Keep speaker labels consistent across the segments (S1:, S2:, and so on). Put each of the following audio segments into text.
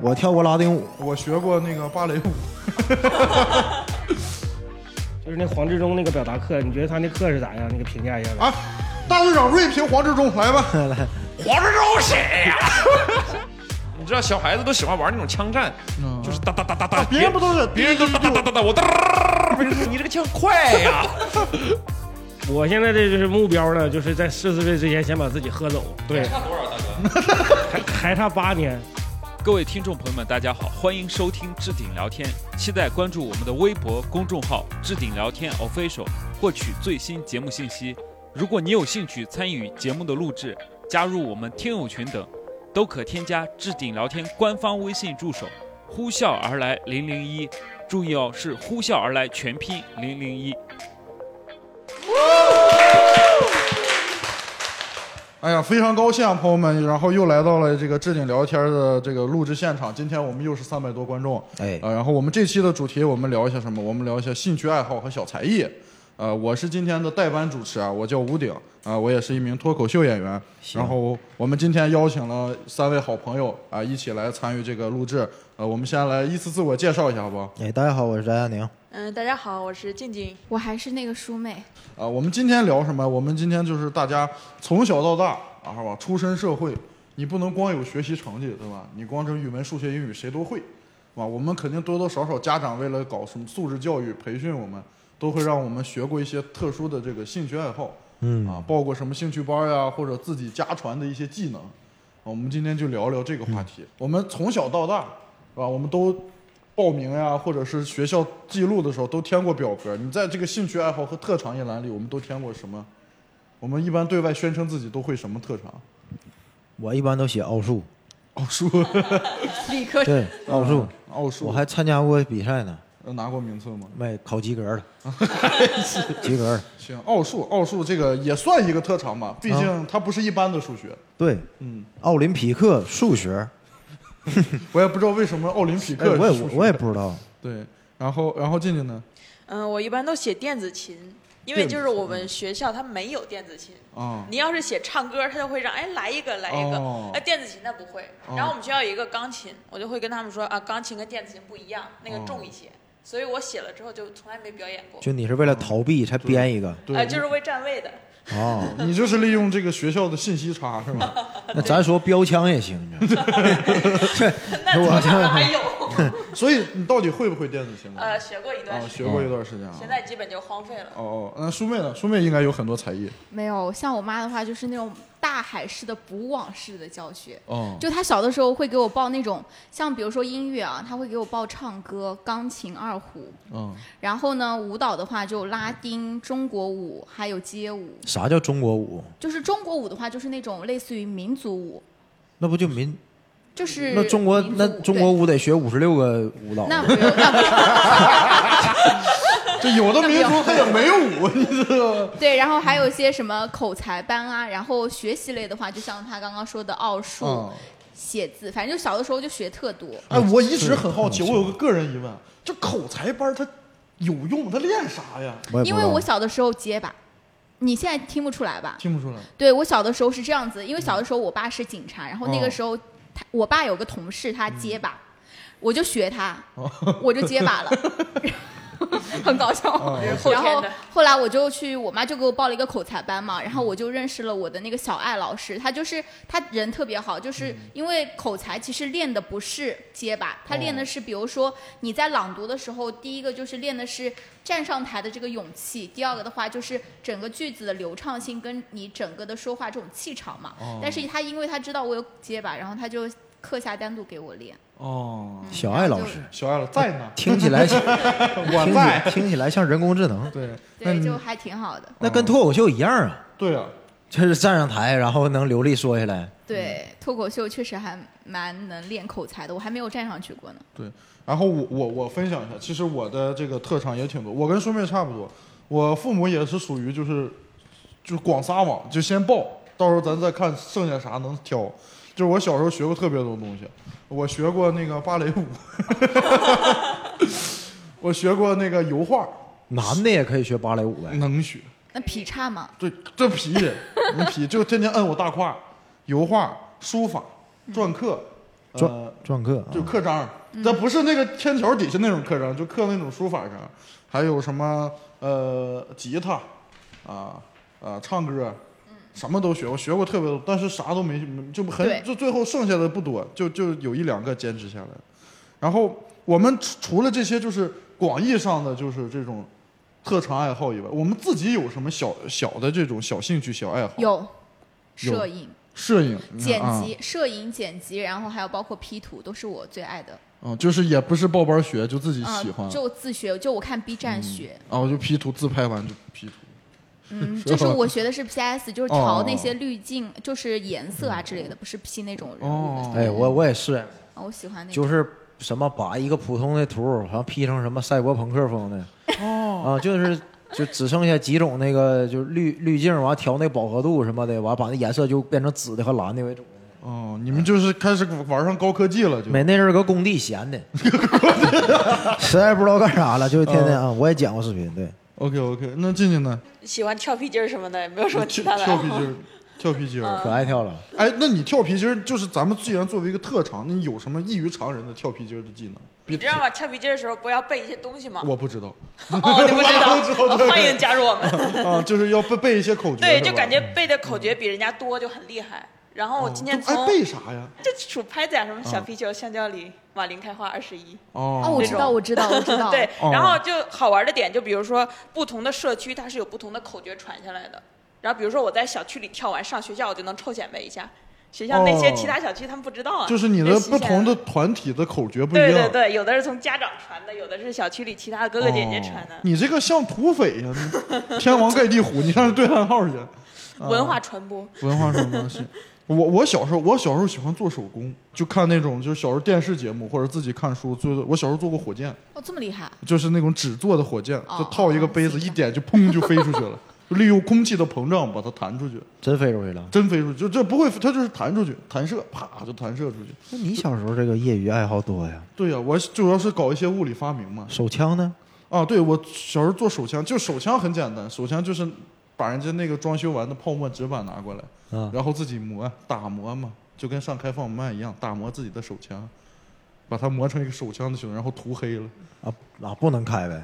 S1: 我跳过拉丁舞，
S2: 我学过那个芭蕾舞。
S3: 就是那黄志忠那个表达课，你觉得他那课是咋样？那个评价一下吧。
S2: 啊，大队长锐评黄志忠，来吧，
S1: 来，
S4: 黄志忠谁呀？ 你知道小孩子都喜欢玩那种枪战，就是哒哒哒哒
S2: 嗯
S4: 哒，
S2: 啊别人不都是
S4: 别人都哒哒哒哒哒，我哒，别人说你这个枪快呀。
S3: 我现在这就是目标呢，就是在四十岁之前先把自己喝走。对，
S4: 差多少，大哥？
S3: 还还差八年。
S5: 各位听众朋友们，大家好，欢迎收听置顶聊天，期待关注我们的微博公众号“置顶聊天 official”，获取最新节目信息。如果你有兴趣参与节目的录制，加入我们听友群等，都可添加置顶聊天官方微信助手“呼啸而来零零一”，注意哦，是“呼啸而来”全拼零零一。
S2: 哎呀，非常高兴啊，朋友们，然后又来到了这个置顶聊天的这个录制现场。今天我们又是三百多观众，
S1: 哎
S2: 呃，然后我们这期的主题我们聊一下什么？我们聊一下兴趣爱好和小才艺。呃，我是今天的代班主持啊，我叫吴鼎啊，我也是一名脱口秀演员。然后我们今天邀请了三位好朋友啊，一起来参与这个录制。呃，我们先来依次自我介绍一下，好不好？
S1: 哎，大家好，我是翟佳宁。
S6: 嗯，大家好，我是静静。
S7: 我还是那个书妹，
S2: 啊，我们今天聊什么？我们今天就是大家从小到大啊，是吧？出身社会，你不能光有学习成绩，对吧？你光这语文、数学、英语谁都会，是吧？我们肯定多多少少家长为了搞什么素质教育培训我们，都会让我们学过一些特殊的这个兴趣爱好，
S1: 嗯
S2: 啊，报过什么兴趣班呀，或者自己家传的一些技能。啊我们今天就聊聊这个话题。我们从小到大，是吧？我们都报名呀，或者是学校记录的时候都填过表格。你在这个兴趣爱好和特长一栏里，我们都填过什么？我们一般对外宣称自己都会什么特长？
S1: 我一般都写奥数，
S2: 奥 数， 啊
S6: 理科
S1: 对，奥数，
S2: 奥数，呃
S1: 我还参加过比赛呢，
S2: 拿过名次吗？
S1: 没考及格了，及格了，
S2: 行，奥数，奥数这个也算一个特长吧，毕竟它不是一般的数学。
S1: 对，
S2: 嗯，
S1: 奥林匹克数学，
S2: 我也不知道为什么奥林匹
S1: 哎，
S2: 克、
S1: 我也我也不知道，
S2: 对。然后，然后静静呢？
S6: 嗯，我一般都写电子琴，因为
S2: 电子嗯
S6: 就是我们学校它没有电子琴。
S2: 啊、
S6: 你要是写唱歌，他就会让哎来一个来一个，
S2: 哦
S6: 哎电子琴他不会。然后我们学校有一个钢琴，我就会跟他们说啊，钢琴跟电子琴不一样，那
S2: 哦
S6: 个重一些。所以我写了之后就从来没表演过，
S1: 就你是为了逃避才编一个
S2: 对，
S6: 哎，就是为占位的。
S1: 啊？
S2: 你就是利用这个学校的信息 差是吧？
S1: 那咱说标枪也行，你知道吗
S6: 那
S1: 我
S6: 从小
S1: 这
S6: 还有，
S2: 所以你到底会不会电子琴呢？
S6: 呃，学过一段
S2: 啊，
S6: 时
S2: 学
S6: 间，
S2: 过一段时间啊。
S6: 现在基本就荒废了。
S2: 哦哦，那书妹呢？书妹应该有很多才艺。
S7: 没有像我妈的话，就是那种大海式的补网式的教学。
S2: 哦，
S7: 就她小的时候会给我报那种，像比如说音乐啊，她会给我报唱歌、钢琴、二胡。
S2: 嗯，
S7: 然后呢，舞蹈的话就拉丁、中国舞，还有街舞。
S1: 啥叫中国舞？
S7: 就是中国舞的话，就是那种类似于民族舞，
S1: 那不就民？
S7: 就是
S1: 那中国
S7: 民族
S1: 那
S7: 舞
S1: 中国
S7: 对
S1: 舞得学五十六个舞蹈，
S7: 那不用，那不 用
S2: 这有的民族它也没有舞，你知 道吗？
S7: 对，然后还有一些什么口才班啊，然后学习类的话，就像她刚刚说的奥数、
S2: 嗯，
S7: 写字，反正就小的时候就学特多。
S2: 哎，我一直很好奇，
S1: 是
S2: 我有个个人疑问，啊这口才班它有用？它练啥呀？
S1: 我也不知
S7: 因
S1: 道
S7: 为我小的时候结巴，你现在听不出来吧？
S2: 听不出 来。
S7: 对我小的时候是这样子，因为小
S1: 嗯
S7: 的时候我爸是警察，然后那
S1: 哦
S7: 个时候他我爸有个同事他结
S1: 嗯
S7: 巴，我就学他，
S2: 哦
S7: 我就结 巴了。很搞笑，
S2: 哦
S6: 后
S7: 然
S6: 天
S7: 后
S6: 的
S7: 后来我就去，我妈就给我报了一个口才班嘛，然
S2: 嗯
S7: 后我就认识了我的那个小爱老师，她就是她人特别好，
S2: 嗯
S7: 就是因为口才其实练的不是结巴，她练
S2: 哦
S7: 的是比如说你在朗读的时候，第一个就是练的是站上台的这个勇气，第二个的话就是整个句子的流畅性跟你整个的说话这种气场嘛。
S2: 哦
S7: 但是她因为她知道我有结巴，然后她就课下单独给我练。
S2: 哦，
S1: 小爱老师
S2: 小爱了，在呢，
S1: 听起来像
S2: 我
S1: 听
S2: 在。
S1: 起听起来像人工智能，
S2: 对，那
S7: 对，
S2: 你
S7: 就还挺好的。
S1: 那跟脱口秀一样啊，
S2: 对啊，
S1: 就是站上台然后能流利说下来。
S7: 对，
S2: 嗯
S7: 脱口秀确实还蛮能练口才的，我还没有站上去过呢。
S2: 对。然后我我我分享一下，其实我的这个特长也挺多，我跟书妹差不多，我父母也是属于就是就是广撒网，就先报，到时候咱再看剩下啥能挑。就是我小时候学过特别多东西，我学过那个芭蕾舞， 我学过那个油画，
S1: 男的也可以学芭蕾舞呗，
S2: 能学。
S7: 那劈叉嘛，
S2: 对，这皮，你皮就天天摁我大胯，油画、书法、篆刻、呃，
S1: 篆刻啊
S2: 就刻章，但不是那个天桥底下那种刻章，就刻那种书法章，还有什么呃吉他，啊啊唱歌，什么都学，我学过特别多，但是啥都没没就
S7: 对
S2: 很就最后剩下的不多，就就有一两个坚持下来。然后我们除除了这些就是广义上的就是这种特长爱好以外，我们自己有什么小小的这种小兴趣小爱好？
S7: 有摄影、
S2: 摄影、
S7: 剪
S2: 啊
S7: 辑、摄影、剪辑，然后还有包括 P 图，都是我最爱的。
S2: 嗯，就是也不是报班学，就自己喜欢。
S7: 嗯，就自学，就我看 B 站学。
S2: 啊，我就 P 图，自拍完就 P 图。
S7: 嗯，
S2: 是
S7: 就是
S2: 吧
S7: 我学的是 PS，就是调那
S2: 哦嗯
S7: 些滤镜，就是颜色啊之类的，不是 P 那种人物的。
S2: 哦，
S1: 哎，我我也是，
S7: 啊，我喜欢那种。
S1: 就是什么把一个普通的图，然后 P 成什么赛博朋克风的，哦，啊，就是就只剩下几种那个就是滤滤镜，完调那饱和度什么的，完把那颜色就变成紫的和蓝的为主。
S2: 哦，你们就是开始玩上高科技了，就
S1: 没那阵儿搁工地闲的， 实在不知道干啥了，就天天
S2: 嗯
S1: 啊，我也剪过视频，对，
S2: OK OK。那静静呢？
S6: 喜欢跳皮筋儿什么的，也没有什么其
S2: 跳
S6: 他的
S2: 跳
S6: 爱
S2: 皮筋
S6: 好。
S2: 儿，跳皮筋
S6: 嗯
S2: 儿。
S1: 可爱跳了。
S2: 哎，那你跳皮筋儿，就是咱们既然作为一个特长，那你有什么异于常人的跳皮筋儿的技能？
S6: 你知道吗？跳皮筋儿的时候不要背一些东西吗？
S2: 我不知道
S6: 哦，你不知
S2: 我不知道
S6: 道，
S2: 对
S6: 欢迎加入我 们。
S2: 啊，就是要背背一些口诀。
S6: 对，
S2: 是
S6: 就
S2: 吧嗯
S6: 感觉背的口诀比人家多，就很厉害。然后我今天
S2: 哦
S6: 从
S2: 哎背嗯啥呀？
S6: 就数拍子啊，什么小皮球、香蕉梨、马林开花二十一。
S2: 哦，
S7: 哦，我知道，我知道，我知 道。
S6: 对，
S2: 哦
S6: 然后就好玩的点，就比如说不同的社区它是有不同的口诀传下来的。然后比如说我在小区里跳完上学校，我就能臭显摆一下，学校那些
S2: 哦
S6: 其他小区他们不知道啊。
S2: 就是你
S6: 这
S2: 的
S6: 新
S2: 不
S6: 鲜
S2: 同的团体的口诀不一样。
S6: 对对对，有的是从家长传的，有的是小区里其他哥哥姐姐传的
S2: 哦，你这个像土匪呀、你天 王嗯盖地虎，你上去对暗号去。啊
S6: 文化传播。
S2: 文化什么东西？我我小时候，我小时候喜欢做手工，就看那种就是小时候电视节目或者自己看书。就是我小时候做过火箭，
S7: 哦，这么厉害。
S2: 就是那种纸做的火箭，
S7: 哦
S2: 就套一个杯子，一点就砰就飞出去了，就利用空气的膨胀把它弹出去，
S1: 真飞出去了。
S2: 真飞出去，就这不会，它就是弹出去，弹射，啪就弹射出去。
S1: 那你小时候这个业余爱好多呀？
S2: 对呀、我主要是搞一些物理发明嘛。
S1: 手枪呢？
S2: 啊，对，我小时候做手枪，就手枪很简单，手枪就是把人家那个装修完的泡沫纸板拿过来，
S1: 啊，
S2: 然后自己磨打磨嘛，就跟上开放麦一样，打磨自己的手枪，把它磨成一个手枪的形，然后涂黑了，
S1: 啊啊，不能开呗。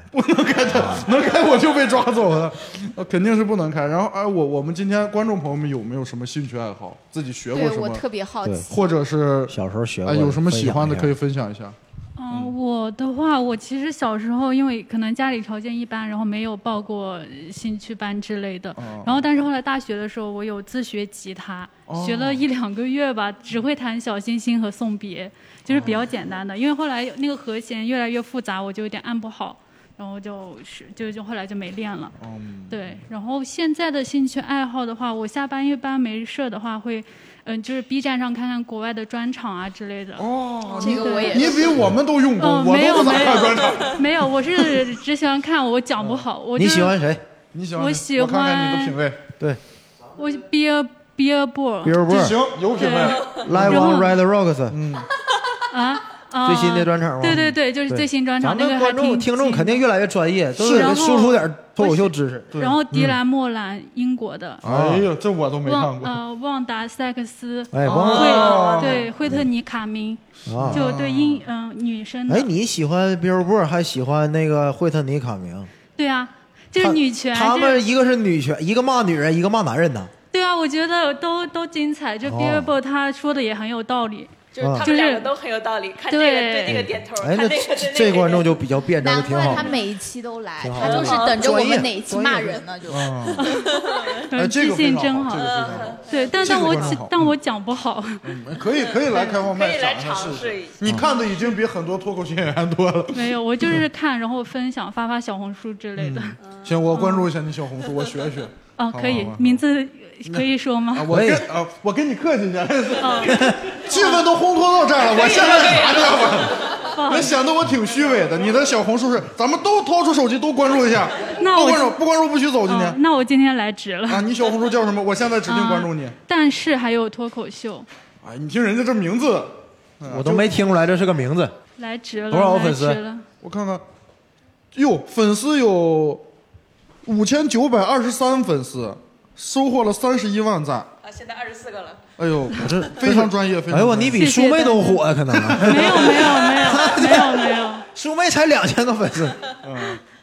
S1: 啊
S2: 能开我就被抓走了，呃肯定是不能开。然后哎，我我们今天观众朋友们有没有什么兴趣爱好？自己学过
S7: 对，
S2: 什
S7: 我
S2: 么？
S7: 特别好
S1: 对
S7: 奇。
S2: 或者是
S1: 小时候学过
S2: 哎
S1: 的，
S2: 有什么喜欢的可以
S1: 以
S2: 分享一下？
S8: 嗯、我的话，我其实小时候因为可能家里条件一般，然后没有报过呃兴趣班之类的。
S2: 哦
S8: 然后，但是后来大学的时候，我有自学吉他，
S2: 哦
S8: 学了一两个月吧，只会弹《小星星》和《送
S2: 哦
S8: 别》，就是比较简单的。因为后来那个和弦越来越复杂，我就有点按不好，然后就是就就后来就没练了。
S1: 哦
S2: 嗯，
S8: 对，然后现在的兴趣爱好的话，我下班一般没事儿的话会，嗯、就是 B 站上看看国外的专场啊之类的。
S2: 哦，
S7: 这个我也
S2: 你比我们都用功，
S8: 嗯
S2: 我
S8: 没
S2: 都
S8: 有
S2: 不咋
S8: 没有
S2: 看专场。
S8: 没有，我是只喜欢看，我讲不好。我
S1: 你
S8: 就是
S1: 喜欢谁？
S2: 你喜欢
S8: 我
S2: 谁？
S8: 喜
S2: 看看你的
S8: 欢
S2: 品味。
S8: 我 Beer Beer Boy
S1: 尔
S2: 这行，有品味。
S1: Live on Red Rocks
S2: 嗯，
S8: 啊啊！
S1: 最新的专场吗？
S8: 对对对，就是
S1: 对
S8: 最新专
S1: 咱
S8: 场那
S1: 们
S8: 个还
S1: 观众
S8: 挺
S1: 听众肯定越来越专业，都
S8: 是
S1: 得
S8: 然后
S1: 输出点脱口秀知识。
S8: 然后
S1: 嗯
S8: 迪兰莫兰英国的，
S2: 哎呀，这我都没看
S8: 旺
S2: 过。
S8: 呃旺达塞克斯，
S1: 哎，
S2: 哦
S1: 王
S8: 惠对惠特尼卡明，
S1: 啊，
S8: 就对英嗯女生
S1: 哎，
S8: 的，
S1: 你喜欢 Billboard 还喜欢那个惠特尼·卡明？
S8: 对啊，就是女权，
S1: 他
S8: 就是
S1: 们一个是女权，一个骂女人，一个骂男人呢。
S8: 对啊，我觉得都都精彩。就
S1: 哦
S8: Billboard 他说的也很有道理，
S2: 哦
S6: 就是他
S1: 啊
S6: 们两
S8: 就
S6: 个
S8: 是
S6: 都很有道理，看这个
S8: 对
S6: 对那个点头，
S1: 哎，
S6: 看
S1: 那
S6: 那个对那个。
S1: 这观众就比较辩证，
S7: 难
S1: 就挺
S7: 怪
S1: 好
S7: 他。每一期都来，
S1: 挺
S2: 哦
S1: 好
S7: 他就是等着我们哪一期
S1: 专业
S7: 骂人呢，就。
S2: 啊，
S8: 嗯
S2: 哎，这
S8: 自
S2: 个
S8: 信
S2: 非
S8: 真
S2: 常好，这个非常
S6: 嗯
S2: 好。
S8: 对，但
S2: 这
S8: 但
S2: 个
S8: 我
S2: 观众
S8: 讲
S2: 好
S8: 但我讲不好，
S2: 嗯可以可以来开放
S6: 可
S2: 麦
S6: 以来
S2: 一下试
S6: 尝试一下
S2: 你看的已经比很多脱口秀演员多了。
S8: 没有，我就是看，然后分享发发小红书之类的。
S2: 行，我关注一下你小红书，我学学。
S8: 哦，
S2: 嗯好
S8: 可以
S2: 好好，
S8: 名字可以说
S2: 啊，
S8: 吗？
S2: 我
S1: 可以
S2: 跟啊，我跟你客气一下，
S8: 哦
S2: 气氛都烘 托到这儿了，我现在啥知道
S8: 哦
S2: 吧？那显得我挺虚伪的。你的小红书是，咱们都掏出手机，都关注一下，
S8: 那
S2: 都
S8: 我
S2: 关注，不关注不许走。今
S8: 哦
S2: 天，
S8: 那我今天来职了。
S2: 啊，你小红书叫什么？我现在指定关注你
S8: 啊。但是还有脱口秀
S2: 哎，你听人家这名字，嗯
S1: 我都没听出来这是个名字。
S8: 来职了，
S1: 多少个
S8: 来
S1: 粉丝
S8: 职了
S2: 啊我看看，哟，粉丝有五千九百二十三粉丝，收获了三十一万赞，
S6: 啊现在二十四个了。
S2: 哎呦，我这非常专业，非常专业
S1: 哎呦，你比
S8: 谢
S1: 舒
S8: 谢
S1: 妹都火呀，可能
S8: 没有没有 没有 没有没有
S1: 舒妹才两千多粉丝，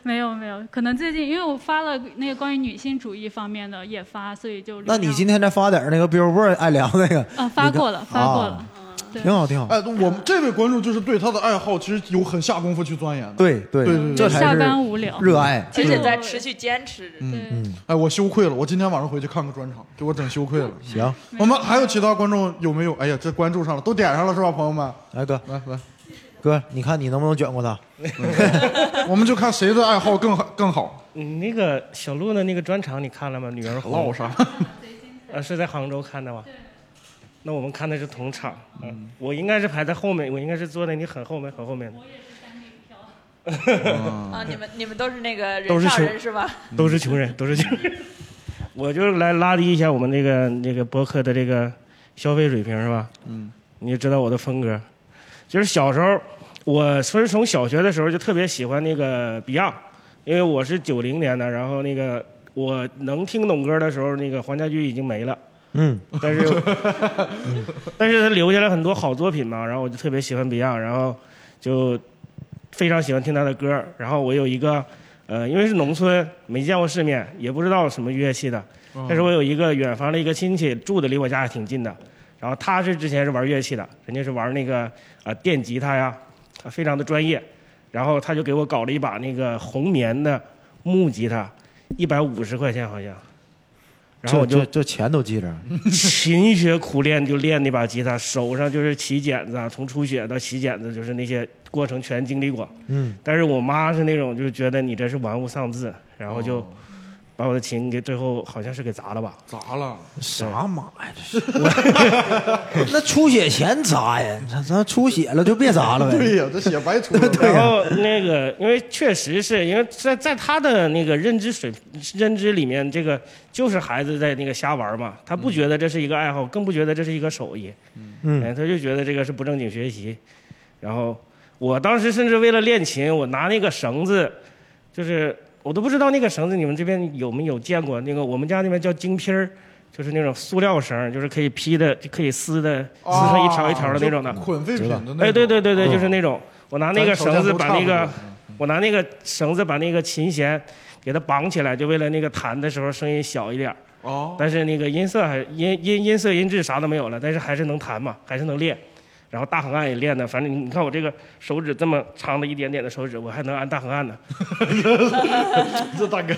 S8: 没有没有，可能最近因为我发了那个关于女性主义方面的也发，所以就流
S1: 那你
S8: 量
S1: 今天再发点儿那个 Billboard 爱聊那个，
S8: 啊发过了发过
S1: 啊
S8: 了，对
S1: 挺好挺好。
S2: 哎，我们这位观众就是对他的爱好，其实有很下功夫去钻研的。
S1: 对对
S2: 对对对
S1: 这才
S8: 下
S1: 是
S8: 班无聊，
S1: 热爱。嗯
S8: 其
S6: 而
S8: 实
S6: 且
S8: 我
S6: 在持续坚持。
S8: 对
S2: 哎，我羞愧了，我今天晚上回去看个专场，给我整羞愧了。
S9: 嗯
S1: 行，
S2: 我们还有其他观众有没有？哎呀，这关注上了，都点上了是吧，朋友们？
S1: 来哥
S2: 来来，
S1: 哥，你看你能不能卷过他？
S9: 哎
S2: 我们就看谁的爱好更好更好。
S9: 嗯，那个小鹿的那个专场你看了吗？女儿红
S2: 唠啥？
S9: 呃，是在杭州看的吗？那我们看的是同场，嗯，我应该是排在后面，我应该是坐在你很后面很后面的，
S2: 哦
S6: 啊，你们你们都是那个
S9: 都
S6: 人
S9: 是
S6: 上
S9: 穷
S6: 人是吧？
S9: 都是穷人，都是穷人。 我就是来拉低一下我们这个这个博客的这个消费水平是吧？嗯，你也知道我的风格，就是小时候，我是从小学的时候就特别喜欢那个 Beyond，因为我是九零年的，然后那个我能听懂歌的时候，那个黄家驹已经没了。
S1: 嗯，
S9: 但是，但是他留下了很多好作品嘛，然后我就特别喜欢 Beyond，然后就非常喜欢听他的歌。然后我有一个，呃，因为是农村，没见过世面，也不知道什么乐器的，
S1: 哦
S9: 但是我有一个远房的一个亲戚，住的离我家还挺近的。然后他是之前是玩乐器的，人家是玩那个啊、呃电吉他呀，啊非常的专业。然后他就给我搞了一把那个红棉的木吉他，一百五十块钱好像。然后我就
S1: 这这这钱都记着，
S9: 勤学苦练，就练那把吉他，手上就是起茧子啊，从出血到起茧子，就是那些过程全经历过。
S1: 嗯，
S9: 但是我妈是那种就是觉得你这是玩物丧志，然后
S1: 哦
S9: 就把我的琴给最后好像是给砸了吧。
S2: 砸了，
S1: 啥妈呀？这是 那出血啊前砸呀？咱咱出血了就别砸了呗。
S2: 对呀，这血白出了。
S1: 对呀
S9: 然后那个，因为确实是因为在在他的那个认知水认知里面，这个就是孩子在那个瞎玩嘛，他不觉得这是一个爱好，更不觉得这是一个手艺，
S1: 嗯，
S9: 哎，他就觉得这个是不正经学习。然后我当时甚至为了练琴，我拿那个绳子，就是我都不知道那个绳子你们这边有没有见过？那个我们家那边叫荆皮儿，就是那种塑料绳，就是可以披的、可以撕的，撕成一条一条的那种的。
S2: 哦就捆废品的那种。
S9: 哎，对对对对，
S2: 嗯
S9: 就是那种，我拿那个绳子把那
S2: 咱
S9: 个
S2: 手下，
S9: 我拿那个绳子把那个琴弦给它绑起来，就为了那个弹的时候声音小一点儿，
S2: 哦，
S9: 但是那个音色还音音音色音质啥都没有了，但是还是能弹嘛，还是能练。然后大横按也练的，反正你你看我这个手指这么长的一点点的手指，我还能按大横按呢。
S2: 这大哥，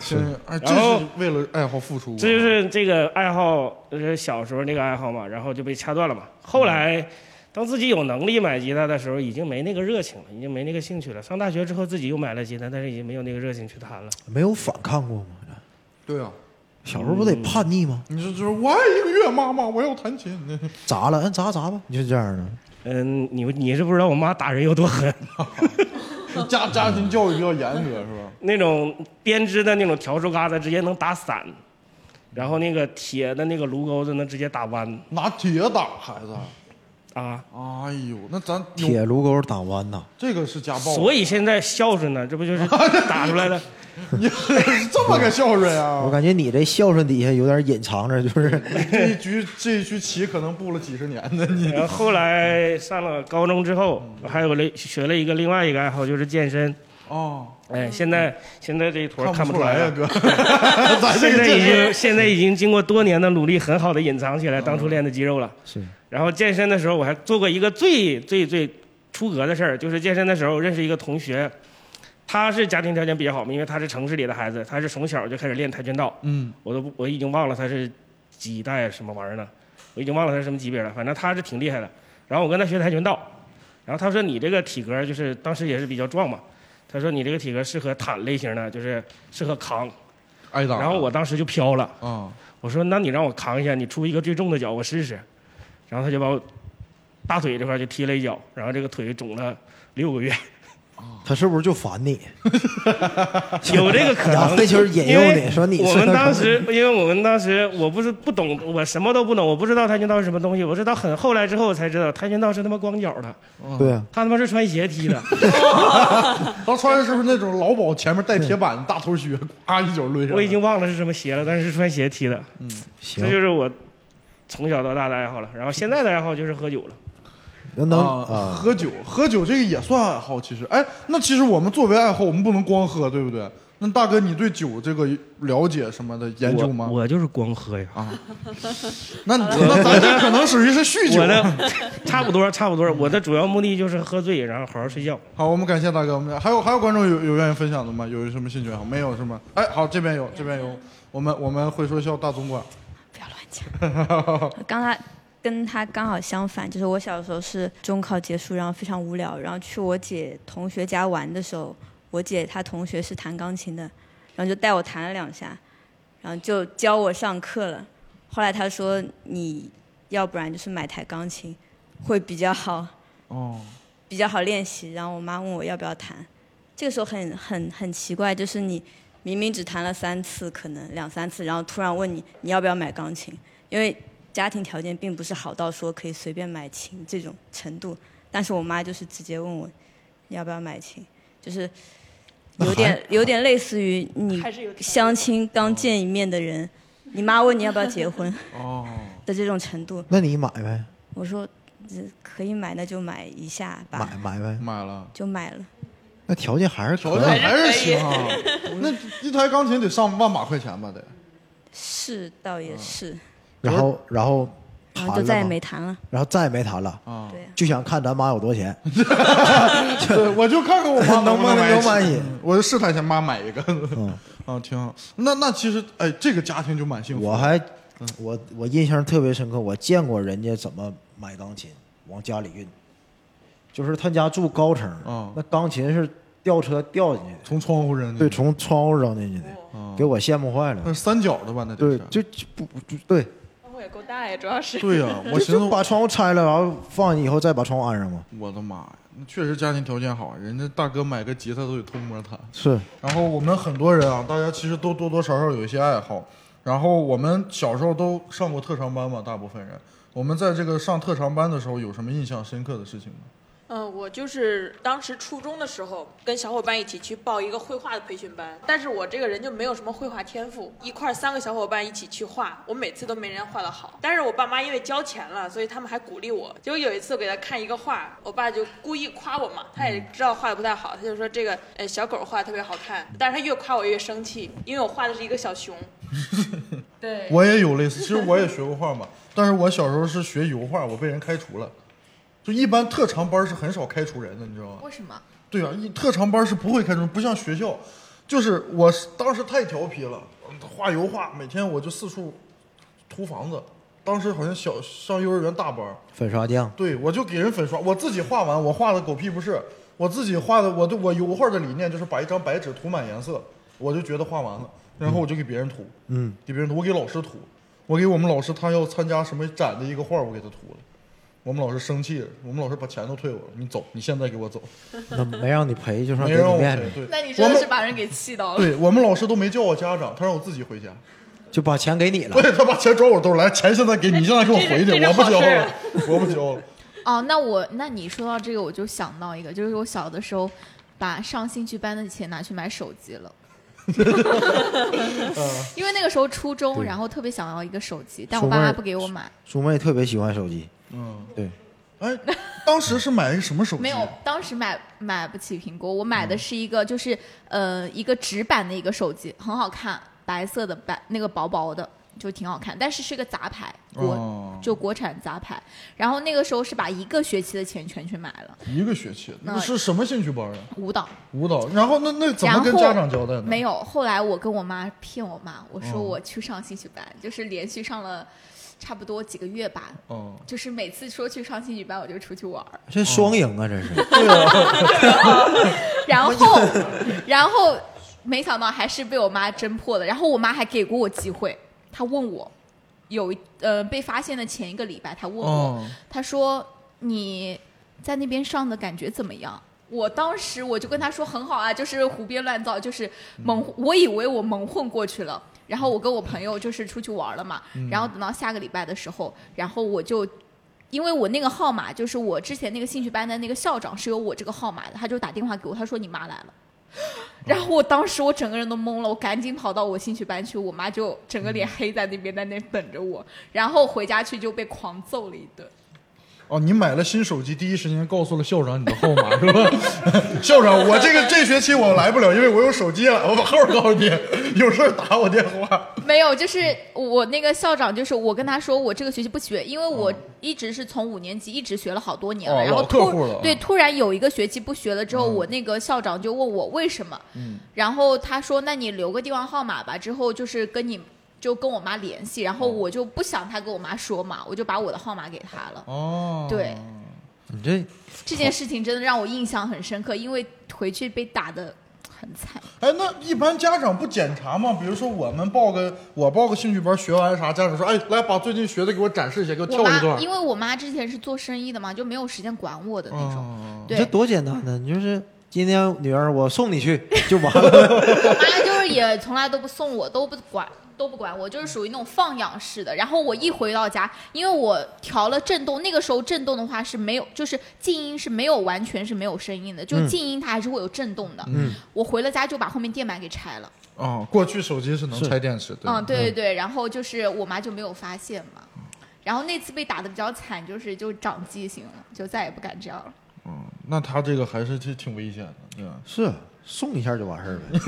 S2: 行，哎，这
S9: 然后
S2: 是为了啊爱好付出。
S9: 这就是这个爱好，就是小时候那个爱好嘛，然后就被掐断了嘛。后
S2: 嗯
S9: 来，当自己有能力买吉他的时候，已经没那个热情了，已经没那个兴趣了。上大学之后，自己又买了吉他，但是已经没有那个热情去弹了。
S1: 没有反抗过吗？
S2: 对啊，
S1: 小时候不得叛逆吗？
S2: 你说就是我爱音乐，妈妈，我要弹琴。
S1: 砸了，嗯，砸砸吧，你就这样的。
S9: 嗯，你你是不知道我妈打人有多狠，
S2: 家家庭教育比较严格是吧？
S9: 那种编织的那种笤帚疙瘩直接能打散，然后那个铁的那个炉钩子能直接打弯
S2: 拿铁打孩子，
S9: 啊。
S2: 哎呦，那咱有
S1: 铁炉钩打弯呐，
S2: 这个是家暴，
S9: 所以现在孝顺呢，这不就是打出来的？
S2: 你这么个孝顺
S1: 我
S2: 啊！
S1: 感觉你这孝顺底下有点隐藏着，就是
S2: 这一局这一局棋可能布了几十年呢，你
S9: 然后后来上了高中之后，我还有了学了一个另外一个爱好，就是健身。
S2: 哦，
S9: 哎，现在现在这一坨看
S2: 不
S9: 出
S2: 来
S9: 了
S2: 呀，。哥， 咱这
S9: 现
S2: 个
S9: 在已
S2: 健
S9: 经现在已经经过多年的努力，很好的隐藏
S2: 嗯
S9: 起来当初练的肌肉了。
S1: 是
S9: 然后健身的时候，我还做过一个最最最出格的事儿，就是健身的时候认识一个同学，他是家庭条件比较好嘛，因为他是城市里的孩子，他是从小就开始练跆拳道。
S2: 嗯，
S9: 我都不我已经忘了他是几代什么玩意儿了，我已经忘了他是什么级别了，反正他是挺厉害的。然后我跟他学跆拳道，然后他说你这个体格就是当时也是比较壮嘛，他说你这个体格适合坦类型的，就是适合扛。
S2: 挨打。
S9: 然后我当时就飘了，
S2: 啊，
S9: 我说那你让我扛一下，你出一个最重的脚我试试。然后他就把我大腿这块就踢了一脚，然后这个腿肿了六个月，
S1: 他是不是就烦你？
S9: 有这个可能。
S1: 然后就是引
S9: 因
S1: 诱
S9: 为
S1: 你说你是
S9: 我们
S1: 那个
S9: 当 时，因为我们当时我不是不懂，我什么都不懂，我不知道跆拳道是什么东西，我是到很后来之后我才知道，跆拳道是他妈光脚的，
S1: 对啊，
S9: 他他妈是穿鞋踢 的，
S2: 他穿的是不是那种劳保前面带铁板大头靴，啊一脚抡上来？嗯
S9: 我已经忘了是什么鞋了，但是是穿鞋踢的，
S1: 行
S9: 这，就是我从小到大的爱好了。然后现在的爱好就是喝酒了。
S1: 能能
S2: 啊，喝酒，喝酒这个也算爱好，其实。哎，那其实我们作为爱好，我们不能光喝，对不对？那大哥，你对酒这个了解什么的研究吗？
S9: 我我就是光喝呀。
S2: 啊，那你那咱这可能属于是酗酒
S9: 我的 差不多，差不多。我的主要目的就是喝醉，然后好好睡觉。
S2: 好，我们感谢大哥。我们还有还有观众有有愿意分享的吗？有什么兴趣爱好？没有是吗？哎，好，这边有，这边有。我们我们会说笑大总管。不要乱 讲。
S10: 刚他跟他刚好相反，就是我小时候是中考结束，然后非常无聊，然后去我姐同学家玩的时候，我姐她同学是弹钢琴的，然后就带我弹了两下，然后就教我上课了。后来她说你要不然就是买台钢琴，会比较好，
S2: 哦，
S10: 比较好练习。然后我妈问我要不要弹，这个时候很很很奇怪，就是你明明只弹了三次，可能两三次，然后突然问你你要不要买钢琴，因为家庭条件并不是好到说可以随便买琴这种程度。但是我妈就是直接问我你要不要买琴，就是有点有点类似于你相亲刚见一面的人，你妈问你要不要结婚
S2: 哦
S10: 的这种程度。
S1: 那你买呗，
S10: 我说呃可以买，那就买一下吧，
S1: 买买呗，
S2: 买了
S10: 就买了。
S1: 那条件还是可
S2: 条件
S1: 以，
S2: 还是行啊。 那一台钢琴得上万把块钱吧？得。
S10: 是，倒
S2: 嗯
S10: 也是，
S1: 然后然后
S10: 然
S1: 谈
S10: 后
S1: 了
S10: 就再也
S1: 吗
S10: 没谈了。
S1: 然后再也没谈了，
S2: 啊，
S10: 对
S1: 就想看咱妈有多钱，
S2: 对，我就看看 我妈
S1: 能
S2: 不
S1: 不能
S2: 能
S1: 买
S2: 一
S1: 起
S2: 起，嗯我就试探一下妈买一个。
S1: 嗯，
S2: 啊，挺好。那那其实，哎，这个家庭就蛮幸福。嗯
S1: 我还我我印象特别深刻，我见过人家怎么买钢琴往家里运，就是他家住高层，
S2: 嗯
S1: 那钢琴是吊车吊进去的，
S2: 从窗户扔进去
S1: 对，从窗户扔进去的，
S2: 啊
S1: 给我羡慕坏了
S2: 那。是三角的吧？那得
S1: 对
S2: 是，
S1: 就就不就对
S6: 窗户也够大呀，主 要是。
S2: 对呀、
S1: 就
S2: 我寻思
S1: 就把窗户拆了，然后放以后再把窗户安上嘛。
S2: 我的妈呀，那确实家庭条件好，啊人家大哥买个吉他都得偷摸弹。
S1: 是，
S2: 然后我们很多人啊，大家其实都多多少少有一些爱好。然后我们小时候都上过特长班嘛，大部分人。我们在这个上特长班的时候，有什么印象深刻的事情吗？
S6: 嗯，我就是当时初中的时候，跟小伙伴一起去报一个绘画的培训班，但是我这个人就没有什么绘画天赋，一块儿三个小伙伴一起去画，我每次都没人画的好。但是我爸妈因为交钱了，所以他们还鼓励我。结果有一次我给他看一个画，我爸就故意夸我嘛，他也知道画的不太好，他就说这个呃小狗画的特别好看，但是他越夸我越生气，因为我画的是一个小熊。 对，
S2: 我也有类似，其实我也学过画嘛， 但是我小时候是学油画，我被人开除了。就一般特长班是很少开除人的，你知道吗？
S7: 为什么？
S2: 对啊，一特长班是不会开除，不像学校，就是我是当时太调皮了，画油画，每天我就四处涂房子。当时好像小上幼儿园大班，
S1: 粉刷匠，
S2: 对我就给人粉刷，我自己画完，我画的狗屁不是，我自己画的，我对我油画的理念就是把一张白纸涂满颜色，我就觉得画完了，然后我就给别人涂。
S1: 嗯，
S2: 给别人涂，我给老师涂，我给我们老师他要参加什么展的一个画，我给他涂了。我们老师生气了，我们老师把钱都退我了，你走，你现在给我走，
S1: 那没让你赔，就算
S2: 没
S1: 给你
S2: 让我
S1: 面
S2: 赔。
S1: 子，
S7: 那
S2: 对，
S7: 你
S2: 我
S7: 真的
S2: 们
S7: 是把人给气到了。
S2: 对我们老师都没叫我家长，他让我自己回家。
S1: 就把钱给你了。
S2: 对他把钱转我兜儿来，钱现在给你，你现在给我回去，
S6: 这是
S2: 我不交
S6: 这是好
S2: 了，我不交了。
S7: 哦，那我那你说到这个，我就想到一个，就是我小的时候把上兴趣班的钱拿去买手机了。
S2: 嗯
S7: 因为那个时候初中，然后特别想要一个手机，但我爸
S1: 初
S7: 妈
S1: 中
S7: 不给我买，
S1: 苏妹特别喜欢手机，
S2: 嗯，
S1: 对，
S2: 哎，当时是买一个什么手机？
S7: 没有，当时买买不起苹果，我买的是一个就是呃一个直板的一个手机，很好看，白色的白那个薄薄的，就挺好看，但是是个杂牌，国、
S2: 哦
S7: 就国产杂牌。然后那个时候是把一个学期的钱全去买了
S2: 一个学期，那
S7: 那
S2: 是什么兴趣班啊？
S7: 舞蹈。
S2: 舞蹈。然后那那 怎么
S7: 然后
S2: 跟家长交代呢？
S7: 没有，后来我跟我妈骗我妈，我
S2: 哦
S7: 说我去上兴趣班，就是连续上了差不多几个月吧。
S2: 哦，
S7: 就是每次说去上兴趣班，我就出去玩 儿。
S1: 这双赢啊，这是。
S2: 哦
S7: 然 后， 然后没想到还是被我妈侦破了。然后我妈还给过我机会，她问我有一呃被发现的前一个礼拜，她问我，
S2: 哦，
S7: 他说你在那边上的感觉怎么样？我当时我就跟他说很好啊，就是胡编乱造，就是蒙，我以为我蒙混过去了。然后我跟我朋友就是出去玩了嘛，然后等到下个礼拜的时候，然后我就。因为我那个号码就是我之前那个兴趣班的那个校长是有我这个号码的，他就打电话给我，他说你妈来了，然后我当时我整个人都懵了，我赶紧跑到我兴趣班去，我妈就整个脸黑在那边，在那等着我，然后回家去就被狂揍了一顿。
S2: 哦，你买了新手机，第一时间告诉了校长你的号码是吧？ 校长，我这个这学期我来不了，因为我有手机了，我把号告诉你， 有事儿打我电话。
S7: 没有，就是我那个校长，就是我跟他说，我这个学期不学，因为我一直是从五年级一直学了好多年了，
S2: 哦
S7: 然后
S2: 老客户了嗯
S7: 突
S2: 啊
S7: 对突然有一个学期不学了之后，我那个校长就问我为什么，
S2: 嗯
S7: 然后他说那你留个电话号码吧，之后就是跟你就跟我妈联系，
S2: 哦
S7: 然后我就不想他跟我妈说嘛，我就把我的号码给他了。
S2: 哦，
S7: 对，
S1: 你这
S7: 这件事情真的让我印象很深刻，因为回去被打的很惨。
S2: 哎，那一般家长不检查吗？比如说我们报个我报个兴趣班，学完啥，家长说，哎，来把最近学的给我展示一下，给我跳
S7: 我
S2: 一
S7: 妈
S2: 段。
S7: 因为我妈之前是做生意的嘛，就没有时间管我的那种。
S2: 哦
S1: 你
S7: 对
S1: 这，多简单呢，你就是今天女儿我送你去就完了。
S7: 我 妈就是也从来都不送我，都不管，都不管我，就是属于那种放养式的。然后我一回到家，因为我调了震动，那个时候震动的话是没有，就是静音是没有完全是没有声音的，就
S1: 嗯
S7: 静音它还是会有震动的。
S1: 嗯，
S7: 我回了家就把后面电板给拆了。
S2: 哦，过去手机是能
S1: 是
S2: 拆电池，对吧
S7: 嗯，对对对，然后就是我妈就没有发现嘛。然后那次被打的比较惨，就是就长记性了，就再也不敢这样了。
S2: 嗯，那他这个还是挺挺危险的，对吧
S1: 是送一下就完事儿呗。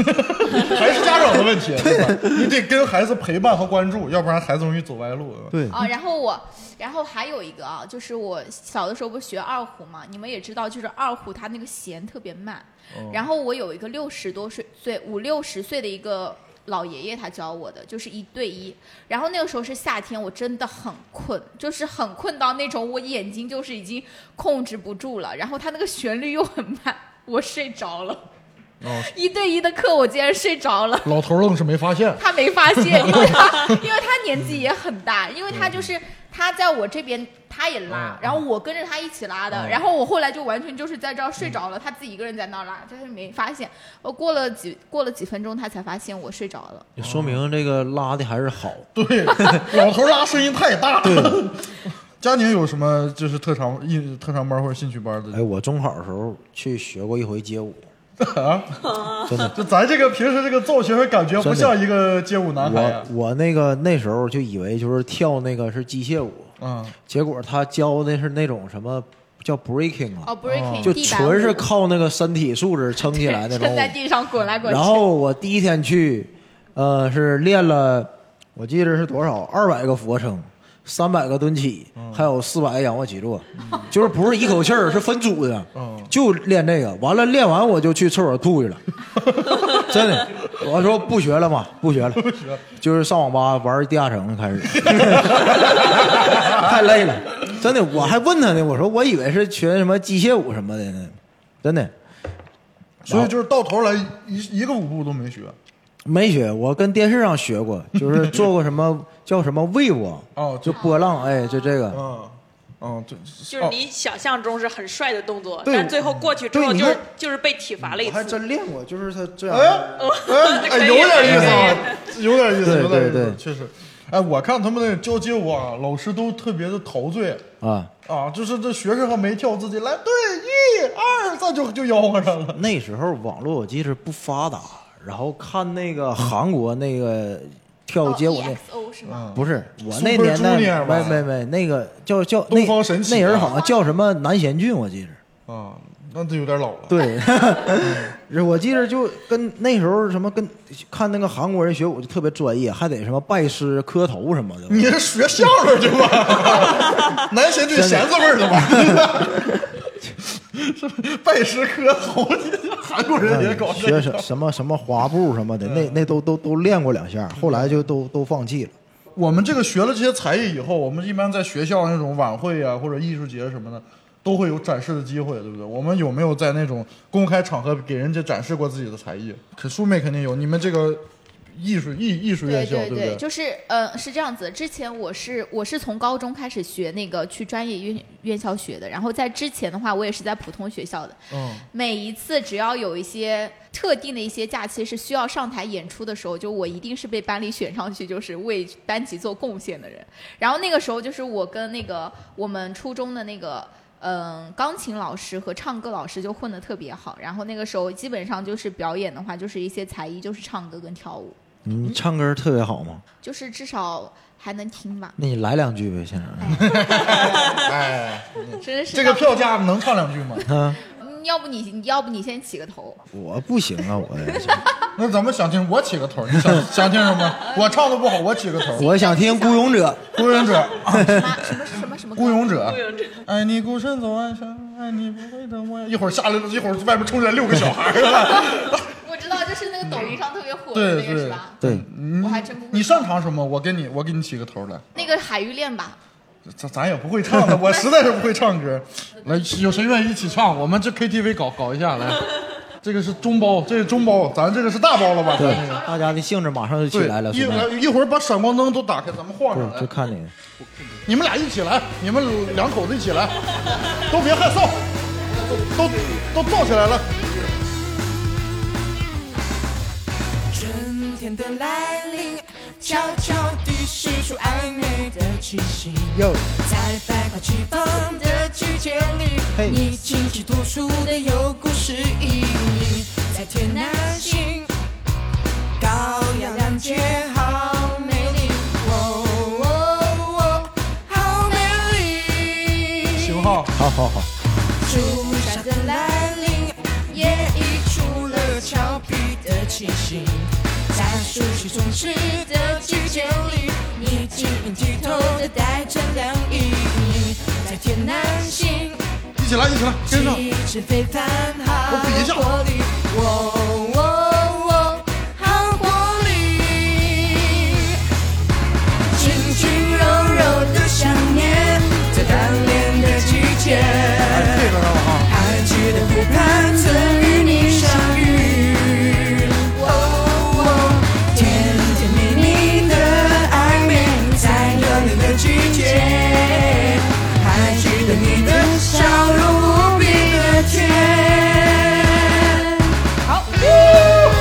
S2: 还是家长的问题，啊对吧？你得跟孩子陪伴和关注，要不然孩子容易走歪路。对吧
S1: 对，
S7: 啊，然后我，然后还有一个啊，就是我小的时候不是学二胡嘛，你们也知道，就是二胡它那个弦特别慢。然后我有一个六十多岁岁五六十岁的一个老爷爷，他教我的，就是一对一。然后那个时候是夏天，我真的很困，就是很困到那种我眼睛就是已经控制不住了，然后他那个旋律又很慢，我睡着了。
S2: 哦
S7: 一对一的课我竟然睡着了。
S2: 老头儿愣是没发现。
S7: 他没发现， 因为他因为他年纪也很大，因为他就是他在我这边他也拉，然后我跟着他一起拉的，然后我后来就完全就是在这儿睡着了，他自己一个人在那儿拉，就是没发现。我过了几过了几分钟，他才发现我睡着了。
S1: 也说明这个拉的还是好。
S2: 对，老头拉声音太大。了。佳宁有什么就是特长一特长班或者兴趣班
S1: 哎，
S2: 的？
S1: 我中考的时候去学过一回街 舞， 真的。
S2: 啊就咱这个平时这个造型感觉不像一个街舞男孩啊呀
S1: 我。我那个那时候就以为就是跳那个是机械舞，
S2: 嗯，
S1: 结果他教的是那种什么叫 breaking 了，
S7: 哦，breaking
S1: 就
S7: 地板舞
S1: 纯是靠那个身体素质撑起 来那种
S7: 撑
S1: 舞
S7: 在地上滚来滚去。
S1: 然后我第一天去，呃，是练了，我记得是多少，二百个俯卧撑，三百个蹲起，
S2: 嗯
S1: 还有四百个仰卧起坐，就是不是一口气儿，是分组的，
S2: 嗯
S1: 就练这个。完了练完我就去厕所吐去 了，真的。我说不学了嘛，不学了，就是上网吧玩地下城开始，太累了，真的。我还问他呢，我说我以为是学什么机械舞什么的呢，真的。
S2: 所以就是到头来一一个舞步都没学。
S1: 没学，我跟电视上学过，就是做过什么叫什么 wave，
S2: 哦
S1: 就波浪，哎，就这个。
S2: 嗯嗯，对，
S6: 就是你想象中是很帅的动作，
S1: 哦对
S6: 但最后过去之后
S1: 对你
S6: 就是
S1: 看
S6: 就是被体罚了一
S1: 我还
S6: 次。
S1: 真练过，就是他这
S2: 哦。
S1: 样。
S2: 哎哎 哎，有点意思啊，有点意思，
S1: 对
S2: 有点意
S1: 对
S2: 思
S1: 对，
S2: 确实。哎，我看他们那教街舞啊，老师都特别的陶醉。
S1: 啊，
S2: 啊，就是这学生还没跳，自己来对一二三就就吆喝上了。
S1: 那时候网络我记得不发达，然后看那个韩国那个跳街
S6: 哦
S1: 舞那。
S7: EXO 是吗？
S1: 嗯不是我
S2: Super
S1: 那年代
S2: Junior 吧
S1: 没没没那个叫叫那
S2: 东方神起啊
S1: 那人好像叫什么南贤俊，我记着。
S2: 啊，那这有点老了。
S1: 对， 我记着就跟那时候什么跟看那个韩国人学舞就特别专业，还得什么拜师磕头什么的。
S2: 你是学相声去吧？南贤俊弦子味儿的吧？是拜师磕头，韩国人也搞这
S1: 学
S2: 个。嗯
S1: 什什么什么滑步什么的，那那都都都练过两下，后来就都都放弃了。
S2: 我们这个学了这些才艺以后，我们一般在学校那种晚会啊或者艺术节什么的，都会有展示的机会，对不对？我们有没有在那种公开场合给人家展示过自己的才艺？可舒妹肯定有，你们这个艺术艺艺术院校，
S7: 对
S2: 不
S7: 对，就是呃，是这样子。之前我是我是从高中开始学那个去专业院院校学的，然后在之前的话，我也是在普通学校的。
S2: 嗯，
S7: 每一次只要有一些特定的一些假期是需要上台演出的时候，就我一定是被班里选上去，就是为班级做贡献的人。然后那个时候就是我跟那个我们初中的那个嗯，钢琴老师和唱歌老师就混得特别好，然后那个时候基本上就是表演的话，就是一些才艺，就是唱歌跟跳舞，
S1: 你唱歌特别好吗？
S7: 就是至少还能听吧。
S1: 那你来两句呗，现在。
S2: 哎，
S7: 真的是
S2: 这个
S7: 要不
S2: 票价能唱两句吗？
S1: 啊，
S7: 嗯要不你你要不你先起个头，
S1: 我不行啊，我的
S2: 那咱们想听我起个头，你想想听什么？我唱的不好，我起个头。
S1: 我想听《孤勇者》。
S2: 孤勇者，
S7: 什么什么什么歌
S2: 孤勇者
S6: 孤勇者，
S2: 爱哎你孤身走暗巷，爱哎你不会等我。一会儿下来了，一会儿外面冲进来六个小孩儿了。
S7: 我知道，就是那个抖音上特别火的
S2: 对
S7: 那个是
S2: 对
S7: 吧？
S1: 对，嗯
S7: 我还真不
S2: 你
S7: 会。
S2: 擅长什么？我给你，我给你起个头来。
S7: 那个海芋恋吧，
S2: 咱咱也不会 唱的，我实在是不会唱歌。来，有谁愿意一起唱？我们这 KTV 搞搞 一下来。这个是中包，这是中包，咱这个是大包了吧？
S1: 对
S2: 咱这个，
S1: 大家的兴致马上就起来了，
S2: 一
S1: 兄弟。
S2: 一会儿把闪光灯都打开，咱们晃上
S1: 对，
S2: 来
S1: 就。看你。
S2: 你们俩一起来，你们两口子一起来，都别害臊，都都都燥起来了。
S11: 春天的来临，悄悄地释出暧昧的气息。
S1: 哟，
S11: 在百花齐放的季节里
S1: 嘿，
S11: 你清晰吐出的有故事意义，在天南星，高雅亮洁，好美丽。哦哦哦，好美丽。
S2: 型
S7: 哦
S1: 好
S2: 号
S1: 好好，
S11: 初夏的来临，也溢出了俏皮的气息。在熟悉充实的季节里，你晶莹剔透的带着凉意，在天南星，
S2: 一起来，一起来，跟上。
S11: 气质非凡，好
S2: 我比一下
S11: 活力，哦哦哦，好活力。轻轻柔柔的想念，在单恋的季节。还记得湖畔曾与你相遇，哦哦甜甜蜜蜜的暧昧，在热恋的季节。还记得你的笑容无比的甜。好，好。
S2: 太好了，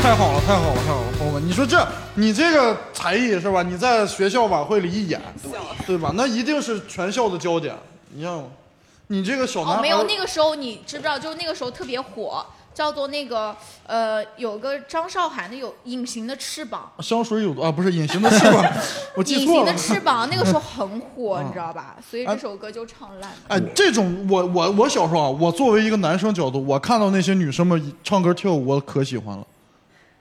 S2: 太好了，太好了，朋友们，你说这你这个才艺是吧？你在学校晚会里一演，对吧？那一定是全校的焦点。你像你这个小男孩，
S7: 哦，没有，那个时候你知不知道？就是那个时候特别火，叫做那个呃，有个张韶涵的有《隐形的翅膀》，
S2: 香水有毒啊，不是隐形的 翅膀，我
S7: 《
S2: 记
S7: 隐
S2: 错
S7: 形
S2: 了嗯啊
S7: 的。翅膀》那个 时候很火，你知道吧？所以这首歌就唱烂了。
S2: 哎，这种我我我小时候啊，我作为一个男生角度，我看到那些女生们唱歌跳舞，我可喜欢了。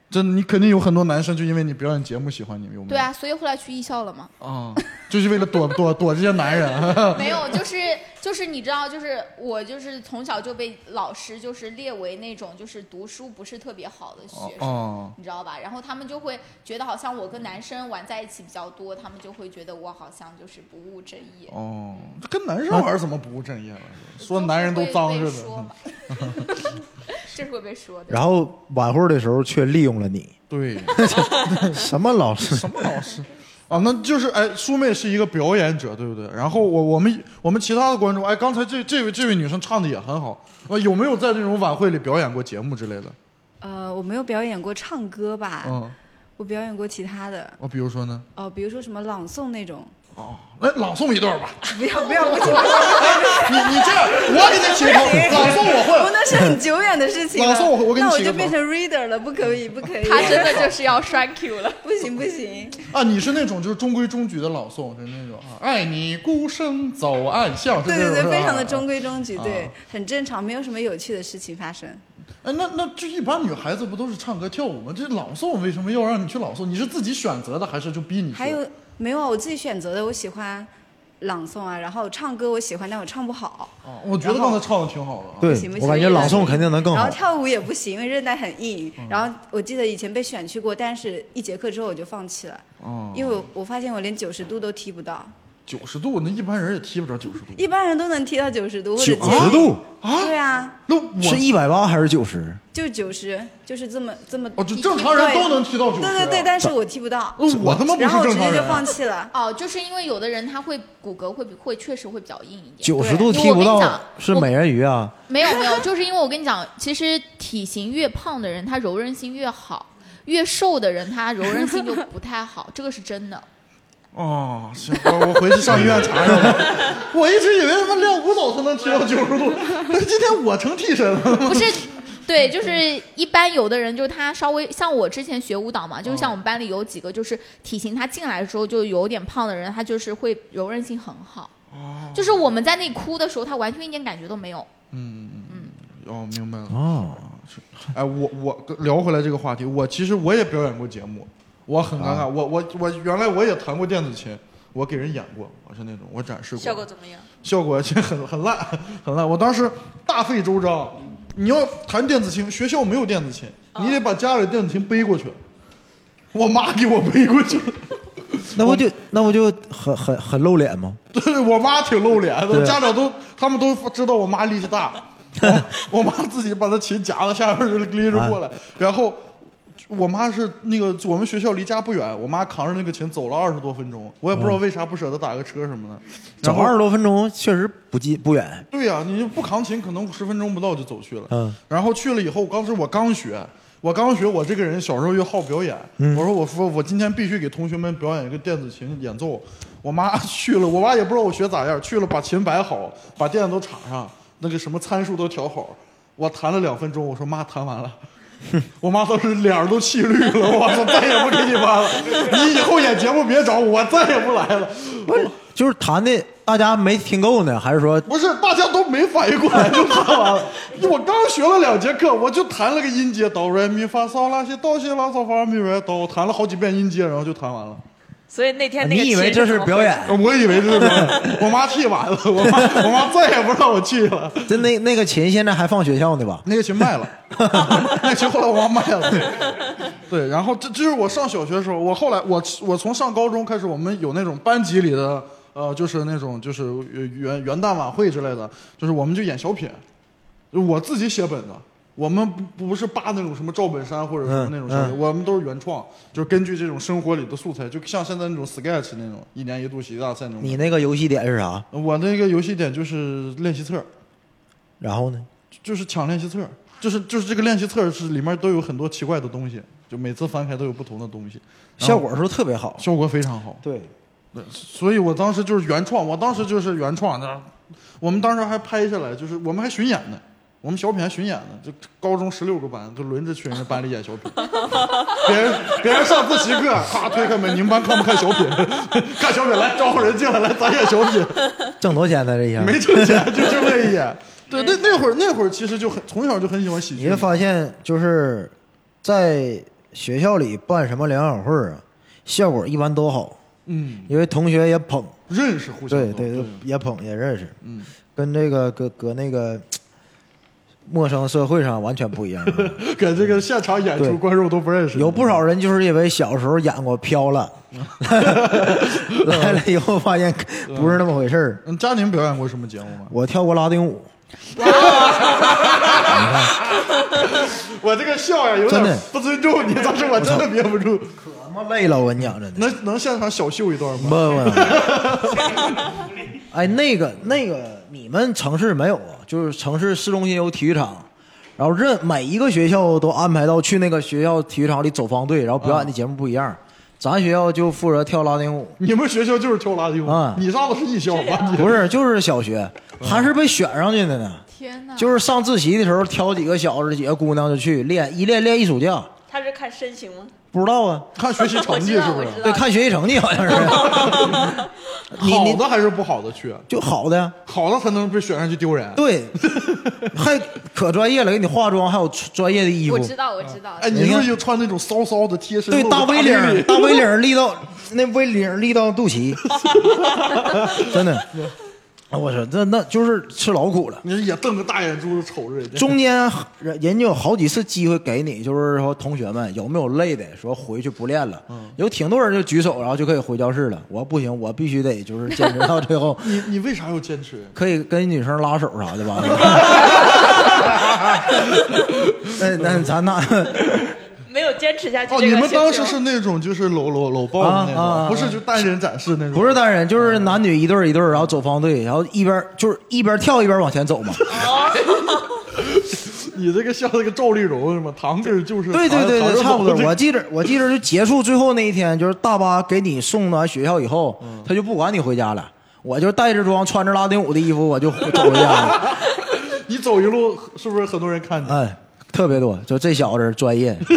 S2: 真的，你肯定有很多男生就因为你表演节目喜欢你，有没有？
S7: 对啊，所以后来去艺校了嘛。
S1: 哦
S2: 啊， 就是为了躲躲躲这些男人。
S7: 没有，就是就是你知道，就是我就是从小就被老师就是列为那种就是读书不是特别好的学生。
S2: 哦，
S7: 你知道吧？然后他们就会觉得好像我跟男生玩在一起比较多，他们就会觉得我好像就是不务正业。
S2: 哦，这跟男生玩怎么不务正业了？啊说男人都脏似的。
S7: 的。这是会被说的。
S1: 然后晚会的时候却利用了你，
S2: 对，
S1: 什么老师？
S2: 什么老师？啊，那就是哎，苏妹是一个表演者，对不对？然后我我们我们其他的观众，哎，刚才这这位这位女生唱的也很好，呃，有没有在这种晚会里表演过节目之类的？
S12: 呃，我没有表演过唱歌吧，
S2: 嗯，
S12: 我表演过其他的，
S2: 我比如说呢？
S12: 哦、比如说什么朗诵那种。
S2: 来朗诵一段吧。
S12: 不要不要，我请
S2: 你你这样，我给你起个头，朗诵我
S12: 不
S2: 会。
S12: 那是很久远的事情了。
S2: 朗诵我我给你
S12: 那我
S2: 起个
S12: 就
S2: 头
S12: 变成 reader 了，不可以不可以。
S7: 他真的就是要栓 Q 了。
S12: 不行不 行，
S2: 啊，你是那种就是中规中矩的朗诵，就是那种啊，爱你孤身走暗巷，是
S12: 对
S2: 那种
S12: 对
S2: 是
S12: 对，
S2: 吧
S12: 非常的中规中矩，
S2: 啊
S12: 对，很正常，没有什么有趣的事情发生。
S2: 哎，那那就一般女孩子不都是唱歌跳舞吗？这朗诵为什么要让你去朗诵？你是自己选择的，还是就逼你去？
S12: 还有没有啊？我自己选择的，我喜欢朗诵啊，然后唱歌我喜欢，但我唱不好。
S2: 啊，我觉得刚才唱的挺好的啊。
S1: 对
S12: 不行不，行
S1: 我感觉朗诵肯定能更
S12: 然
S1: 好
S12: 后。跳舞也不行，因为韧带很硬。
S2: 嗯
S12: 然后我记得以前被选去过，但是一节课之后我就放弃了，
S2: 哦，
S12: 因为我我发现我连九十度都踢不到，
S2: 九十度，那一般人也踢不着九十度。
S12: 一般人都能踢到九十度或者
S1: 九
S12: 接
S1: 十度
S12: 对啊，
S2: 那我
S1: 是一百八还是九十？
S12: 就九十，就是这么这么。
S2: 哦，就正常人都能踢到九十。啊
S12: 对对对，但是我踢不到，
S2: 那我他妈不
S12: 然
S2: 是
S12: 后我直
S2: 正常
S12: 接就
S2: 人啊。
S12: 放弃了。
S7: 哦，就是因为有的人他会骨骼会比会确实会比较硬一点。
S1: 九十度
S7: 对
S1: 踢不
S7: 我跟你
S1: 到
S7: 讲
S1: 是美人鱼啊！
S7: 没有没有，就是因为我跟你讲，其实体型越胖的人，他柔韧性越好；越瘦的人，他柔韧性就不太好，这个是真的。
S2: 哦，行，我我回去上医院查查吧。我一直以为他妈练舞蹈才能提到九 十度，但是今天我成替身了。
S7: 不是，对，就是一般有的人就是他稍微像我之前学舞蹈嘛，就是像我们班里有几个就是体型他进来的时候就有点胖的人，他就是会柔韧性很好。
S2: 哦
S7: 就是我们在那哭的时候，他完全一点感觉都没有。
S2: 嗯嗯嗯，哦，明白了。哦，是哎，我我跟聊回来这个话题，我其实我也表演过节目，我很尴尬，
S1: 啊
S2: 我我我原来我也弹过电子琴，我给人演过，我是那种我展示过，
S6: 效果怎么样？
S2: 效果其实很很烂， 很烂。我当时大费周章，你要弹电子琴，学校没有电子琴，
S6: 哦
S2: 你得把家里电子琴背过去。我妈给我背过去，
S1: 那不就那不就很很很露脸吗？
S2: 对我妈挺露脸
S1: 对
S2: 的，家长都他们都知道我妈力 气大，我我妈自己把她琴夹到下边就拎着
S1: 啊
S2: 过来，然后我妈是那个我们学校离家不远，我妈扛着那个琴走了二十多分钟，我也不知道为啥不舍得打个车什么的。
S1: 嗯走二十多分钟确实不近不远。
S2: 对呀、你不扛琴可能十分钟不到就走去了。
S1: 嗯，
S2: 然后去了以后，当时我刚学，我刚学，我这个人小时候又好表演。
S1: 嗯
S2: 我说我说我今天必须给同学们表演一个电子琴演奏。我妈去了，我妈也不知道我学咋样，去了把琴摆好，把电都插上，那个什么参数都调好。我弹了两分钟，我说妈弹完了。我妈当时脸儿都气 绿了，我说再也不给你妈了，你以后演节目别找我，我再也不来了。
S1: 就是弹的大家没听够呢，还是说
S2: 不是，大家都没反应过来就弹完了。我刚学了两节课，我就弹了个音阶，哆来咪发嗦拉西哆西拉嗦发咪来哆，弹了好几遍音阶，然后就弹完了。
S6: 所以那
S1: 啊
S6: 天那个琴怎么回事？
S2: 我以为这是表演。 我妈替完了，我妈我妈再也不让我去了。
S1: 这那那个琴现在还放学校呢吧？
S2: 那个琴卖了， 那琴后来我妈卖了。对，然后这这是我上小学的时候，我后来我我从上高中开始，我们有那种班级里的呃，就是那种就是元元旦晚会之类的，就是我们就演小品，就我自己写本子。我们不不是扒那种什么赵本山或者什么那种小品，
S1: 嗯嗯
S2: 我们都是原创，就是根据这种生活里的素材，就像现在那种 sketch 那种一年一度喜剧大赛那种。
S1: 你那个游戏点是啥？
S2: 我那个游戏点就是练习册，
S1: 然后呢？
S2: 就是抢练习册，就是就是这个练习册是里面都有很多奇怪的东西，就每次翻开都有不同的东西，
S1: 效果是不是特别好？
S2: 效果非常好。
S1: 对，
S2: 所以我当时就是原创，我当时就是原创的，我们当时还拍下来，就是我们还巡演呢。我们小品还巡演呢，就高中十六个班就轮着去人家班里演小 品，别人别人上自习课，咔推开门，你们班看不看小品？ 看小品来招呼人进来，来咱演小品。
S1: 挣多少钱呢？这一下
S2: 没挣钱，就这么一演。对，那那会儿那会儿其实就很从小就很喜欢喜剧。
S1: 你会发现，就是在学校里办什么联欢晚会啊，效果一般都好，
S2: 嗯，
S1: 因为同学也捧，
S2: 认识互相
S1: 对
S2: 都
S1: 对，也捧也认识，
S2: 嗯，
S1: 跟这个搁搁那个陌生社会上完全不一 样。
S2: 搁这个现场演
S1: 对
S2: 出，观众都不认识。
S1: 有不少人就是因为小时候演过飘 了， 来了以后发现不是那么回事儿。
S2: 嗯，佳宁表演过什么节目吗？
S1: 我跳过拉丁舞，
S2: 我这个笑呀，有
S1: 真
S2: 点
S1: 的
S2: 不尊重你，但是我真的憋不住。
S1: 他妈累了，我跟你讲真的。
S2: 能能现场小秀一段
S1: 不
S2: 吗？
S1: 不， 哎，那个那个，你们城市没有啊？就是城市市中心有体育场，然后任每一个学校都安排到去那个学校体育场里走方队，然后表演的节目不一样。咱学校就负责跳拉丁舞，
S2: 你们学校就是跳拉丁舞
S1: 啊
S2: 你上的是艺校吧？你
S1: 不是就是小学，还是被选上去的呢。
S6: 天哪！
S1: 就是上自习的时候挑几个小子几个姑娘就去练，一练练一暑假。
S6: 他是看身形吗？
S1: 不知道啊，
S2: 看学习成绩是 不是我知道我知道
S1: 对，看学习成绩好像是。你
S2: 好
S1: 你
S2: 的还是不好的去？啊
S1: 就好的呀，
S2: 好的才能被选上去丢人。
S1: 对，还可专业了，给你化妆，还有专业的衣服。
S7: 我知道，我知道。
S2: 哎，你
S1: 你
S2: 是不
S1: 看
S2: 是就穿那种骚骚的哎贴身？
S1: 对，
S2: 露
S1: 大
S2: 个
S1: 围领儿，大
S2: V
S1: 围领儿立到那 V 领儿立到肚 脐，真的。啊我操，这那就是吃老苦了。
S2: 你也瞪个大眼珠子瞅着 人家。，
S1: 中间人人家有好几次机会给你，就是说同学们有没有累的，说回去不练了，有挺多人就举手，然后就可以回教室了。我不行，我必须得就是坚持到最后
S2: 你你为啥要坚持？
S1: 可以跟女生拉手啥的 吧？那那咱那
S6: 没有坚持下去。
S2: 哦，
S6: 这
S2: 你
S6: 个
S2: 们
S6: 兴趣
S2: 当时
S6: 吗
S2: 是那种 就是搂搂搂抱的那种，
S1: 啊啊啊
S2: 不是就单人展示那种。
S1: 不是单人，就是男女一对儿一对儿，然后走方队，然后一边就是一边跳一边往前走嘛。
S2: 你这个像那个赵丽蓉是吗？唐氏就是
S1: 对对对
S2: 唐
S1: 对，
S2: 氏
S1: 差不多
S2: 这。个
S1: 我记着，我记着就结束最后那一天，就是大巴给你送到学校以后，
S2: 嗯
S1: 他就不管你回家了。我就带着妆，穿着拉丁舞的衣服，我就回走回家了。
S2: 你走一路是不是很多人看你？
S1: 哎，特别多，就这小子专 业。
S2: 林志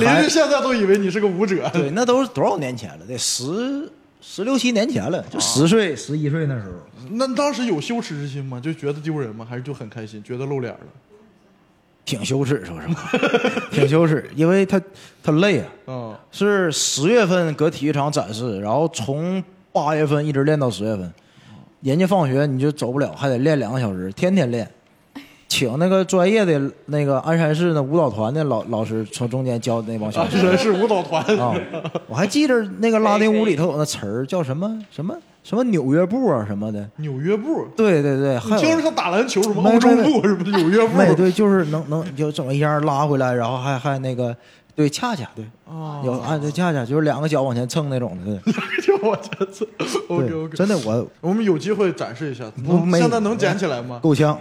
S2: 林志现在都以为你是个舞者。
S1: 对，那都是多少年前了？得十十六七年前了，就十岁、十一岁那时候。
S2: 那当时有羞耻之心吗？就觉得丢人吗？还是就很开心，觉得露脸了？
S1: 挺羞耻，说实话，挺羞耻，因为他他累啊。
S2: 嗯，
S1: 是十月份搁体育场展示，然后从八月份一直练到十月份，人家放学你就走不了，还得练两个小时，天天练。请那个专业的那个鞍山市的舞蹈团的老老师从中间教那帮小
S2: 啊，
S1: 孩。
S2: 真是舞蹈团
S1: 啊！我还记着那个拉丁舞里头有那词儿叫什么什么什么纽约步啊什么的。
S2: 纽约步。
S1: 对对对，
S2: 你
S1: 还有
S2: 听着他打篮球什么
S1: 没
S2: 欧洲
S1: 没
S2: 步什么 纽约步
S1: 没对，就是能能就整一下拉回来，然后还还那个对恰恰对，
S2: 啊
S1: 有按对恰恰就是两个脚往前蹭那种的，对
S2: 就我觉得 OK
S1: 对
S2: OK，
S1: 真的我
S2: 我们有机会展示一下，
S1: 不
S2: 能
S1: 没
S2: 现在能捡起 来吗？啊
S1: 够呛。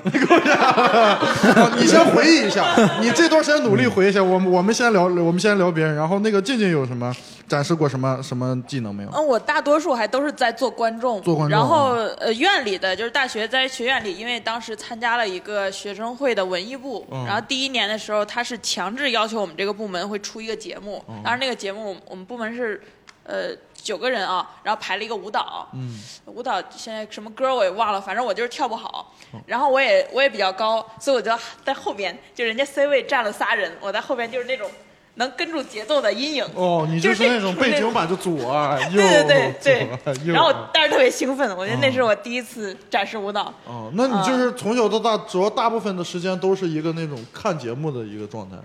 S2: 你先回忆一下，你这段时间努力回忆一下。我们我们先聊，我们先聊别人。然后那个静静有什么展示过什么什么技能没有？
S6: 嗯，我大多数还都是在做观众，
S2: 做观众啊
S6: 然后呃，院里的就是大学在学院里，因为当时参加了一个学生会的文艺部，
S13: 嗯
S6: 然后第一年的时候，他是强制要求我们这个部门会出一个节目，
S13: 嗯
S6: 当时那个节目我们我们部门是呃九个人啊，然后排了一个舞蹈，
S13: 嗯
S6: 舞蹈现在什么歌我也忘了，反正我就是跳不好。
S2: 嗯
S6: 然后我也我也比较高，所以我就在后边，就人家 C 位站了仨人，我在后边就是那种能跟住节奏的阴影。
S2: 哦，你就是那种背景板，就左 右
S6: 对对 对
S2: 左哎
S6: 对。
S2: 右。
S6: 然后我当时特别兴奋，我觉得那是我第一次展示舞蹈。
S2: 嗯哦，那你
S6: 嗯
S2: 就是从小到大，主要大部分的时间都是一个那种看节目的一个状态。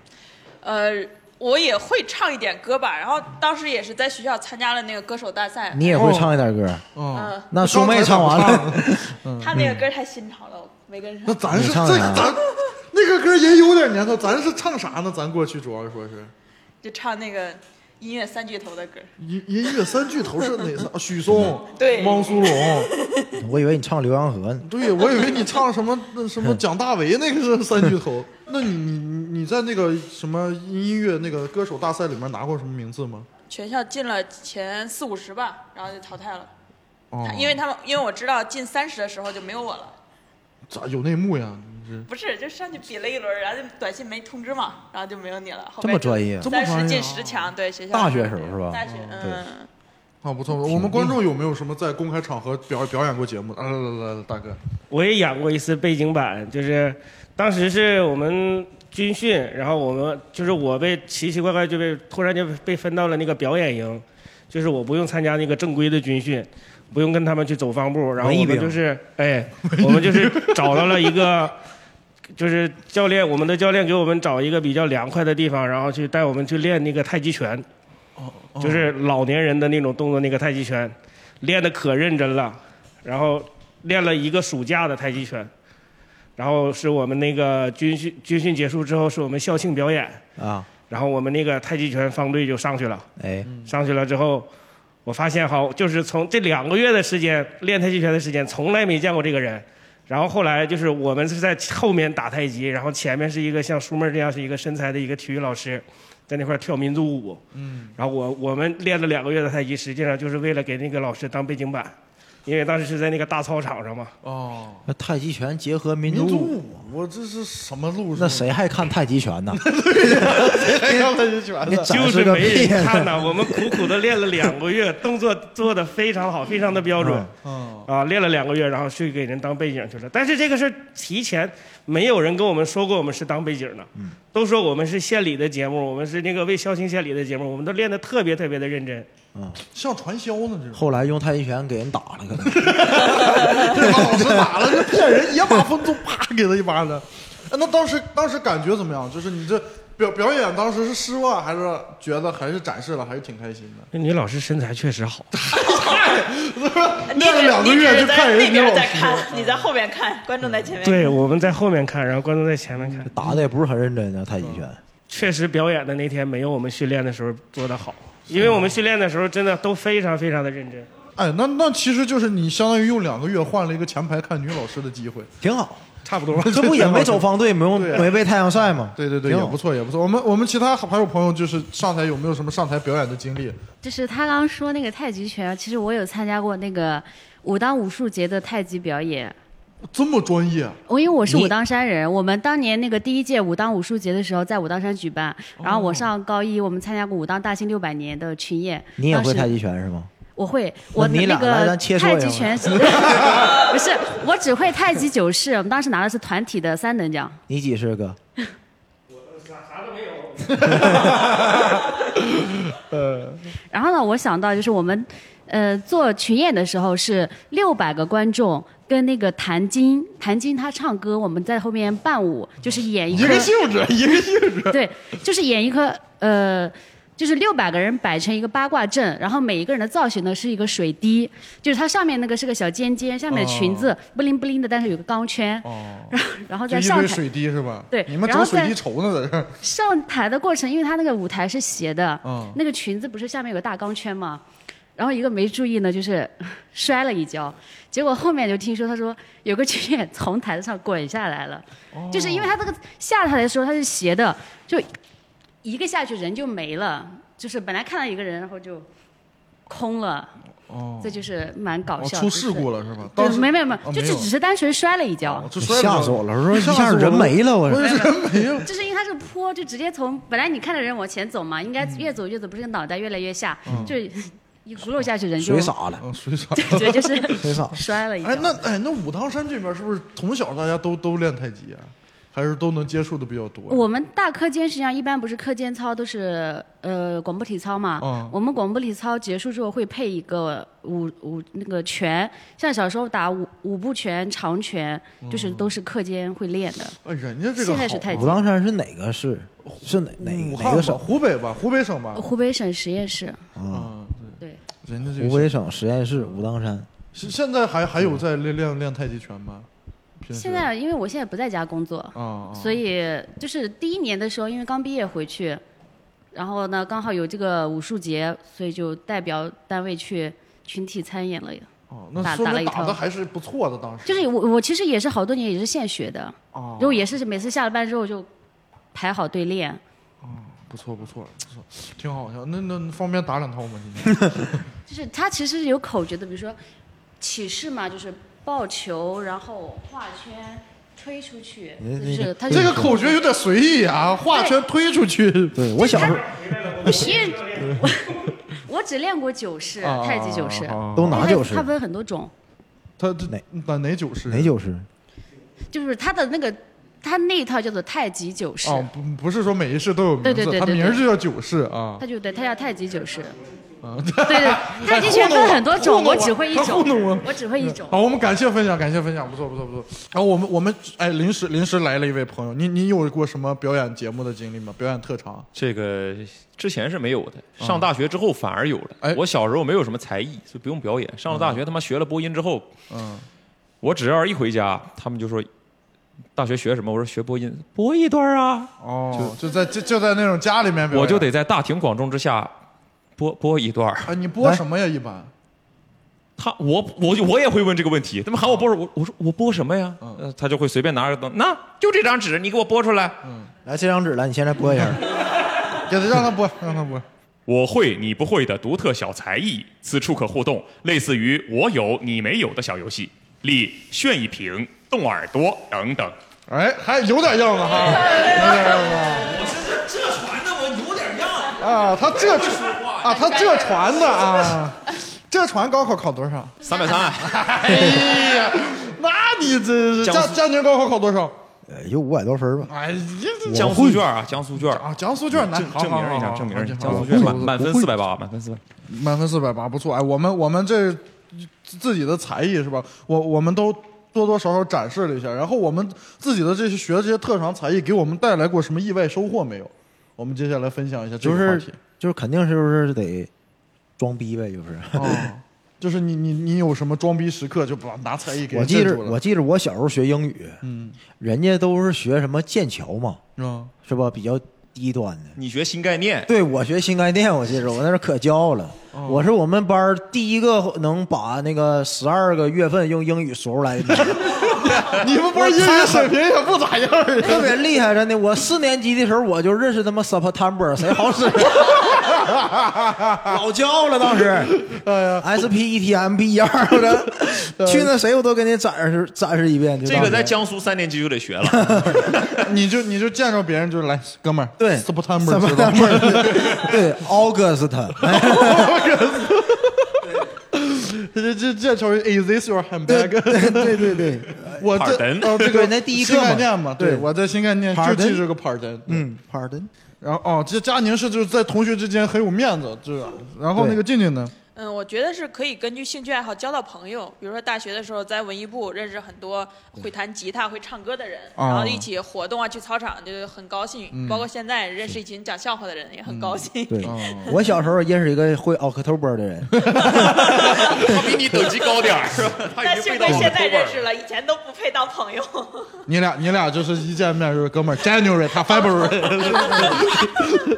S6: 呃，我也会唱一点歌吧，然后当时也是在学校参加了那个歌手大赛。
S1: 你也会
S2: 哦
S1: 唱一点歌，
S6: 嗯
S1: 那苏妹唱完了，嗯
S6: 他那个歌太新潮了，我没跟 上。
S2: 嗯那咱是
S1: 你唱
S2: 这
S1: 啥
S2: 咱那个歌也有点年头，咱是唱啥呢？咱过去主要是说是
S6: 就唱那个音乐三巨头的歌。
S2: 音音乐三巨头是哪三？啊许嵩、
S6: 对
S2: 汪苏泷。
S1: 我以为你唱浏阳河呢。
S2: 对，我以为你唱什么那什么蒋大为那个是三巨头。那你你你你在那个什么音乐那个歌手大赛里面拿过什么名次吗？
S6: 全校进了前四五十吧，然后就淘汰了。
S2: 哦
S6: 他，因为他们，因为我知道进三十的时候就没有我了，
S2: 咋有内幕呀？你这
S6: 不是，就上去比了一轮，然后就短信没通知嘛，然后就没有你了。后
S1: 这么专业啊
S6: 三
S1: 这么专业啊
S6: 十进十强，对学校
S1: 大学时候是吧
S6: 大学，
S1: 对
S6: 嗯，
S2: 啊不错，我们观众有没有什么在公开场合 表表演过节目的？啊来来来来，大哥，
S9: 我也演过一次背景板，就是当时是我们军训，然后我们就是我被奇奇怪怪就被突然就被分到了那个表演营，就是我不用参加那个正规的军训，不用跟他们去走方步，然后
S5: 文艺
S9: 我们
S5: 兵
S9: 就是哎，我们就是找到了一个。 就是教练，我们的教练给我们找一个比较凉快的地方，然后去带我们去练那个太极拳。
S2: 哦
S9: 就是老年人的那种动作，那个太极拳，练的可认真了，然后练了一个暑假的太极拳，然后是我们那个军训军训结束之后，是我们校庆表演，
S1: 啊，
S9: 然后我们那个太极拳方队就上去了，
S1: 哎，
S2: 嗯
S9: 上去了之后，我发现好，就是从这两个月的时间练太极拳的时间，从来没见过这个人。然后后来就是我们是在后面打太极，然后前面是一个像舒妹儿这样是一个身材的一个体育老师，在那块儿跳民族舞。
S2: 嗯，
S9: 然后我我们练了两个月的太极，实际上就是为了给那个老师当背景板，因为当时是在那个大操场上嘛。
S2: 哦，
S1: 那太极拳结合民
S2: 民
S1: 族
S2: 族
S1: 舞，
S2: 舞，我这是什么路？
S1: 那谁还看太极拳呢？
S2: 谁让他去选的？
S1: 你展
S9: 就
S1: 示
S9: 是
S1: 个
S9: 没
S1: 屁
S9: 人看呐，我们苦苦的练了两个月，动作做的非常好，非常的标准。
S2: 嗯，
S9: 啊，练了两个月，然后去给人当背景去了。但是这个事儿提前没有人跟我们说过我们是当背景的，
S2: 嗯
S9: 都说我们是县里的节目，我们是那个为校庆献礼的节目，我们都练得特别特别的认真。
S1: 嗯，
S2: 像传销呢，这
S1: 后来用太极拳给人打了，可能
S2: 这把老师打了，这骗人野马分鬃，啪给他一巴掌。 哎，那当时当时感觉怎么样？就是你这表表演当时是失望，还是觉得还是展示了，还是挺开心的？
S9: 那女老师身材确实好，
S2: 练了两个月就看人
S6: 你只
S2: 家
S6: 是在那边
S2: 老
S6: 在
S2: 师，
S6: 看，你在后边看，观众在 前面。
S9: 对，我们在后面看，然后观众在前面看，嗯
S1: 打的也不是很认真啊，太极拳。
S9: 确实表演的那天没有我们训练的时候做得好，因
S1: 啊
S9: 为我们训练的时候真的都非常非常的认真。
S2: 哎，那那其实就是你相当于用两个月换了一个前排看女老师的机会，
S1: 挺好。
S9: 差不多吧
S1: 这不也没走方队，没用
S2: 对啊
S1: 没被太阳晒吗？
S2: 对对对，
S1: 挺
S2: 也
S1: 好
S2: 不错也不错。我们我们其他还有朋友就是上台有没有什么上台表演的经历？
S13: 就是他刚刚说那个太极拳，啊其实我有参加过那个武当武术节的太极表演。
S2: 这么专业啊、
S13: 我因为我是
S2: 你
S13: 武当山人，我们当年那个第一届武当武术节的时候在武当山举办，
S1: 哦
S13: 然后我上高一，我们参加过武当大兴六百年的群演。
S1: 你也
S13: 当
S1: 会
S13: 时
S1: 太极拳是吗？
S13: 我会，
S1: 那
S13: 我
S1: 你
S13: 那
S1: 俩来
S13: 个
S1: 咱切磋
S13: 太
S1: 一
S13: 极
S1: 下吧
S13: 拳是， 不是，我只会太极九式，我们当时拿的是团体的三等奖。
S1: 你几是哥？
S2: 呃，
S13: 然后呢，我想到就是我们，呃，做群演的时候是六百个观众跟那个谭晶，谭晶她唱歌，我们在后面伴舞，就是演一
S2: 一个性 质，一个性质。
S13: 对，就是演一颗呃，就是六百个人摆成一个八卦阵，然后每一个人的造型呢是一个水滴，就是它上面那个是个小尖尖，下
S2: 哦
S13: 面的裙子不灵不灵的，但是有个钢圈，然后然后
S2: 就
S13: 再
S2: 一
S13: 上
S2: 堆
S13: 台。
S2: 水滴是吧？
S13: 对
S2: 你们
S13: 然
S2: 整
S13: 后
S2: 水
S13: 再
S2: 滴筹呢，在这儿。
S13: 上台的过程，因为他那个舞台是斜的，
S2: 嗯
S13: 那个裙子不是下面有个大钢圈嘛，然后一个没注意呢，就是 摔了一跤，结果后面就听说他说有个群演从台子上滚下来了，
S2: 哦
S13: 就是因为他这个下台的时候他是斜的，就一个下去人就没了，就是本来看到一个人，然后就空了，
S2: 哦
S13: 这就是蛮搞
S2: 哦，
S13: 笑的。
S2: 出事故了是吧？
S13: 对
S2: 当，时
S13: 没没没
S2: 哦，
S13: 就
S2: 没
S13: 只
S2: 有哦
S13: 只是单纯摔了一跤，
S2: 就摔
S1: 吓死我了！说一下人没了，我
S2: 说
S13: 就是因为它这个坡就直接从本来你看着人往前走嘛，应该越走越走，不是个脑袋越来越下，
S2: 嗯
S13: 就是一轱辘下去人就
S1: 水洒了，
S2: 嗯，水洒
S13: 了， 对，就是
S1: 水洒。
S13: 摔了一跤。
S2: 哎，那哎，那武当山这边是不是从小大家都都练太极啊？还是都能接触的比较多？
S13: 我们大课间实际上一般不是课间操都是呃广播体操嘛，
S2: 嗯
S13: 我们广播体操结束之后会配一个舞舞那个拳，像小时候打五五步拳、长拳，
S2: 嗯
S13: 就是都是课间会练的。
S2: 哎，人家这个
S13: 现在是太极
S1: 武当山是哪个市？是哪哪哪
S2: 武汉
S1: 个
S2: 吧，
S1: 省？
S2: 湖北吧，湖北省吧。
S13: 湖北省实验室，
S1: 啊，
S13: 对，
S2: 人家这个
S1: 湖北省实验室武当山。
S2: 现现在还还有在练练练太极拳吗？平时
S13: 现在因为我现在不在家工作，
S2: 啊，
S13: 所以就是第一年的时候，因为刚毕业回去，然后呢刚好有这个武术节，所以就代表单位去群体参演了。
S2: 哦那
S13: 打
S2: 说
S13: 打了
S2: 明
S13: 一
S2: 打
S13: 套
S2: 的，还是不错的，当时。
S13: 就是我我其实也是好多年也是现学的，
S2: 哦
S13: 然后也是每次下了班之后就排好队练。
S2: 不错不错不错，挺好笑。那那方便打两套吗？今天
S13: 就是它其实是有口诀的，比如说起势嘛，就是抱球，然后画圈推出去，就是它
S2: 哎这个口诀有点随意啊，画圈推出去。
S1: 对我 小时候
S13: 不是因为我我只练过九式，
S2: 啊
S13: 太极九式
S2: 啊啊啊啊，都哪
S13: 因为它
S2: 九式
S13: 它分很多种。
S2: 他这哪哪哪九式？
S1: 哪九式？
S13: 就是他的那个，他那一套叫做太极九式，
S2: 哦，不不是说每一式都有名字，
S13: 对对对
S2: 它
S13: 对
S2: 名
S13: 对
S2: 儿就叫九式啊。
S13: 他就对，他叫太极九式。
S2: 啊，
S13: 对 对，太极拳分很多种，我只会一
S2: 他糊弄
S13: 种
S2: 我，
S13: 我只会一种。
S2: 好，我们感谢分享，感谢分享，不错不错不错。然后我们我们哎，临时临时来了一位朋友，你你有过什么表演节目的经历吗？表演特长？
S4: 这个之前是没有的，
S2: 嗯
S4: 上大学之后反而有了。
S2: 哎
S4: 我小时候没有什么才艺，就不用表演。上了大学，他妈学了播音之后，
S2: 嗯，
S4: 我只要一回家，他们就说大学学什么？我说学播音，播一段啊。
S2: 哦，就在就就在那种家里面表演，
S4: 我就得在大庭广众之下播播一段。
S2: 啊，你播什么呀？一般
S4: 他我我就我也会问这个问题，他们喊我播什么，我我说我播什么呀？呃他就会随便拿个东，那就这张纸，你给我播出来。
S1: 来，这张纸来，你现在播一下。
S2: 给他让他播，让他播。
S14: 我会你不会的独特小才艺，此处可互动，类似于我有你没有的小游戏，例炫一瓶、动耳朵等等。
S2: 哎，还有点样子哈，有点样子
S4: 这传的我有点样。
S2: 啊！他这啊，他这传的啊，这传高考考多少？
S4: 三啊百三，
S2: 哎呀，那你真是
S4: 江
S2: 江
S4: 苏
S2: 江宁高考考多少？
S1: 呃，也就五百多分吧。
S2: 哎呀，这
S4: 啊江苏卷啊，江苏卷
S2: 啊，江苏卷，那
S4: 证
S2: 好
S4: 证
S2: 好
S4: 明一
S2: 好
S4: 下，
S2: 好
S4: 证明
S2: 好
S4: 一下，
S2: 好
S4: 江苏
S2: 好
S4: 卷
S2: 我
S4: 满
S2: 会
S4: 满分
S2: 我会
S4: 四百八，满分四百。
S2: 满分四百八，不错。哎，我们我们这自己的才艺是吧？我我们都多多少少展示了一下，然后我们自己的这些学的这些特长才艺，给我们带来过什么意外收获没有？我们接下来分享一下这
S1: 就
S2: 个话
S1: 是
S2: 题。
S1: 就是肯定是不是得装逼呗？就是。
S2: 哦， 就是你你你有什么装逼时刻，就把拿才艺给
S1: 我
S2: 人
S1: 记
S2: 镇
S1: 着
S2: 住了。
S1: 我记着我小时候学英语，
S2: 嗯，
S1: 人家都是学什么剑桥嘛，
S2: 嗯，
S1: 是吧？比较低端的。
S4: 你学新概
S2: 哎
S4: 念，
S1: 对我学新概念，我记着我那是可骄傲了。
S2: 哦
S1: 我是我们班儿第一个能把那个十二个月份用英语数出来的。
S2: 你们不是英语水平也不咋样儿啊
S1: 特别厉害，真的。我四年级的时候我就认识他妈 September，谁好 使？啊老骄傲了当时。哎呀，S P E T M B 一二，我 这去那谁我都给你展示展示一遍。就
S4: 这个
S1: 当
S4: 在
S1: 时
S4: 江苏三年级就得 学了，
S2: 你就你就见着别人就来，哥们儿，
S1: 对
S2: ，September 知道吗？
S1: 对 August，
S2: 这这这成为 Is this your handbag？
S1: 对对对对，
S2: 我这
S1: Pardon？
S2: 哦，这
S1: 对
S2: 个
S1: 那第一课
S2: 新
S1: 嘛
S2: 概念嘛，对，
S1: 对
S2: 我在新概念就
S1: Pardon？
S2: 记这个 pardon，
S1: 嗯，Pardon。
S2: 然后哦，这佳宁是就是在同学之间很有面子，这个。然后那个静静呢？
S6: 嗯，我觉得是可以根据兴趣爱好交到朋友。比如说大学的时候，在文艺部认识很多会弹吉他、会唱歌的人，
S2: 啊
S6: 然后一起活动啊，去操场就是很高兴。
S1: 嗯
S6: 包括现在认识一群讲笑话的人，也很高兴。
S1: 对，啊
S2: 哦
S1: 我小时候认识一个会 October 的人，
S4: 他比你等级高点儿，
S6: 但幸亏现在认识了，以前都不配当朋友。
S2: 你俩你俩就是一见面就是哥们儿，January 他 February，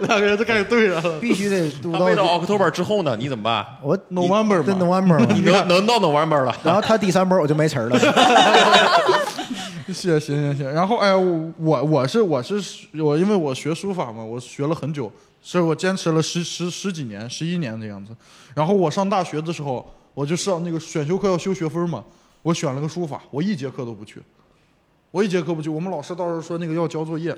S2: 两个人就开始对上了。
S1: 必须得读
S4: 他背到 October 之后呢，你怎么办？
S1: 我
S2: November
S1: 对 November 嘛
S4: 你能能到 November 了，
S1: 然后他第三波我就没词儿了。
S2: 是行行行，然后哎，我我我是我是我，因为我学书法嘛，我学了很久，所以我坚持了十十十几年，十一年的样子。然后我上大学的时候，我就上那个选修课要修学分嘛，我选了个书法，我一节课都不去，我一节课不去。我们老师到时候说那个要交作业，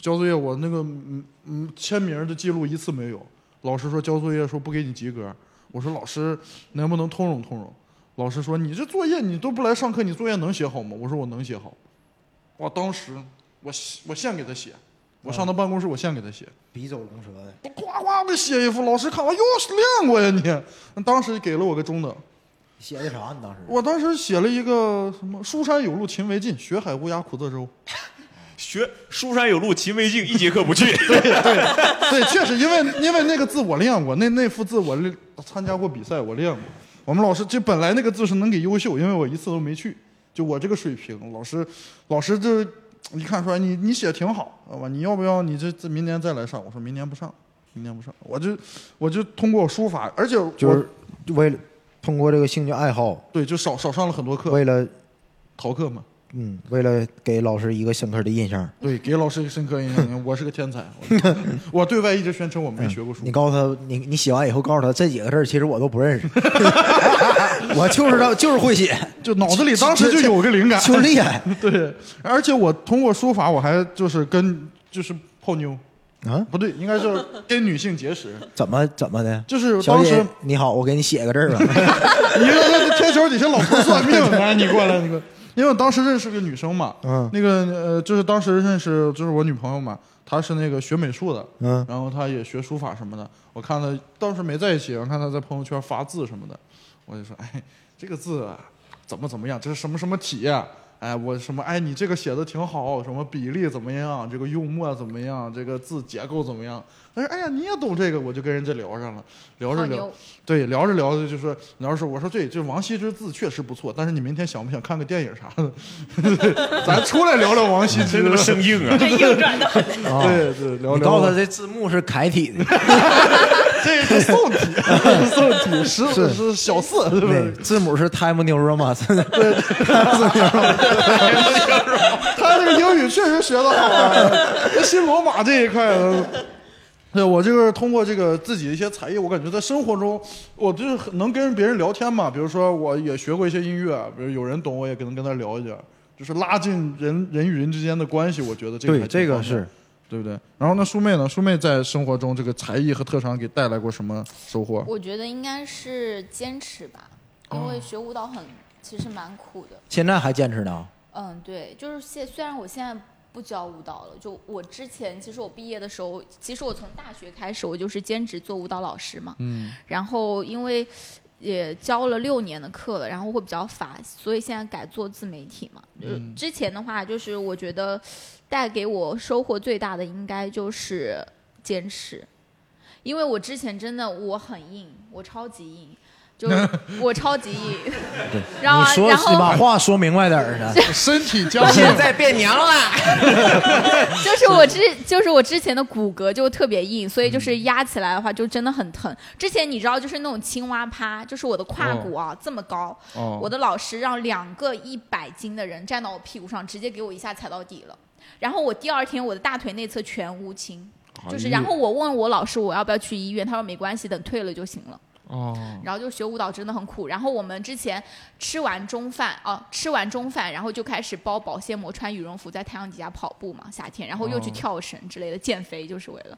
S2: 交作业我那个嗯嗯签名的记录一次没有，老师说交作业说不给你及格，我说老师能不能通融通融？老师说你这作业你都不来上课，你作业能写好吗？我说我能写好。哇，当时我写我现给他写，我上他办公室我现给他写，
S1: 笔嗯走龙蛇的，
S2: 呱呱我给写一幅，老师看完哟练过呀你，那当时给了我个中等。
S1: 写的啥？啊你当时
S2: 我当时写了一个什么“书山有路勤为径，学海无涯苦作舟
S4: 学书山有路勤为径，一节课不去。”。
S2: 对，确实，因为因为那个字我练过，那那幅字我练参加过比赛，我练过。我们老师这本来那个字是能给优秀，因为我一次都没去，就我这个水平，老师老师这一看说哎你你写挺好，好吧？你要不要你这这明年再来上？我说明年不上，明年不上，我就我就通过书法，而且我
S1: 就是为了通过这个兴趣爱好，
S2: 对，就少少上了很多课，
S1: 为了
S2: 逃课嘛。
S1: 嗯，为了给老师一个深刻的印象。
S2: 对，给老师一个深刻印象， 我是个天才。我我对外一直宣称我没学过书。
S1: 嗯你告诉他，你你写完以后告诉他这几个字儿其实我都不 认识，我就是到就是会写，
S2: 就脑子里当时就有个灵感，
S1: 就就厉害。
S2: 对，而且我通过书法，我还就是跟就是泡妞
S1: 啊，
S2: 不对，应该是跟女性结识。
S1: 怎么怎么的？
S2: 就是
S1: 小
S2: 当
S1: 姐
S2: 时
S1: 你好，我给你写个字儿吧。
S2: 你这这天桥底下老头算 命呢，哎你过来，你过来。因为我当时认识个女生嘛，
S1: 嗯
S2: 那个呃，就是当时认识就是我女朋友嘛，她是那个学美术的，
S1: 嗯
S2: 然后她也学书法什么的。我看她当时没在一起，我看她在朋友圈发字什么的，我就说，哎，这个字啊，怎么怎么样，这是什么什么体呀、哎，我什么哎，你这个写的挺好，什么比例怎么样，这个用墨怎么样，这个字结构怎么样？她说，哎呀，你也懂这个，我就跟人家聊上了，聊着
S7: 泡
S2: 聊
S4: 哦
S7: 妞，
S2: 对，聊着聊着就说，聊着说，我说对，这王羲之字确实不错，但是你明天想不想看个电影啥的？ 咱出来聊聊 王羲之，
S4: 真他妈生 硬啊
S1: 这硬转的很啊
S2: 对对，聊聊。
S1: 你告诉他这字幕是楷体的，
S2: 这是宋体，宋 体十
S1: 是
S2: 是小四，对不
S1: 对
S2: 对？，
S1: 字母是 time new roman，对，
S2: 他这个英语确实学得好啊，这新罗马这一块的。对，我就是通过这个自己的一些才艺，我感觉在生活中，我就是很能跟别人聊天嘛。比如说，我也学过一些音乐，啊比如有人懂，我也可能跟他聊一点，就是拉近人人与人之间的关系。我觉得这个
S1: 对
S2: 还挺
S1: 这个
S2: 方便
S1: 是，
S2: 对不对？然后那舒妹呢？舒妹在生活中这个才艺和特长给带来过什么收获？
S7: 我觉得应该是坚持吧，因为学舞蹈很其实蛮苦的。
S1: 现在还坚持呢。
S7: 嗯，对，就是现虽然我现在不教舞蹈了，就我之前其实我毕业的时候，其实我从大学开始我就是兼职做舞蹈老师嘛，
S11: 嗯
S7: 然后因为也教了六年的课了，然后会比较乏，所以现在改做自媒体嘛。
S9: 呃
S7: 就
S11: 嗯
S7: 之前的话，就是我觉得带给我收获最大的应该就是坚持，因为我之前真的我很硬，我超级硬。 就我超级易，
S1: 对
S7: 然后
S1: 你说
S7: 然后
S1: 你把话说明白点儿 去，
S2: 身体
S1: 僵硬
S2: 现
S15: 在变娘了，
S7: 就是我之就是我之前的骨骼就特别硬，所以就是压起来的话就真的很疼。之前你知道就是那种青蛙趴，就是我的胯骨啊、这么高，
S11: 哦
S7: 我的老师让两个一百斤的人站到我屁股上，直接给我一下踩到底了。然后我第二天我的大腿内侧全乌青，就是
S11: 哎呦
S7: 然后我问我老师我要不要去医院，他说没关系，等退了就行了。
S11: 哦，
S7: 然后就学舞蹈真的很苦。然后我们之前吃完中饭啊，吃完中饭，然后就开始包保鲜膜，穿羽绒服，在太阳底下跑步嘛，夏天，然后又去
S2: 哦
S7: 跳绳之类的，减肥就是为了。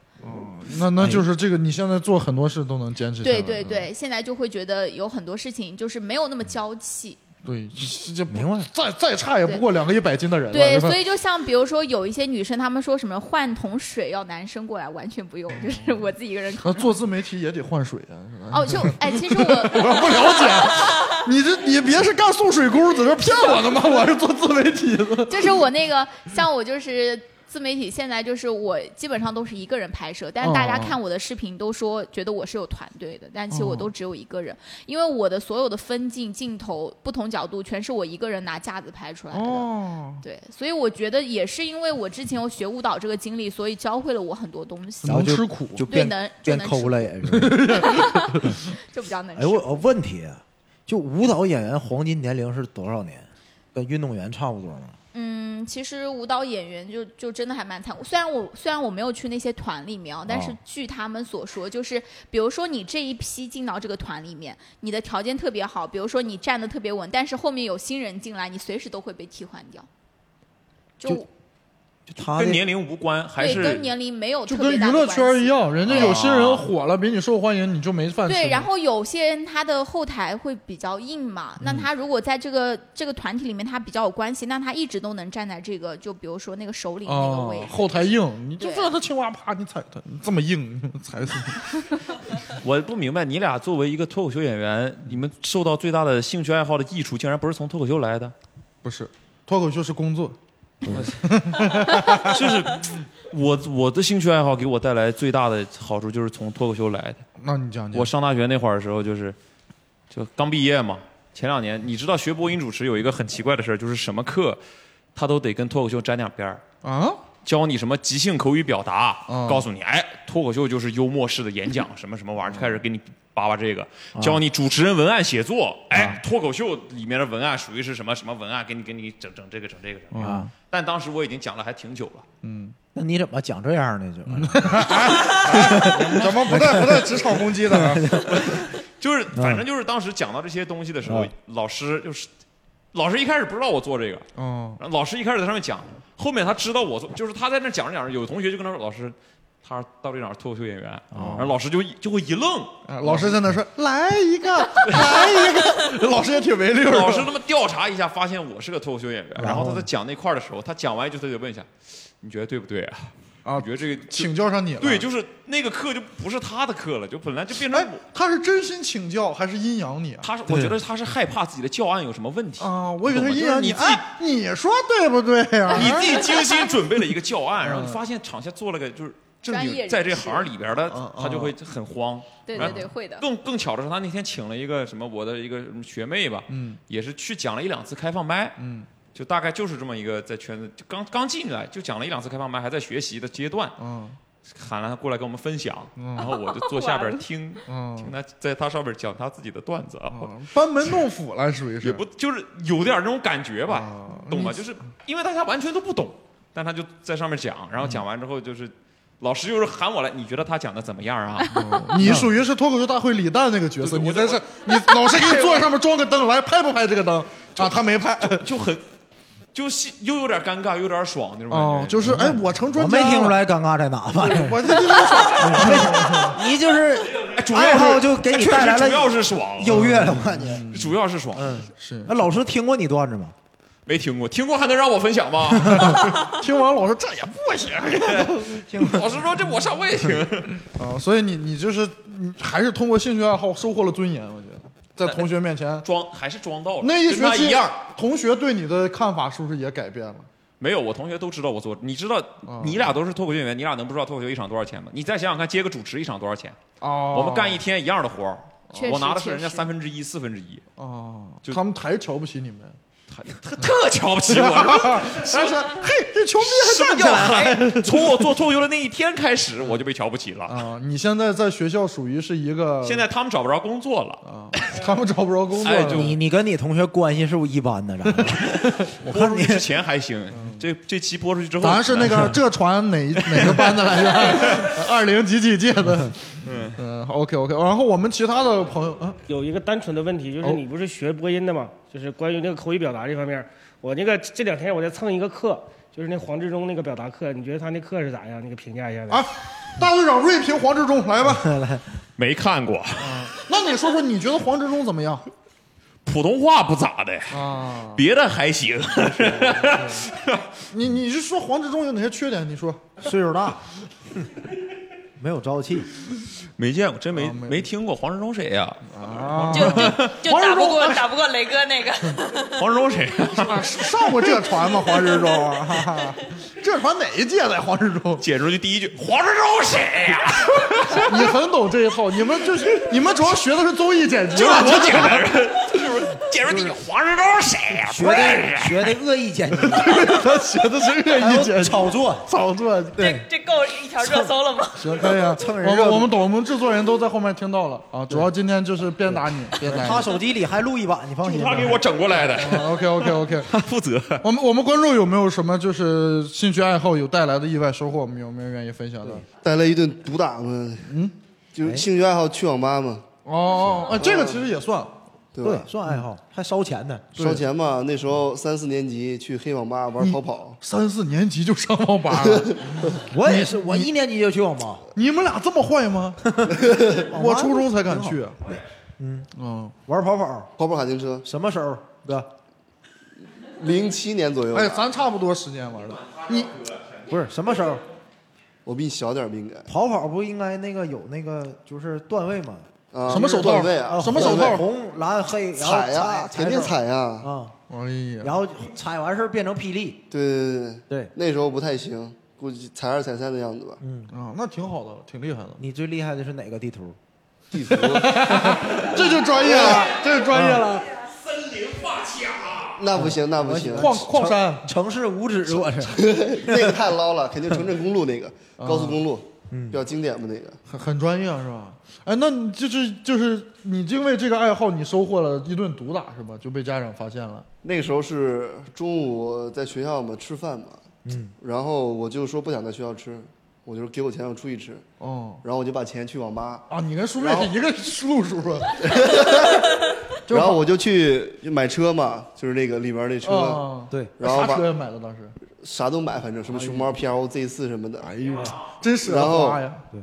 S2: 那那就是这个，你现在做很多事都能坚持下来。
S7: 对对对，现在就会觉得有很多事情就是没有那么娇气。
S2: 对，这这明白。再再差也不过两个一百斤的人了。
S7: 对，
S2: 是啊吧
S7: 所以就像比如说有一些女生，她们说什么换桶水要男生过来，完全 不用，就是我自己一个人扛。
S2: 那做自媒体也得换水啊。是吧
S7: 哦，就哎，其实我
S2: 我不了解，你这你别是干送水工在这骗我 的吗？我是做自媒体的。
S7: 就是我那个，像我就是自媒体，现在就是我基本上都是一个人拍摄，但是大家
S11: 哦
S7: 看我的视频都说觉得我是有团队的，但其实我都
S11: 哦
S7: 只有一个人，因为我的所有的分镜、镜头、不同角度全是我一个人拿架子拍出来的。
S2: 哦，
S7: 对，所以我觉得也是因为我之前有学舞蹈这个经历，所以教会了我很多东西。
S1: 然后就就
S7: 对
S1: 变
S7: 能就
S1: 变
S7: 能吃
S1: 抠
S7: 苦
S1: 了也是。
S7: 就比较能
S1: 哎，
S7: 吃
S1: 我有个问题，就舞蹈演员黄金年龄是多少年？跟运动员差不多吗？
S7: 嗯，其实舞蹈演员就就真的还蛮惨。虽然我虽然我没有去那些团里面啊，但是
S1: 哦
S7: 据他们所说，就是比如说你这一批进到这个团里面，你的条件特别好，比如说你站得特别稳，但是后面有新人进来，你随时都会被替换掉。就
S4: 就
S1: 他
S4: 跟年龄无关，还
S7: 对，
S4: 是
S7: 跟年龄没有
S2: 就
S7: 特
S2: 跟
S7: 别
S2: 娱
S7: 大的
S2: 乐
S7: 关
S2: 圈
S7: 系哦
S2: 一样，人家有些
S4: 啊
S2: 人火了，比你受欢迎，你就没饭吃了。啊
S7: 对，然后有些人他的后台会比较硬嘛，
S2: 嗯
S7: 那他如果在这个这个团体里面他比较有关系，那他一直都能站在这个，就比如说那个首领那个
S2: 啊
S7: 位置。，
S2: 后台硬，你就
S7: 对
S2: 知道他青蛙啪，你踩他，你这么硬， 你踩死你。
S4: 我不明白，你俩作为一个脱口秀演员，你们受到最大的兴趣爱好的益处，竟然不是从脱口秀来的？
S2: 不是，脱口秀是工作。
S4: 就是我我的兴趣爱好给我带来最大的好处，就是从脱口秀来的。
S2: 那啊你讲讲，
S4: 我上大学那会儿的时候，就是就刚毕业嘛，前两年你知道学播音主持有一个很奇怪的事儿，就是什么课他都得跟脱口秀沾两边儿。
S2: 啊，
S4: 教你什么即兴口语表达，告诉你，哎，脱口秀就是幽默式的演 讲，什么什么玩意儿，就开始给你叭叭这个，教你主持人文案写作，哎，脱口秀里面的文案属于是什么什么文案，给你给你整整这个整这个整这个
S1: 啊。
S4: 但当时我已经讲了还挺久了，
S1: 嗯，那你怎么讲这样 呢？就
S4: 咱们哎不带不带职场攻击的啊 就是
S1: 嗯
S4: 反正就是当时讲到这些东西的时候
S1: 嗯，
S4: 老师就是老师一开始不知道我做这个，
S2: 哦，
S4: 然后老师一开始在上面讲，后面他知道我做，就是他在那讲着讲着，有同学就跟他说：“老师，他到底哪儿脱口秀演员？”啊然后老师就一就会一愣，
S2: 啊老师在那说来一个，来一个，老师也挺没溜儿的。
S4: 老师他妈调查一下，发现我是个脱口秀演员。然后他在讲那块儿的时候，他讲完就他得问一下，你觉得对不对啊？
S2: 啊，
S4: 我觉得这个
S2: 请教上你了。
S4: 对，就是那个课就不是他的课了，就本来就变成我。
S2: 哎他是真心请教还是阴阳你啊？
S4: 他是我觉得他是害怕自己的教案有什么问题
S2: 啊，我以为他
S4: 你
S2: 阴
S4: 懂吗
S2: 阳
S4: 就是你自己
S2: 哎，你说对不对啊呀、
S4: 你自己精心准备了一个教
S2: 嗯
S4: 案，然后你发现场下做了个就是正
S7: 专业
S4: 经
S7: 人
S4: 在这行里边的，他就会很慌。
S7: 对
S4: 然后
S7: 对对会的
S4: 更更巧的是，他那天请了一个什么我的一个学妹吧，
S2: 嗯，
S4: 也是去讲了一两次开放麦，
S2: 嗯，
S4: 就大概就是这么一个在圈子就刚刚进来就讲了一两次开放麦，还在学习的阶段，
S2: 嗯，
S4: 喊了他过来跟我们分享，
S2: 嗯
S4: 然后我就坐下边
S2: 完了
S4: 听，
S2: 嗯
S4: 听他在他上面讲他自己的段子啊，
S2: 班门弄斧了，属于是嗯
S4: 也不就是有点那种感觉吧，懂吗？
S2: 你
S4: 就是因为大家完全都不懂，但他就在上面讲，
S1: 嗯
S4: 然后讲完之后就是。老师就是喊我来，你觉得他讲的怎么样 啊？
S2: 你属于是脱口秀大会李诞那个角色，你在这， 你老师给你坐上面装个灯，来拍不拍这个灯 啊？他没拍，
S4: 就很就是又有点尴尬，又有点爽那种感觉。
S2: 哦，就是哎，我成专
S1: 我
S2: 家
S1: 没
S2: 了，
S1: 听出来尴尬在哪 吧？
S2: 我这这这
S1: 你就是
S4: 哎主
S1: 爱
S4: 要
S1: 好
S4: 是
S1: 就给你
S4: 确实
S1: 带来了
S4: 主要是爽嗯
S1: 优越了，我感觉。
S4: 主要是爽，
S1: 嗯，
S2: 是。
S1: 那老师听过你段子吗？
S4: 没听过，听过还能让我分 享吗？
S2: 听完老师这也
S4: 不行， 老师说这我上我也听。
S2: 啊，所以你你就是你还是通过兴趣爱好收获了尊严，我觉得在同学面前
S4: 哎装 还是装到了，
S2: 那一
S4: 跟
S2: 学
S4: 他
S2: 期
S4: 一样。
S2: 同学对你的看法是不是也改变了？
S4: 没有，我同学都知道我做。你知道，
S2: 嗯
S4: 你俩都是脱口秀演员，你俩能不知道脱口秀一场多少钱吗？你再想想看，接个主持一场多少钱？
S2: 哦，
S4: 我们干一天一样的活儿，
S7: 确实
S4: 我拿的是
S7: 确
S4: 人家
S7: 实
S4: 三分之一、四分之一。
S2: 哦，他们还瞧不起你们，，
S4: 特特瞧不起我
S2: 但是嘿，这穷逼
S4: 什
S2: 还
S4: 么
S2: 站起
S4: 叫
S2: 来了哎
S4: 还从我做脱口秀的那一天开始，我就被瞧不起了。
S2: 啊！你现在在学校属于是一个，
S4: 现在他们找不着工作
S2: 嗯
S4: 了，
S2: 他们找不着工作
S4: 哎
S2: 了，
S4: 就
S1: 你你跟你同学关系是不是一般
S4: 哎
S1: 的？咱们
S4: 我播出去之前还行，这这期播出去之后，
S2: 咱嗯是那 个这船哪哪个班的来着？二零几几届的？
S9: 嗯
S2: 嗯，OK OK。然后我们其他的朋友，啊
S9: 有一个单纯的问题，就是
S2: 哦
S9: 你不是学播音的嘛？就是关于那个口语表达这方面，我那个这两天我在蹭一个课，就是那黄志忠那个表达课，你觉得他那课是咋样？那个评价一下呗。
S2: 啊，大队长锐评黄志忠，来吧。
S4: 没看过，
S2: 那你说说，你觉得黄志忠怎么样？
S4: 普通话不咋的，
S2: 啊，
S4: 别的还行。
S2: 你你是说黄志忠有哪些缺点？你说
S1: 岁数大，没有朝气，
S4: 没见过，真没没听过黄志忠谁呀？
S2: 啊，
S6: 就打不过打不过雷哥 那个。
S4: 黄志忠谁呀？
S2: 上过这船吗？黄志忠，哈哈这船哪一届的？黄志忠
S4: 解出去第一句，黄志忠谁呀？
S2: 你很懂这一套，你们就是你们主要学的是综艺剪辑，
S4: 就是我
S2: 觉
S4: 讲
S2: 得
S4: 的，就是解出第一句，黄志忠谁呀？
S1: 学的
S4: 啊
S1: 学的恶意剪辑，他
S2: 学的是恶意剪辑，
S1: 炒作
S2: 炒作，对，
S6: 这够一条热搜了吗？
S2: 行，可以啊，
S1: 蹭人
S2: 我
S1: 热
S2: 们
S1: 度
S2: 我们懂，我们制作人都在后面听到了啊。主要今天就是鞭打你，鞭打你。
S1: 他手机里还录一把，你放心吧。
S4: 他 给我整过来的。
S2: OK OK OK，
S4: 负责。
S2: 我们我们观众有没有什么就是兴趣爱好有带来的意外收获？我们有没有愿意分享的？
S15: 带来一顿毒打嘛，嗯，
S1: 哎
S15: 就是兴趣爱好去网吧嘛，
S2: 哦，啊，这个其实也算，
S15: 对吧？
S1: 算爱好，还烧钱呢，
S15: 烧钱嘛，那时候三四年级去黑网吧玩跑跑，
S2: 三四年级就上网 吧了，
S1: 我也是，我一年级就去网吧。
S2: 你们俩这么坏 吗？我初中才敢去，
S1: 嗯
S2: 嗯，
S1: 玩跑跑，
S15: 跑跑卡丁车，
S1: 什么时候？哥，
S15: 零七年左右吧。
S2: 哎，咱差不多时间玩的。你
S1: 不是什么时候？
S15: 我比你小点儿，应该。
S1: 跑跑不应该那个有那个就是段位吗？
S15: 啊什么手套段位啊
S1: 啊
S15: 什么手套
S1: 段位红蓝黑，然后
S15: 踩呀，
S1: 踩
S15: 肯定
S1: 手
S15: 踩呀。
S1: 啊！
S2: 哎呀，
S1: 然后踩完事儿变成霹雳，
S15: 对对对
S1: 对，
S15: 那时候不太行，估计踩二踩三的样子吧。
S1: 嗯
S2: 啊，那挺好的，挺厉害的。
S1: 你最厉害的是哪个地图？
S15: 地图
S2: 这就专业了，这 就专业了。
S4: 森林发卡，
S15: 那不行，那不行，
S2: 矿矿山
S1: 哎城市无止，我是
S15: 那个太捞了，肯定城镇公路那个
S2: 啊
S15: 高速公路，
S1: 嗯
S15: 比较经典嘛那个。
S2: 很很专业是吧？哎，那你就是就是你因为这个爱好，你收获了一顿毒打是吧？就被家长发现了。
S15: 那个时候是中午在学校嘛吃饭嘛，
S1: 嗯，
S15: 然后我就说不想在学校吃，我就说给我钱我出去吃，
S2: 哦，
S15: 然后我就把钱去网吧，
S2: 啊，你跟叔妹是一个路数啊。就是
S15: 然后我就去买车嘛，就是那个里边那车，
S2: 啊，
S15: 然后
S2: 啥
S15: 把
S2: 车哎也买了当时？
S15: 啥都买，反正什么熊猫 P L O Z 四什么的。哎呦，
S2: 真舍得
S15: 然后
S2: 花呀
S1: 对，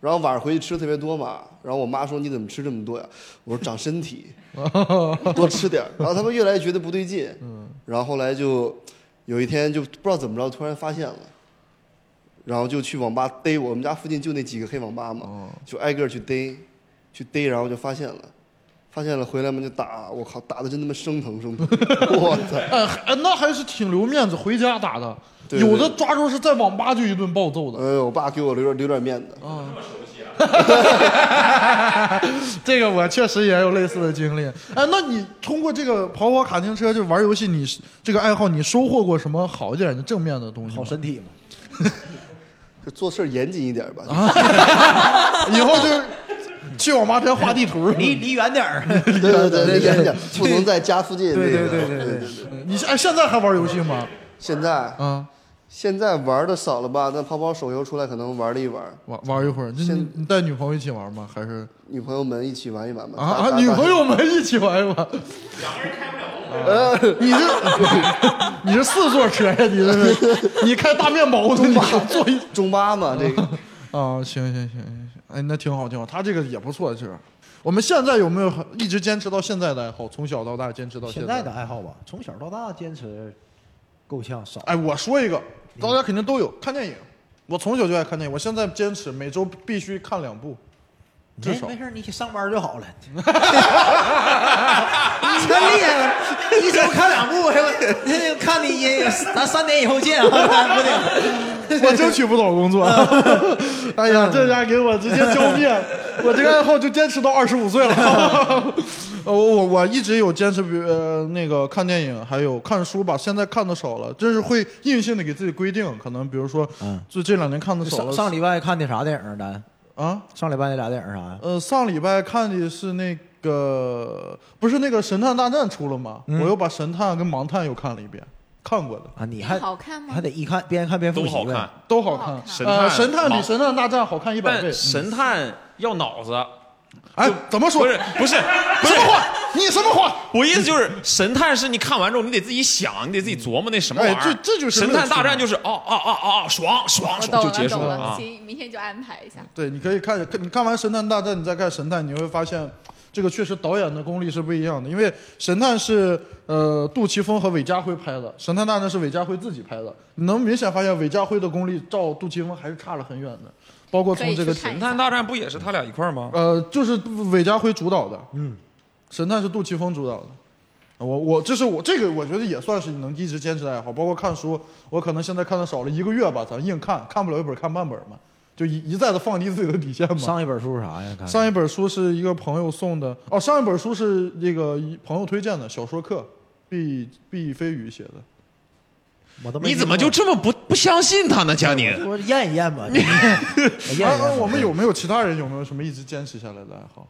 S15: 然后晚上回去吃特别多嘛，然后我妈说你怎么吃这么多呀？我说长身体， 多吃点儿。然后他们越来越觉得不对劲，
S2: 嗯
S15: 然后后来就有一天就不知道怎么着，突然发现了。然后就去网吧逮，我们家附近就那几个黑网吧
S2: 哦
S15: 嘛，就挨个去逮，去逮，然后就发现了，发现了回来嘛就打，我靠，打的真他妈生 疼生疼，我操！
S2: 哎，还那还是挺留面子，回家打的。
S15: 对
S2: 有的抓住是在网吧就一顿暴揍的。
S15: 呃，我爸给我留点留点面子。
S1: 嗯
S2: 啊，这个我确实也有类似的经历。哎，那你通过这个跑跑卡丁车就玩游戏，你这个爱好，你收获过什么好一点的正面的东西？好
S1: 身体嘛。
S15: 就做事儿严谨一点吧。
S2: 啊以后就是去网吧先画地图，
S1: 离离远点儿。
S15: 对对对对，严谨点， 不能在家附近。
S2: 对
S15: 那个
S2: 对对对
S15: 对
S2: 对
S15: 对。
S2: 你哎，现在还玩游戏吗？
S15: 现在
S2: 嗯，
S15: 现在玩的少了吧？但跑跑手游出来可能玩了一玩，
S2: 玩玩一会儿，就是你你带女朋友一起玩吗？还是
S15: 女朋友们一起玩一玩吧。
S2: 啊
S15: 打
S2: 啊，女朋友们一起玩一玩。
S15: 呃，
S2: 你 这你这四座车呀？你这是你开大面包呢？你坐一
S15: 中巴嘛？这个
S2: 啊，行行行行行，哎，那挺好挺好，他这个也不错，这个。我们现在有没有很一直坚持到现在的爱好？从小到大坚持到
S1: 现
S2: 在
S1: 在的爱好吧，从小到大坚持够呛少。嗯
S2: 哎，我说一个，大家肯定都有看电影。我从小就爱看电影，我现在坚持每周必须看两部，至
S1: 没
S2: 少啊
S1: 没。事儿，你上班就好了。你看厉害了，一周看两部是吧？那看 你也，咱三年以后见啊，不得。
S2: 我争取不找工作。 哎呀， 这家给我直接浇 灭，我这个爱好就坚持到二十五岁了。 呃，我我我一直有坚持，比如呃那个看电影，还有看书吧。现在看的少了，真是会硬性的给自己规定，可能比如说，就这两年看的少
S1: 嗯
S2: 了。
S1: 上上礼拜看的啥电影啊？咱
S2: 啊，
S1: 上礼拜那俩电影啥呀？
S2: 呃，上礼拜看的是那个，不是那个《神探大战》出了吗？
S1: 嗯
S2: 我又把《神探》跟《盲探》又看了一遍，看过的
S1: 啊。你还
S2: 好
S7: 看
S1: 还得一看边看边复习呗
S4: 都好看
S2: 都好看。
S4: 神
S2: 呃，
S4: 探
S2: 神探比
S4: 盲
S2: 《神探大战》好看一百倍。嗯
S4: 但神探要脑子。
S2: 哎，怎么说？
S4: 不是不是不是
S2: 话？你什么话？
S4: 我意思就是，神探是你看完之后，你得自己想，你得自己琢磨那什么玩意儿。
S2: 哎这这就是乐
S4: 神
S2: 趣
S4: 探大战，就是哦哦哦哦，爽爽
S7: 我懂
S4: 爽就
S7: 了，
S4: 结束
S7: 懂
S4: 了啊！
S7: 行，明天就安排一下。
S2: 对，你可以看，你看完《神探大战》，你再看《神探》，你会发现，这个确实导演的功力是不一样的。因为《神探是》呃杜琪峰和韦家辉拍的，《神探大战》是韦家辉自己拍的。你能明显发现韦家辉的功力照杜琪峰还是差了很远的，包括从这个
S4: 神探大战不也是他俩一块儿吗？
S2: 呃，就是韦家辉主导的，嗯，《神探》是杜琪峰主导的。我我这是我这个我觉得也算是能一直坚持的爱好，包括看书，我可能现在看的少了一个月吧，咱硬看，看不了一本看半本嘛，就一一再的放低自己的底线嘛。
S1: 上一本书是啥呀？看
S2: 上一本书是一个朋友送的，哦，上一本书是那个一朋友推荐的小说课，毕毕飞宇写的。
S1: 我都没
S4: 你怎么就这么不不相信他呢，佳宁？
S1: 说验一验吧？你 验一
S2: 哎
S1: 验吧
S2: 哎，我们有没有其他人有没有什么一直坚持下来的爱好？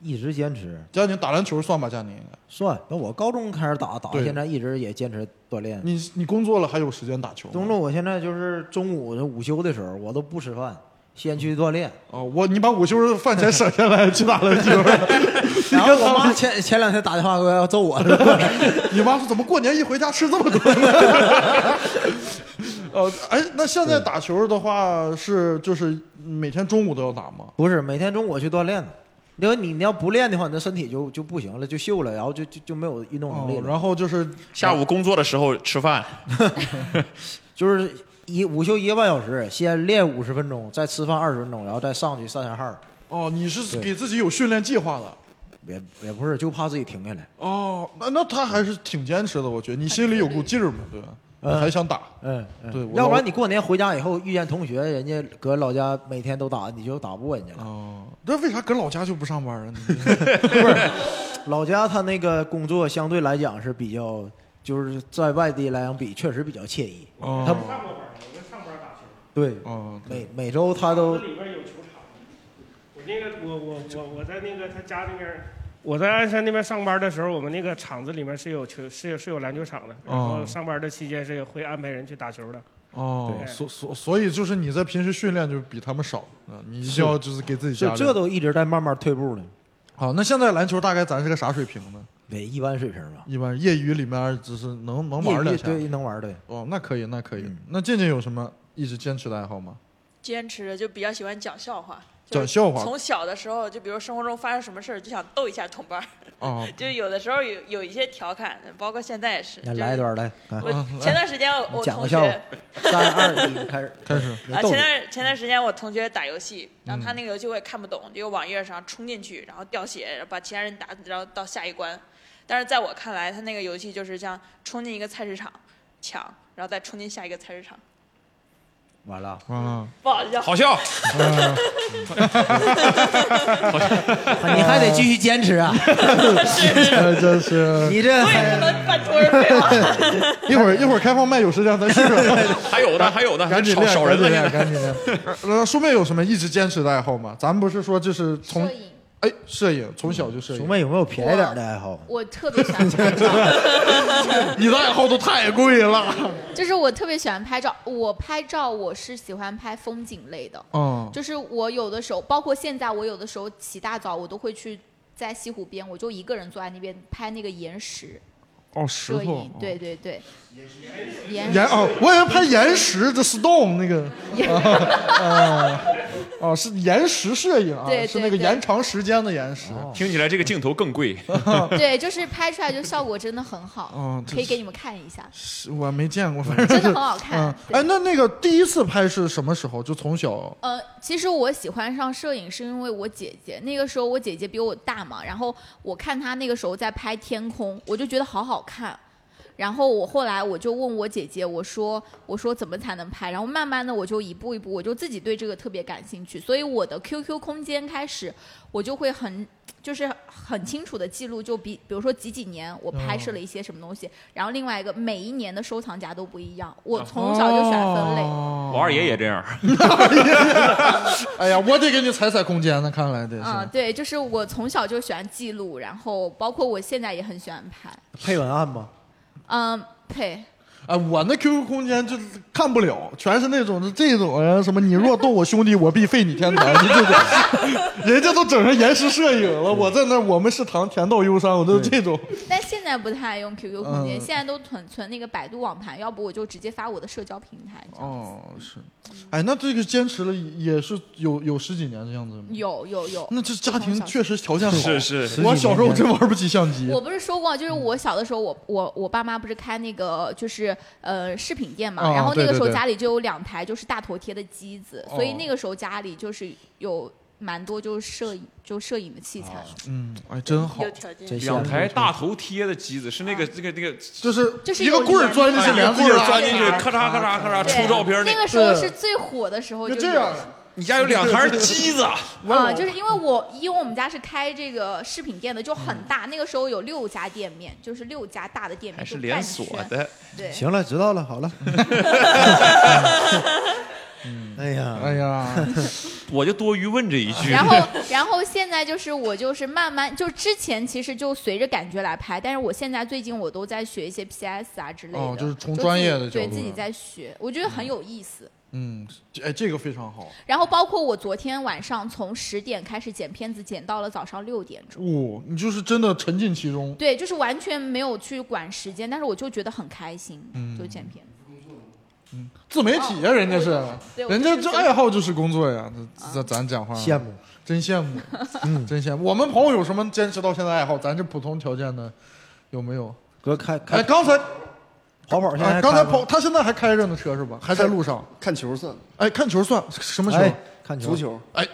S1: 一直坚持。
S2: 佳宁打篮球算吧，佳宁应该
S1: 算。那我高中开始打，打到
S2: 对
S1: 现在一直也坚持锻炼。
S2: 你你工作了还有时间打球吗？
S1: 中中，我现在就是中午午休的时候，我都不吃饭，先去锻炼。
S2: 哦，我你把午休的饭钱省下来去打篮球。
S1: 然后我妈前前两天打电话过来要揍我，
S2: 你妈说怎么过年一回家吃这么多 呢？呃，哎，那现在打球的话是就是每天中午都要打吗？
S1: 不是每天中午去锻炼的，因为你要不练的话，你的身体就就不行了，就锈了，然后就就就没有运动能力了。
S2: 哦然后就是
S4: 下午工作的时候吃饭，
S1: 就是一午休一个半小时，先练五十分钟，再吃饭二十分钟，然后再上去散散汗儿。
S2: 哦，你是
S1: 对
S2: 给自己有训练计划的。
S1: 也也不是，就怕自己停下来。
S2: 哦，那那他还是挺坚持的，我觉得你心里有股劲儿嘛，对吧？
S1: 嗯
S2: 还想打，
S1: 嗯，
S2: 对，我
S1: 要不然
S2: 老
S1: 你过年回家以后遇见同学，人家搁老家每天都打，你就打不过人家了。
S2: 哦，那为啥搁老家就不上班啊？ 你
S1: 老家他那个工作相对来讲是比较，就是在外地来讲比确实比较惬意。
S2: 哦
S1: 他
S9: 上过班儿，我就上班儿打球。
S1: 对，
S2: 哦
S1: 每每周他都
S9: 里边有球场。我那个，
S2: 嗯
S9: 我我我我在那个他家那边儿。我在鞍山那边上班的时候，我们那个厂子里面是有球，是有是有篮球场的。然
S2: 哦
S9: 后上班的期间是会安排人去打球的。
S2: 哦，
S9: 对
S2: 所所所以就是你在平时训练就比他们少，啊，你一定要就是给自己
S1: 是
S2: 加
S1: 这
S2: 都
S1: 都一直在慢慢退步呢，
S2: 好。那现在篮球大概咱是个啥水平呢？
S1: 对，一般水平吧。
S2: 一般业余里面只是能能玩
S1: 业余
S2: 两下，
S1: 对，能玩儿嗯对。
S2: 哦，那可以，那可以。那健健有什么一直坚持的爱好吗？
S6: 坚持就比较喜欢讲笑话。
S2: 讲
S6: 就是
S2: 笑话
S6: 从小的时候，就比如生活中发生什么事儿，就想逗一下同伴儿。
S2: 哦
S6: 就有的时候有有一些调侃，包括现在也是。
S1: 那
S6: 就是
S1: 来一段来，啊
S6: 我前段时间我我
S1: 讲
S6: 同
S1: 个 笑话
S6: 学，
S1: 三 二一，开始
S2: 开始
S1: 嗯
S6: 啊，前段前段时间我同学打游戏，然后他那个游戏我也看不懂，就网页上冲进去，然后掉血，把其他人打，然后到下一关。但是在我看来，他那个游戏就是像冲进一个菜市场抢，然后再冲进下一个菜 市场，
S1: 完了。
S2: 啊，
S6: 不好笑。
S4: 好笑。
S2: 嗯
S1: 你还得继续坚持 啊！
S2: 哎真是
S1: 你这
S6: 还半途而废了。
S2: 一会儿一会儿开放麦有时间咱试 试。
S4: 还有的还有的，
S2: 赶紧
S4: 少
S2: 练，
S4: 少人了
S2: 赶紧练，
S4: 现
S2: 赶
S4: 在。
S2: 紧练。呃，书妹有什么一直坚持的爱好吗？咱们不是说就是从哎摄影从小就摄影。
S1: 熊妹有没有便宜点儿的爱好？
S7: 我特别喜欢拍照，
S2: 你的爱好都太贵了。
S7: 就是我特别喜欢拍照。我拍照，我是喜欢拍风景类的。
S2: 嗯
S7: 就是我有的时候，包括现在，我有的时候起大早，我都会去在西湖边，我就一个人坐在那边拍那个岩石。
S2: 哦，石
S7: 摄
S2: 头
S7: 影，，对对对，岩
S2: 岩哦，我以为拍岩石的 storm 那个， 啊，哦、是岩石摄影啊，
S7: 对
S2: 是
S7: 对
S2: 那个
S7: 对
S2: 延长时间的延时。
S1: 哦
S4: 听起来这个镜头更贵。
S7: 对，就是拍出来就效果真的很好，
S2: 哦这
S7: 可以给你们看一下。
S2: 是我没见
S4: 嗯
S2: 过，反正是
S7: 真的很好看
S2: 嗯哎，那那个第一次拍是什么时候？就从小哦
S7: 呃，其实我喜欢上摄影是因为我姐姐，那个时候我姐姐比我大嘛，然后我看她那个时候在拍天空，我就觉得好好看。然后我后来我就问我姐姐，我说我说怎么才能拍？然后慢慢的我就一步一步，我就自己对这个特别感兴趣，所以我的 QQ 空间开始，我就会很就是很清楚的记录，就比比如说几几年我拍摄了一些什么东西，然后另外一个每一年的收藏夹都不一样，我从小就喜欢分类。
S2: 哦
S4: 我二爷也这样，
S2: 哎呀，我得给你踩踩空间呢，看来得是。
S7: 嗯，对，就是我从小就喜欢记录，然后包括我现在也很喜欢拍。
S2: 配文案吗？
S7: 嗯，呸，
S2: 哎，我那 QQ 空间就看不了，全是那种这种呀，什么你若动我兄弟，我必废你天堂，就这种。 人家都整成延时摄影了，我在那儿我们是糖，甜到忧伤，我都这种。
S7: 但现在不太用 QQ 空间，
S2: 嗯
S7: 现在都存存那个百度网盘，要不我就直接发我的社交平台。
S2: 哦，是，哎，那这个坚持了也是有有十几年这样子吗？
S7: 有有有，
S2: 那这家庭确实条件好，
S4: 是是十几
S2: 我
S4: 年
S2: 小时候真玩不起相机。
S7: 我不是说过，就是我小的时候我，我我爸妈不是开那个就是呃饰品店嘛，
S11: 啊
S7: 然后那
S11: 对
S7: 个
S11: 对
S7: 时候
S11: 对
S7: 家里就有两台就是大头贴的机子，所以
S2: 哦
S7: 那个时候家里就是有蛮多就是摄影就摄影的器材。
S2: 嗯，哎，真好。
S4: 两台大头贴的机子是那个那个那个，
S2: 就是
S7: 就是
S2: 一个棍儿钻进去，
S4: 哎一个
S2: 帘子
S4: 棍儿
S2: 眼
S4: 钻进去，咔嚓咔嚓咔嚓
S7: 对
S4: 出照片儿
S7: 那个时候是最火的时候，就
S2: 这样
S7: 有
S4: 你家有两台机子，
S7: 啊，就是因为我因为我们家是开这个饰品店的，就很
S2: 嗯
S7: 大，那个时候有六家店面，就是六家大的店面，
S4: 还是
S7: 就
S4: 连
S7: 半
S4: 锁
S7: 圈
S4: 的。
S7: 对，
S1: 行了，知道了，好了。哎呀，
S2: 哎呀，
S4: 我就多余问这一 句。
S7: 然后，然后现在就是我就是慢慢就之前其实就随着感觉来拍，但是我现在最近我都在学一些 PS 啊之类的，
S2: 哦就是从
S7: 自己
S2: 专业的角
S7: 对
S2: 度
S7: 自己
S2: 上
S7: 在学，我觉得很有意思。
S2: 嗯，哎，这个非常好。
S7: 然后包括我昨天晚上从十点开始剪片子，剪到了早上六点钟。
S2: 哦，你就是真的沉浸其中。
S7: 对，就是完全没有去管时间，但是我就觉得很开心，
S2: 嗯
S7: 就剪片子。
S2: 自媒体呀、人家是，
S7: 对我
S2: 人家
S7: 就是
S2: 这
S7: 觉得
S2: 爱好就是工作呀。这咱咱讲话
S1: 羡慕，
S2: 真羡慕，嗯，真羡慕。我们朋友有什么坚持到现在爱好？咱这普通条件的有没有？
S1: 哥开
S2: 哎，
S1: 开
S2: 刚才
S1: 跑跑现在
S2: 哎
S1: 还
S2: 刚才
S1: 开吗
S2: 跑，他现在还开着呢，车是吧？还在路上。
S15: 看球算吗？
S2: 哎，看球算什么球
S1: 哎？看球
S15: 足球。
S2: 哎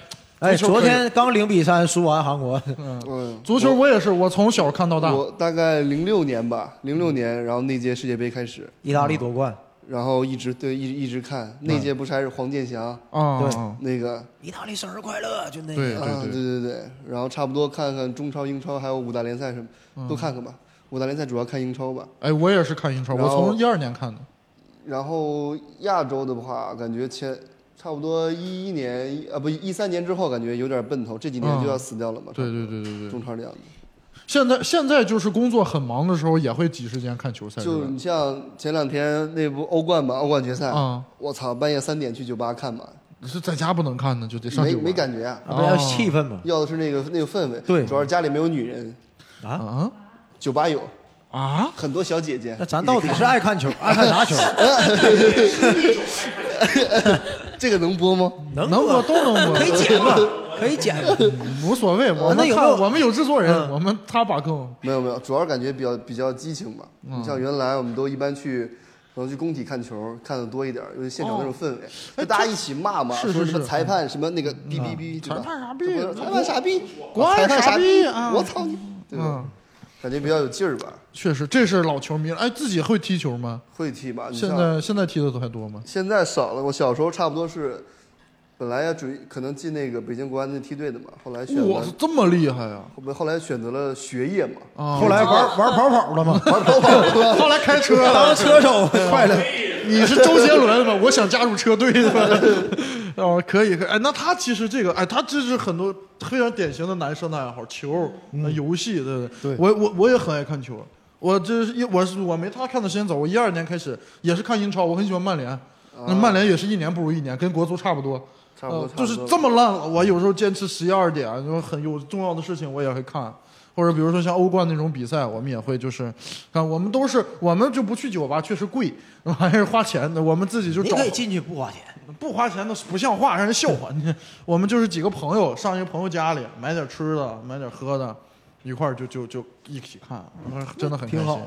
S1: 哎，
S2: 足球
S1: 昨
S2: 可以
S1: 天刚零比三输完韩国，
S15: 嗯，
S2: 足球我也是，我从小看到大。
S15: 我大概零六年吧，零六年，然后那届世界杯开始，嗯
S1: 意大利夺冠，
S15: 然后一直对一一直看，
S2: 嗯
S15: 那届不是还是黄健翔
S2: 啊对
S15: 那个
S1: 意大利生日快乐，就那
S2: 对
S1: 个。
S15: 啊对对对，然后差不多看看中超、英超，还有五大联赛什
S2: 嗯
S15: 么都看看吧。五大联赛主要看英超吧。
S2: 哎，我也是看英超，
S15: 然
S2: 我
S15: 后
S2: 从一二年看的。
S15: 然后亚洲的话，感觉前差不多一一年啊不一三年之后，感觉有点奔头，这几年就要死掉了嘛。
S2: 对对对对
S15: 中
S2: 对。
S15: 超这样子。
S2: 现在现在就是工作很忙的时候，也会挤时间看球赛。
S15: 就是
S2: 吧
S15: 你像前两天那不欧冠嘛，欧冠决赛，
S2: 啊
S15: 我操，半夜三点去酒吧看嘛，
S2: 你是在家不能看呢，就得上
S15: 没
S2: 酒吧
S15: 没感觉啊，
S2: 啊不要气氛嘛，
S15: 要的是那个那个氛围，
S2: 对
S15: 主要是家里没有女人，
S2: 啊，
S15: 酒吧有
S2: 啊，
S15: 很多小姐姐，
S1: 那咱到底是爱看球，爱 看啥球？
S15: 这个能播吗？
S1: 能
S2: 能播都能 播，
S1: 可以剪吧，可以剪吧。
S2: 无所谓。我
S1: 那
S2: 们
S1: 有
S2: 看
S1: 没有嗯
S2: 我们有制作人，我们他把控。
S15: 没有没有，主要感觉比较比较激情吧。
S2: 嗯
S15: 你像原来我们都一般去，可能去工体看球看的多一点，尤其现场那种氛围，就大家一起骂嘛，
S2: 是哦
S15: 说
S2: 哎是
S15: 什么
S2: 是嗯
S15: 裁判什么那个哔哔哔，对吧
S2: 裁判傻逼，
S1: 啊
S15: 裁判傻逼，
S2: 国
S15: 裁
S2: 安
S15: 判
S2: 傻
S15: 傻
S2: 逼
S15: 逼，
S2: 啊！
S15: 我操你！对吧？感觉比较有劲儿吧，
S2: 确实，这是老球迷了。哎，自己会踢球吗？
S15: 会踢吧？你
S2: 现
S15: 像
S2: 在现在踢的都还多吗？
S15: 现在少了，我小时候差不多是，本来要准可能进那个北京国安那梯队的嘛，后来选
S2: 哇
S15: 择，
S2: 这么厉害啊！
S15: 后面后来选择了学业嘛，
S2: 啊
S1: 后来玩玩跑跑 了吗？
S15: 玩跑跑了
S2: 后来开车了
S1: 当车手快乐。
S2: 你是周杰伦吧？我想加入车队的吧。 哦，可以，可以。哎，那他其实这个，哎，他这是很多非常典型的男生的爱好，球、呃游戏，对不对？我我我也很爱看球，我这是一我是我没他看的时间早，我一二年开始也是看英超，我很喜欢曼联，那曼联也是一年不如一年，跟国足差不多。
S15: 啊
S2: 呃
S15: 差不多，
S2: 就
S15: 差
S2: 是
S15: 不多
S2: 这么烂了。我有时候坚持十一二点，就很有重要的事情我也会看，或者比如说像欧冠那种比赛，我们也会就是，看我们都是我们就不去酒吧，确实贵， 还是花钱的，我们自己就
S1: 你
S2: 找。
S1: 可以进去不花钱，
S2: 不花钱的不像话，让人笑话。你 我们就是几个朋友上一个朋友家里买点吃的，买点喝的，一块儿就就就一起看，真的很开
S1: 挺
S2: 心
S1: 好。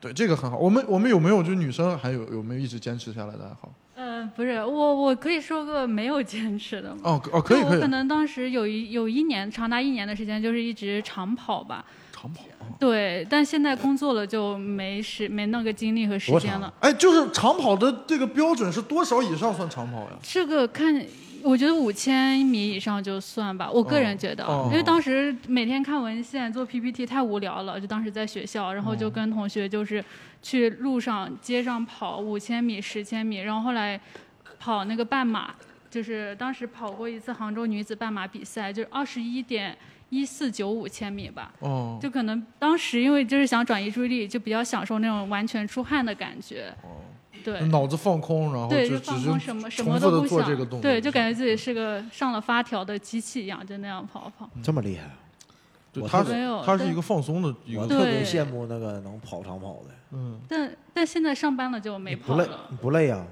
S2: 对，这个很好。我们我们有没有就女生还有有没有一直坚持下来的爱好？
S8: 呃，不是，我我可以说个没有坚持的吗？
S2: 哦哦可以
S8: 就
S2: 可以
S8: 我可能当时有一有一年长达一年的时间，就是一直长跑吧。
S2: 长跑。哦
S8: 对，但现在工作了就没时没那个精力和时间了。
S2: 哎，就是长跑的这个标准是多少以上算长跑呀？
S8: 这个看，我觉得五千米以上就算吧，我个人觉得啊，
S2: 哦哦
S8: 因为当时每天看文献、做 PPT 太无聊了，就当时在学校，然后就
S2: 嗯
S8: 跟同学就是去路上、街上跑五千米、十千米，然后后来跑那个半马，就是当时跑过一次杭州女子半马比赛，就是二十一点一四九五千米吧。
S2: 哦
S8: 就可能当时因为就是想转移注意力，就比较享受那种完全出汗的感觉。对，
S2: 哦脑子放空，然后
S8: 对，
S2: 就只
S8: 放
S2: 是
S8: 空什么什
S2: 重复
S8: 么都
S2: 的
S8: 不
S2: 做
S8: 想，
S2: 这个动作。
S8: 对，就感觉自己是个上了发条的机器一样，就那样跑跑。
S1: 这么厉害啊。
S2: 对
S1: 我
S2: 嗯他
S1: 特别
S8: 没有
S2: 他是一个放松的一
S1: 我
S2: 个
S1: 特别
S8: 对
S1: 羡慕那个能跑长跑的，
S2: 嗯，
S8: 但但现在上班了就没跑
S1: 不累
S8: 了，
S1: 不累啊？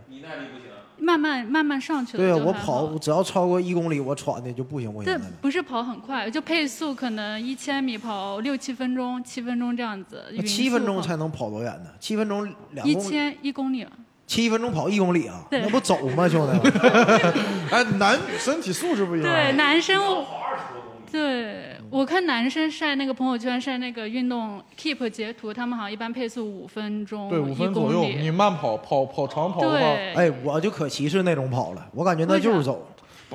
S8: 慢慢慢慢上去了。
S1: 对啊，
S8: 就
S1: 我
S8: 还
S1: 跑
S8: 好。
S1: 我只要超过一公里，我喘的就不行不行
S8: 但
S1: 的了。
S8: 不是跑很快，就配速可能一千米跑六七分钟、七分钟这样子。
S1: 那七分钟才能跑多远呢？七分钟两
S8: 一
S1: 公里，
S8: 千一公里了，
S1: 七分钟跑一公里啊？
S8: 对
S1: 那不走吗，兄 弟？
S2: 哎，男女身体素质不一样。
S8: 对，男生我。
S2: 嗯
S8: 对，我看男生晒那个朋友圈晒那个运动 Keep 截图，他们好像一般配速五分钟，
S2: 对，五分左右
S8: 哦一，公里
S2: 你慢跑跑跑长跑的话，
S8: 对
S1: 哎，我就可歧视那种跑了，我感觉那就是走。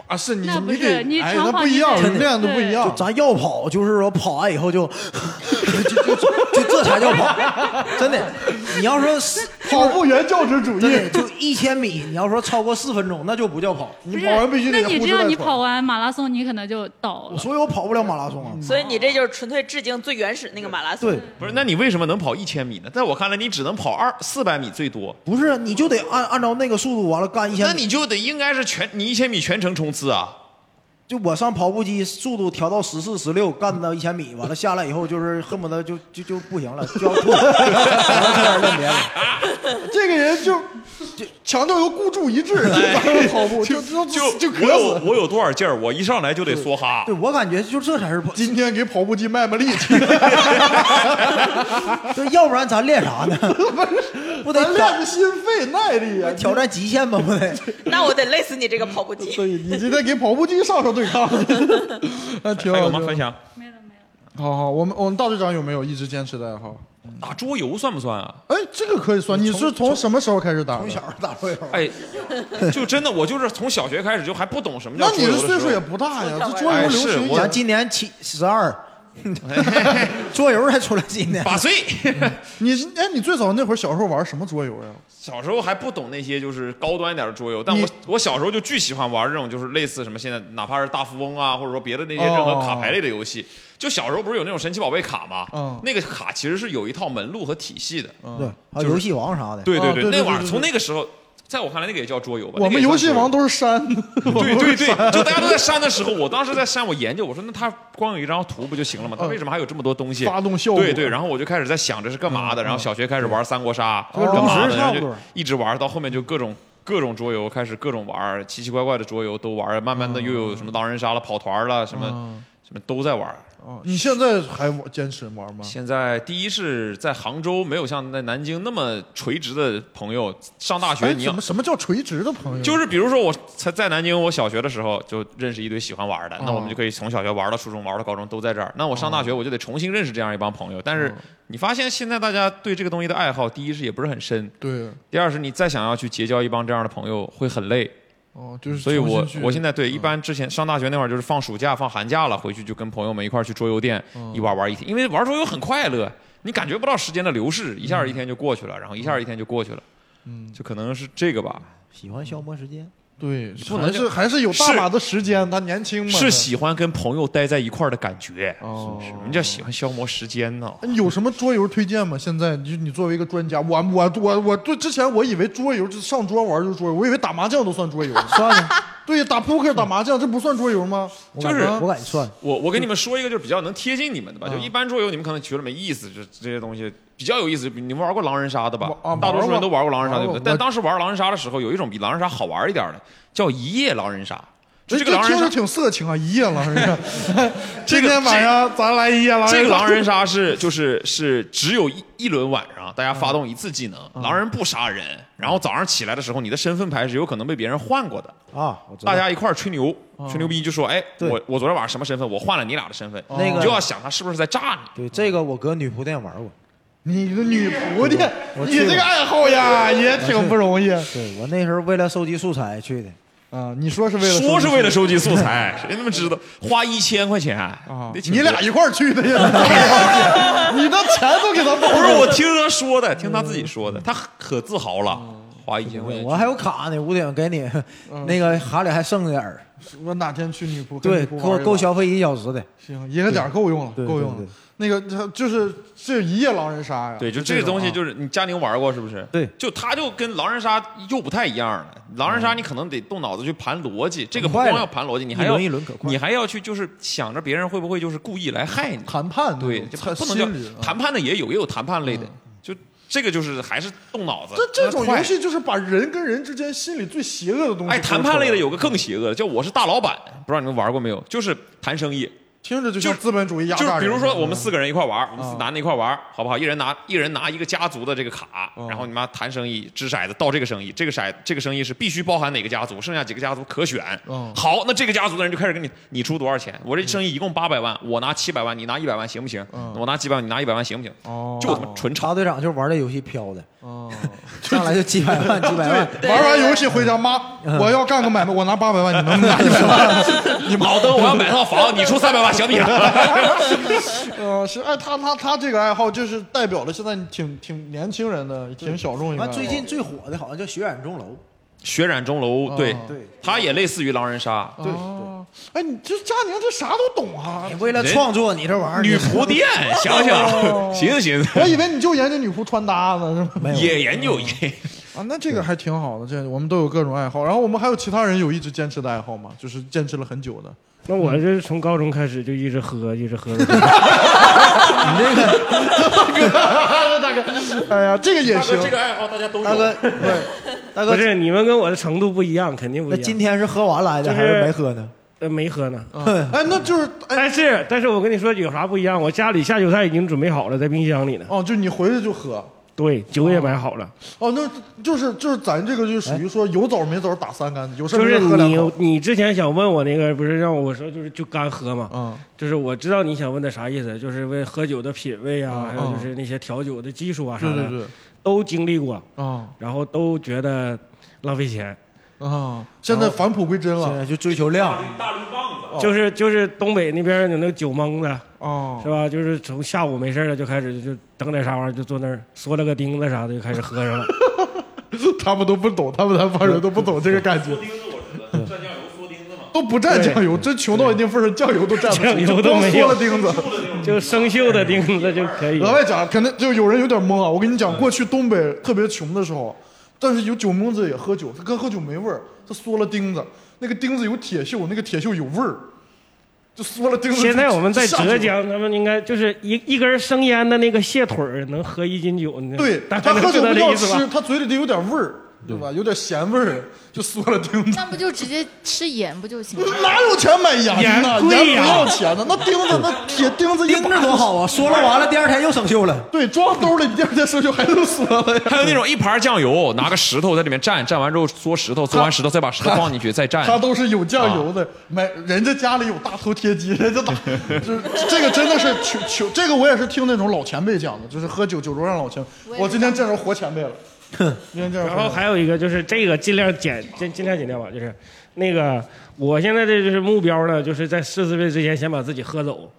S2: 啊，是你
S8: 那不
S2: 你
S8: 是
S2: 得
S8: 你
S2: 哎，
S8: 长
S2: 那
S8: 跑
S2: 不
S8: 你
S2: 一样，
S8: 得
S2: 人练的不一样
S1: 就。咱要跑，就是说跑完以后就， 就就这才叫跑，真的。你要说是
S2: 跑步员教旨主义，
S1: 真的就一千米，你要说超过四分钟，那就不叫跑。
S8: 不
S1: 你
S8: 是，
S1: 跑完必须得
S8: 那你
S1: 呼
S8: 这
S1: 哧带
S8: 样，你
S1: 喘
S8: 跑完马拉松，你可能就倒了。
S1: 所以我跑不了马拉松啊。
S6: 所以你这就是纯粹致敬最原始那个马拉松。
S1: 对，
S4: 不是，那你为什么能跑一千米呢？在我看来，你只能跑二四百米最多。
S1: 不是，你就得按按照那个速度完了干一千。
S4: 那你就得应该是全你一千米全程冲刺啊！
S1: 就我上跑步机速度调到十四、十六，干到一千米，完了下来以后就是恨不得就就就不行了，就要吐， 然后差点认别人。
S2: 这个人 就就强调要孤注一掷，就咱
S1: 哎
S2: 们 跑步就就就就
S4: 我
S2: 渴
S4: 有
S2: 死。
S4: 我有多少劲儿，我一上来就得梭哈。
S1: 对我感觉就这才是跑。
S2: 今天给跑步机卖卖力 气，
S1: 对，要不然咱练啥呢？不得
S2: 咱练着心肺耐力啊！
S1: 挑战极限吗？不 得。
S6: 那我得累死你这个跑步机。
S2: 对你今天给跑步机上上对 抗，那挺好。
S4: 还有吗
S2: 挺好
S4: 分享？
S8: 没
S2: 了没了。好好，我们我们大队长有没有一直坚持的爱好？
S4: 打桌游算不算啊？
S2: 哎，这个可以算。你是从什么时候开始打？
S1: 从小打桌游。
S4: 哎，就真的我就是从小学开始就还不懂什么
S2: 那
S4: 叫
S2: 你
S4: 桌游的
S2: 的
S4: 时候。
S2: 岁数也不大呀，这桌游
S4: 哎
S2: 流
S4: 是
S2: 行
S4: 我
S1: 咱今年七十二， 桌游才出来今年。
S4: 八岁，
S2: 你是哎，你最早那会儿小时候玩什么桌游呀？
S4: 小时候还不懂那些就是高端一点的桌游，但我我小时候就巨喜欢玩这种就是类似什么现在哪怕是大富翁啊，或者说别的那些任何卡牌类的游戏。就小时候不是有那种神奇宝贝卡吗？
S1: 嗯
S4: 那个卡其实是有一套门路和体系的。
S1: 对，还啊
S4: 就是
S1: 有游戏王啥的。
S4: 对
S2: 哦
S1: 对
S4: 对，那玩意儿从那个时候，在我看来那个也叫桌游吧。
S2: 我
S4: 那
S2: 们
S4: 个也
S2: 游
S4: 算
S2: 戏
S4: 桌游
S2: 王都是删，
S4: 对
S2: 对
S4: 对对，就大家都在删的时候，我当时在删，我研究，我说那它光有一张图不就行了吗？它为什么还有这么多东西？
S2: 嗯发动效果嗯
S4: 对对，然后我就开始在想这是干嘛的，然后小学开始玩三国杀，
S2: 这个
S4: 干嘛
S2: 龙石
S4: 的，
S2: 差
S4: 然
S2: 不
S4: 后
S2: 多
S4: 就一直玩到后面就各种。各种桌游开始各种玩，奇奇怪怪的桌游都玩，慢慢的又
S2: 嗯
S4: 有什么狼人杀了、跑团了，什么、什么都在玩。
S2: 哦你现在还玩坚持玩吗？
S4: 现在第一是在杭州没有像在南京那么垂直的朋友，上大学
S2: 哎，
S4: 你要
S2: 什么什么叫垂直的朋友？
S4: 就是比如说我才在南京，我小学的时候就认识一堆喜欢玩的，
S2: 哦
S4: 那我们就可以从小学玩到初中，玩到高中都在这儿。那我上大学我就得重新认识这样一帮朋友。但
S2: 嗯
S4: 是你发现现在大家对这个东西的爱好，第一是也不是很深，
S2: 对，
S4: 第二是你再想要去结交一帮这样的朋友会很累。
S2: 哦，就是
S4: 所以
S2: 重新
S4: 我
S2: 去嗯
S4: 我现在对一般之前上大学那会儿就是放暑假放寒假了，回去就跟朋友们一块儿去桌游店
S2: 嗯
S4: 一玩玩一天，因为玩桌游很快乐，你感觉不到时间的流逝，一下一天就过去了，然后一下一天就过去了，
S2: 嗯
S4: 就可能是这个吧。
S1: 喜欢消磨时间。
S2: 对，
S4: 不能
S2: 还
S4: 这
S2: 是
S4: 样
S2: 还是有大
S4: 是
S2: 把的时间，他年轻嘛。
S4: 是喜欢跟朋友待在一块儿的感觉，是不是？人家喜欢消磨时间呢。
S2: 哎有什么桌游推荐吗？现在你你作为一个专家，我 我我我对之前我以为桌游就是上桌玩就是桌游，我以为打麻将都算桌游。
S1: 算了，
S2: 对，打扑克、打麻将，这不算桌游吗？
S4: 就是
S2: 我哎
S1: 感觉算。
S4: 我我给你们说一个，就是比较能贴近你们的吧。就一般桌游，你们可能觉得没意思，这这些东西比较有意思。你们玩过狼人杀的吧？大多数人都玩过狼人杀，对不对？但当时玩狼人杀的时候，有一种比狼人杀好玩一点的，叫一夜狼人杀。就这个狼人
S2: 听
S4: 杀
S2: 着，挺色情啊，一夜狼 人杀。
S4: 这
S2: 今
S4: 个
S2: 天晚上咱来一夜狼人杀。
S4: 这个狼人杀是就是是只有一一轮晚上，大家发动一次技能，狼人不杀人，然后早上起来的时候，你的身份牌是有可能被别人换过的。
S1: 啊，我知道
S4: 大家一块儿吹牛
S1: 哦，
S4: 吹牛逼就说，哎，我我昨天晚上什么身份？我换了你俩的身份，
S1: 哦那个
S4: 你就要想他是不是在诈你。
S1: 对这个，我搁女仆店玩过。
S2: 你的女仆店
S1: 我
S2: 你这个爱好呀也挺不容易。
S1: 我去对我那时候为了收集素材去的。
S2: 啊，你说是
S1: 为了
S4: 说是为了收集 素材， 谁他妈知道？花一千块钱，
S1: 哦
S2: 你俩一块儿去的呀？ 你的钱都给他报
S4: 不是
S2: 了
S4: 我听他说的，听他自己说的，他可自豪了，
S1: 哦
S4: 花一千块钱。
S1: 我还有卡呢，五点给你，那个卡里还剩点儿。
S2: 嗯我哪天去女仆跟
S1: 对，
S2: 女仆
S1: 给
S2: 玩
S1: 我
S2: 一
S1: 够
S2: 把
S1: 消费一小时的。
S2: 行，一个点儿够用了，
S1: 对
S2: 够用了。那个他就是这一夜狼人杀呀。
S4: 对，就
S2: 这
S4: 这个
S2: 种
S4: 东西，
S2: 啊
S4: 就是你佳宁玩过是不是？
S1: 对，
S4: 就它就跟狼人杀又不太一样了。狼人
S2: 嗯
S4: 杀你可能得动脑子去盘逻辑，这个不光要盘逻辑，你还要
S1: 一轮一轮可快
S4: 你还要去就是想着别人会不会就是故意来害你。
S2: 谈判
S4: 对，就
S2: 太
S4: 不能叫
S2: 心啊理了
S4: 谈判的也有，也有谈判类的，就这个就是还是动脑子。
S2: 这这种
S4: 快
S2: 游戏就是把人跟人之间心里最邪恶的东西。
S4: 哎，谈判类的有个更邪恶的，叫我是大老板，不知道你们玩过没有？就是谈生意，
S2: 听着就像资本主义压
S4: 就
S2: 榨人。嗯
S4: 比如说我们四个人一块玩，我们四男的一块玩，好不好？一人拿一人拿一个家族的这个卡，
S2: 嗯
S4: 然后你妈谈生意，掷骰子到这个生意，这个骰这个生意是必须包含哪个家族，剩下几个家族可选。
S2: 嗯
S4: 好，那这个家族的人就开始跟你，你出多少钱？我这生意一共八百万，我拿七百万，你拿一百万行不行？
S2: 嗯
S4: 我拿几百万，你拿一百万行不行？
S2: 哦
S4: 就我们纯
S1: 查队长就玩这游戏飘的，
S2: 哦，
S1: 上来就几百万、几百 万，
S2: 对玩完游戏回家，妈，
S1: 嗯
S2: 我要干个买卖，我拿八百万，你能不能拿一百万？你
S4: 老登，我要买套房，你出三百万行 不行？
S2: 呃，是哎，他他他这个爱好就是代表了现在挺挺年轻人的，挺小众一个爱
S1: 完啊
S2: 好。
S1: 最近最火的好像叫血染钟楼，
S4: 血染钟楼，对
S1: 对，
S2: 嗯
S4: 它也类似于狼人杀，
S1: 对
S2: 哎，你这佳宁这啥都懂啊！
S1: 哎为了创作你这玩意儿，
S4: 女仆店，想
S2: 哦
S4: 想，寻思寻思
S2: 我，以为你就研究女仆穿搭呢，是吗？
S4: 也研究也。
S2: 啊，那这个还挺好的，这我们都有各种爱好。然后我们还有其他人有一直坚持的爱好吗？就是坚持了很 久的。
S9: 那我这是从高中开始就一直喝，一直喝。
S2: 大哥，哎呀，这个也行。
S4: 这个爱好大家都有。
S2: 大哥，
S1: 大哥
S9: 不是你们跟我的程度不一样，肯定不一
S1: 那
S9: 样。
S1: 今天是喝完来的还是没喝呢？
S9: 呃，没喝呢。
S2: 哎，那就是，
S9: 但是但是我跟你说有啥不一样？我家里下酒菜已经准备好了，在冰箱里呢。
S2: 哦，就你回去就喝。
S9: 对，酒也买好了。
S2: 哦，那就是就是咱这个就属于说有枣没枣打三竿子，有事
S9: 哎就
S2: 没
S9: 是
S2: 事喝两
S9: 你
S2: 口。
S9: 你之前想问我那个，不是让我说就是就干喝嘛？
S2: 嗯
S9: 就是我知道你想问的啥意思，就是为喝酒的品味啊，还有就是那些调酒的技术啊啥的，
S2: 嗯对对对
S9: 都经历过，
S2: 啊
S9: 然后都觉得浪费钱。
S2: 啊！现在返璞归真了，现在
S1: 就追求量。
S9: 就是就是东北那边有那个酒蒙子，
S2: 哦，
S9: 是吧？就是从下午没事儿了就开始就整点啥玩意儿就坐那儿缩了个钉子啥的就开始喝上了。
S2: 他们都不懂，他们南方人都不懂这个感 觉。都不蘸酱油，真穷到一定份儿上，酱油都蘸不
S9: 酱
S2: 起，
S9: 油
S2: 就
S9: 都
S2: 光
S9: 没
S2: 缩
S9: 有
S2: 了 钉子。
S9: 就生锈的钉子就可以。
S2: 额外讲，可能就有人有点懵啊。我跟你
S9: 嗯
S2: 讲，过去东北特别穷的时候，但是有酒蒙子也喝酒，他跟喝酒没味儿，他缩了钉子，那个钉子有铁锈，那个铁锈有味儿，就缩了钉子。
S9: 现在我们在
S2: 就下酒
S9: 浙江，他们应该就是一一根生腌的那个蟹腿儿能喝一斤酒，你
S2: 对
S9: 大
S2: 他
S9: 家能
S2: 喝
S9: 知
S2: 酒
S9: 道
S2: 不
S9: 这
S2: 要
S9: 意思
S2: 吃，
S9: 吧？
S2: 他嘴里得有点味儿，对吧？有点咸味儿，就缩了钉子。
S7: 那不就直接吃盐不就行？
S2: 哪有钱买盐呢？
S7: 盐贵呀
S2: 不要钱的，那钉子那铁钉子一
S1: 盯着多好啊！说了完了，第二天又生锈了。
S2: 对，装兜里，第二天生锈还能缩了 呀。
S4: 还有那种一盘酱油，拿个石头在里面蘸，蘸完之后搓石头，搓完石头再把石头放进去再蘸。
S2: 他都是有酱油的，买人家家里有大头贴机，人家大，就是这个真的是求求，这个我也是听那种老前辈讲的，就是喝酒酒桌上老前辈，我今天见着活前辈了，今天见着
S9: 然
S2: 活
S9: 后
S2: 前辈
S9: 还有一个就是这个尽量减，尽尽量减掉吧，就是那个我现在这就是目标呢，就是在四十岁之前先把自己喝走，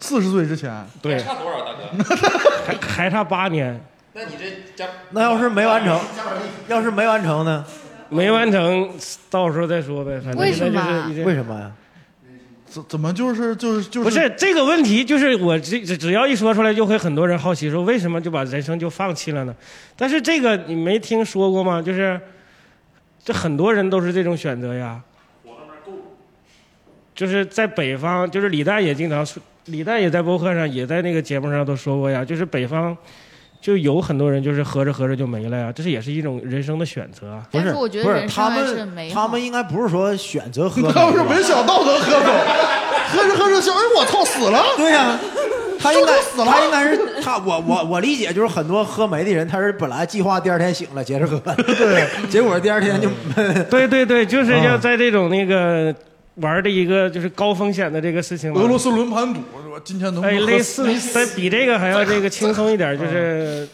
S2: 四十岁之前，
S9: 对，
S4: 差多少，大哥？
S9: 还还差八年，
S4: 那你这加
S1: 那要是没完成，要是没完成呢？
S9: 没完成，到时候再说呗，反正
S1: 为什
S9: 现在
S1: 么啊
S9: 就是
S1: 为什么呀？
S2: 怎怎么就是就是 就是
S9: 不是这个问题，就是我这只只要一说出来，就会很多人好奇说，为什么就把人生就放弃了呢？但是这个你没听说过吗？就是这很多人都是这种选择呀。
S3: 就是在北方，就是李诞也经常说，李诞也在播客上，也在那个节目上都说过呀，就是北方。就有很多人就是合着合着就没了呀，这是也是一种人生的选择啊。
S1: 不是，不是他们，他们应该不是说选择喝走，
S2: 们是没想到能喝走，喝着喝着想，哎，我操，死了！
S1: 对呀、他应该
S2: 死了
S1: 他应该是他，我我我理解就是很多喝没的人，他是本来计划第二天醒了接着喝，对，结果第二天就嗯
S3: 对对对，就是要在这种那个玩的一个就是高风险的这个事情嘛。
S2: 俄罗斯轮盘赌是吧？今天能不
S3: 哎，
S2: 能喝
S3: 类
S2: 死
S3: 似
S2: 没死
S3: 但比这个还要这个轻松一 点，
S1: 嗯
S3: 就是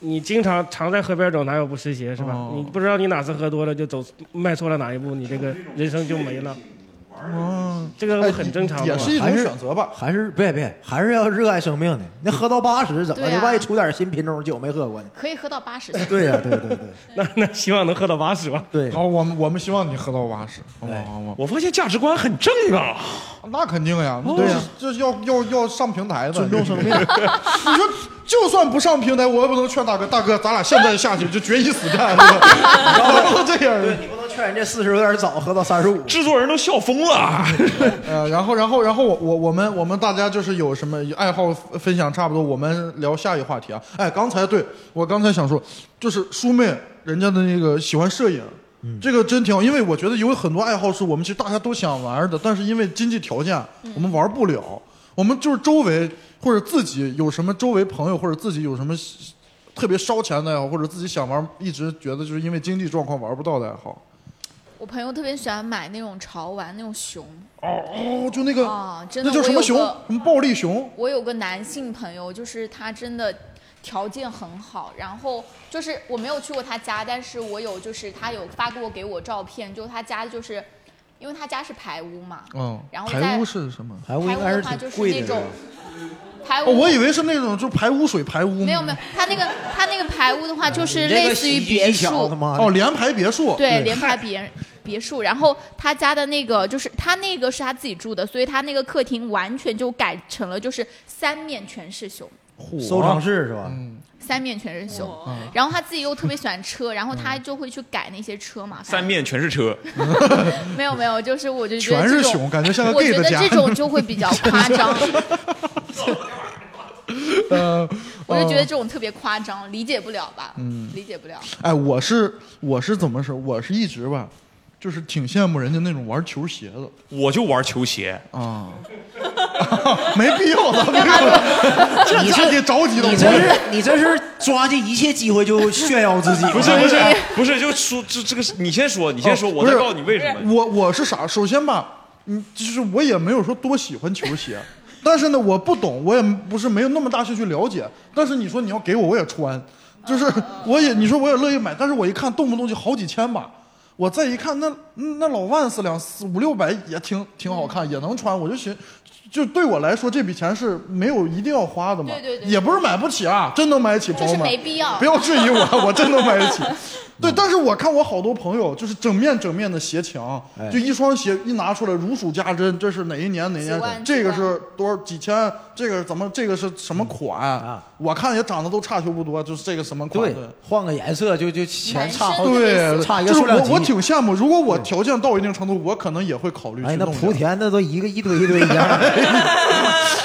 S3: 你经常常在河边走，哪有不湿鞋是吧？
S1: 哦
S3: 你不知道你哪次喝多了就走迈错了哪一步，你这个人生就没了。
S2: 哦，
S3: 这个很正常的嘛，
S2: 择吧，
S1: 还是别别，还是要热爱生命的。那喝到八十怎么
S7: 对
S1: 的？
S7: 啊
S1: 万一出点新品种酒没喝 过呢？
S7: 可以喝到八十岁。
S1: 对呀、对对对。
S3: 那那希望能喝到八十吧。哎
S1: 对，
S2: 好，我们我们希望你喝到八十，好不好？好不好
S4: 我发现价值观很正啊，
S2: 那肯定呀，
S4: 哦
S2: 对呀，这要要要上平台的，
S4: 尊重生命
S2: 你说，就算不上平台，我也不能劝大哥，大哥，咱俩现在下去就决一死战，咱不能这样。
S1: 对你不能劝人家四十有点早，喝到三十五。
S4: 制作人都笑疯了。
S2: 呃，然后，然后，然后我我我们我们大家就是有什么爱好分享差不多，我们聊下一话题啊。哎，刚才对我刚才想说，就是叔妹人家的那个喜欢摄影，这个真挺好，因为我觉得有很多爱好是我们其实大家都想玩的，但是因为经济条件
S7: 嗯
S2: 我们玩不了，我们就是周围或者自己有什么周围朋友或者自己有什么特别烧钱的爱好，或者自己想玩一直觉得就是因为经济状况玩不到的爱好。
S7: 我朋友特别喜欢买那种潮玩那种熊。
S2: 哦哦，就那个
S7: 啊，真的
S2: 那叫什么熊
S7: 我有个？
S2: 什么暴力熊？
S7: 我有个男性朋友，就是他真的条件很好，然后就是我没有去过他家，但是我有就是他有发过给我照片，就他家就是，因为他家是排屋嘛，
S2: 嗯，
S7: 然后
S2: 排
S7: 在
S2: 污是什么？
S1: 排
S7: 排屋的话就是那种排
S2: 哦，
S7: 屋，
S2: 我以为是那种就是排污水排污。
S7: 没有没有，他那个他那个排屋的话就是
S2: 你这个
S7: 类似于
S2: 洗衣机
S7: 别
S2: 巧
S7: 墅
S2: 他，妈的哦连排别墅
S7: 对，
S2: 对
S7: 连排别别墅。然后他家的那个就是他那个是他自己住的，所以他那个客厅完全就改成了就是三面全是熊。
S2: 啊
S1: 收藏室是吧？
S2: 嗯
S7: 三面全是熊
S1: 嗯，
S7: 然后他自己又特别喜欢车，然后他就会去改那些车嘛。
S4: 三面全是 车，
S7: 没有没有，就是我就觉得
S4: 全
S7: 这
S4: 是
S7: 种
S4: 熊感觉像个
S7: 我
S4: gay
S7: 觉
S4: 的
S7: 得
S4: 家
S7: 这种就会比较 夸张，
S2: 呃，
S7: 我就觉得
S2: 哦
S7: 这种特别夸张，理解不了吧？
S2: 嗯
S7: 理解不了。
S2: 哎，我是我是怎么说？我是一直吧，就是挺羡慕人家那种玩球鞋的
S4: 我就玩球鞋
S2: 啊， 没必 要的，没必要的这
S1: 你
S2: 这
S1: 这
S2: 得着急的，
S1: 你这是你这是抓紧一切机会就炫
S4: 。
S1: 耀自己
S4: 不是不是不是，就说这这个是你先说，你先说，
S2: 哦
S4: 我再告诉你为什
S2: 不
S4: 么。。
S2: 是我我是啥？首先吧，嗯，就是我也没有说多喜欢球鞋，但是呢，我不懂，我也不是没有那么大兴趣了解。但是你说你要给我，我也穿，就是我也你说我也乐意买，但是我一看动不动就好几千吧。我再一看，那嗯那老万斯两四五六百也挺挺好看，也能穿，我就寻，就对我来说这笔钱是没有一定要花的嘛，
S7: 对对对
S2: 也不是买不起啊，真能买得起，朋
S7: 就
S2: 友
S7: 是
S2: 们，
S7: 没必要
S2: 不要质疑 我，我真能买得起。对，但是我看我好多朋友就是整面整面的鞋墙，
S1: 哎
S2: 就一双鞋一拿出来如数家珍，这是哪一年哪一
S14: 几
S2: 年
S14: 万？
S2: 这个
S14: 几万
S2: 是多少几千？这个是怎么？这个是什么款？我看也长得都差球不多，就是这个什么款？
S1: 啊对，换个颜色就就钱差好几
S2: 对，
S1: 差一个
S2: 就是
S1: 数量
S2: 我
S1: 级。
S2: 我挺羡慕，如果我条件到一定程度，我可能也会考虑
S1: 哎，
S2: 去
S1: 那
S2: 弄
S1: 莆田那都一个一堆一堆一 样，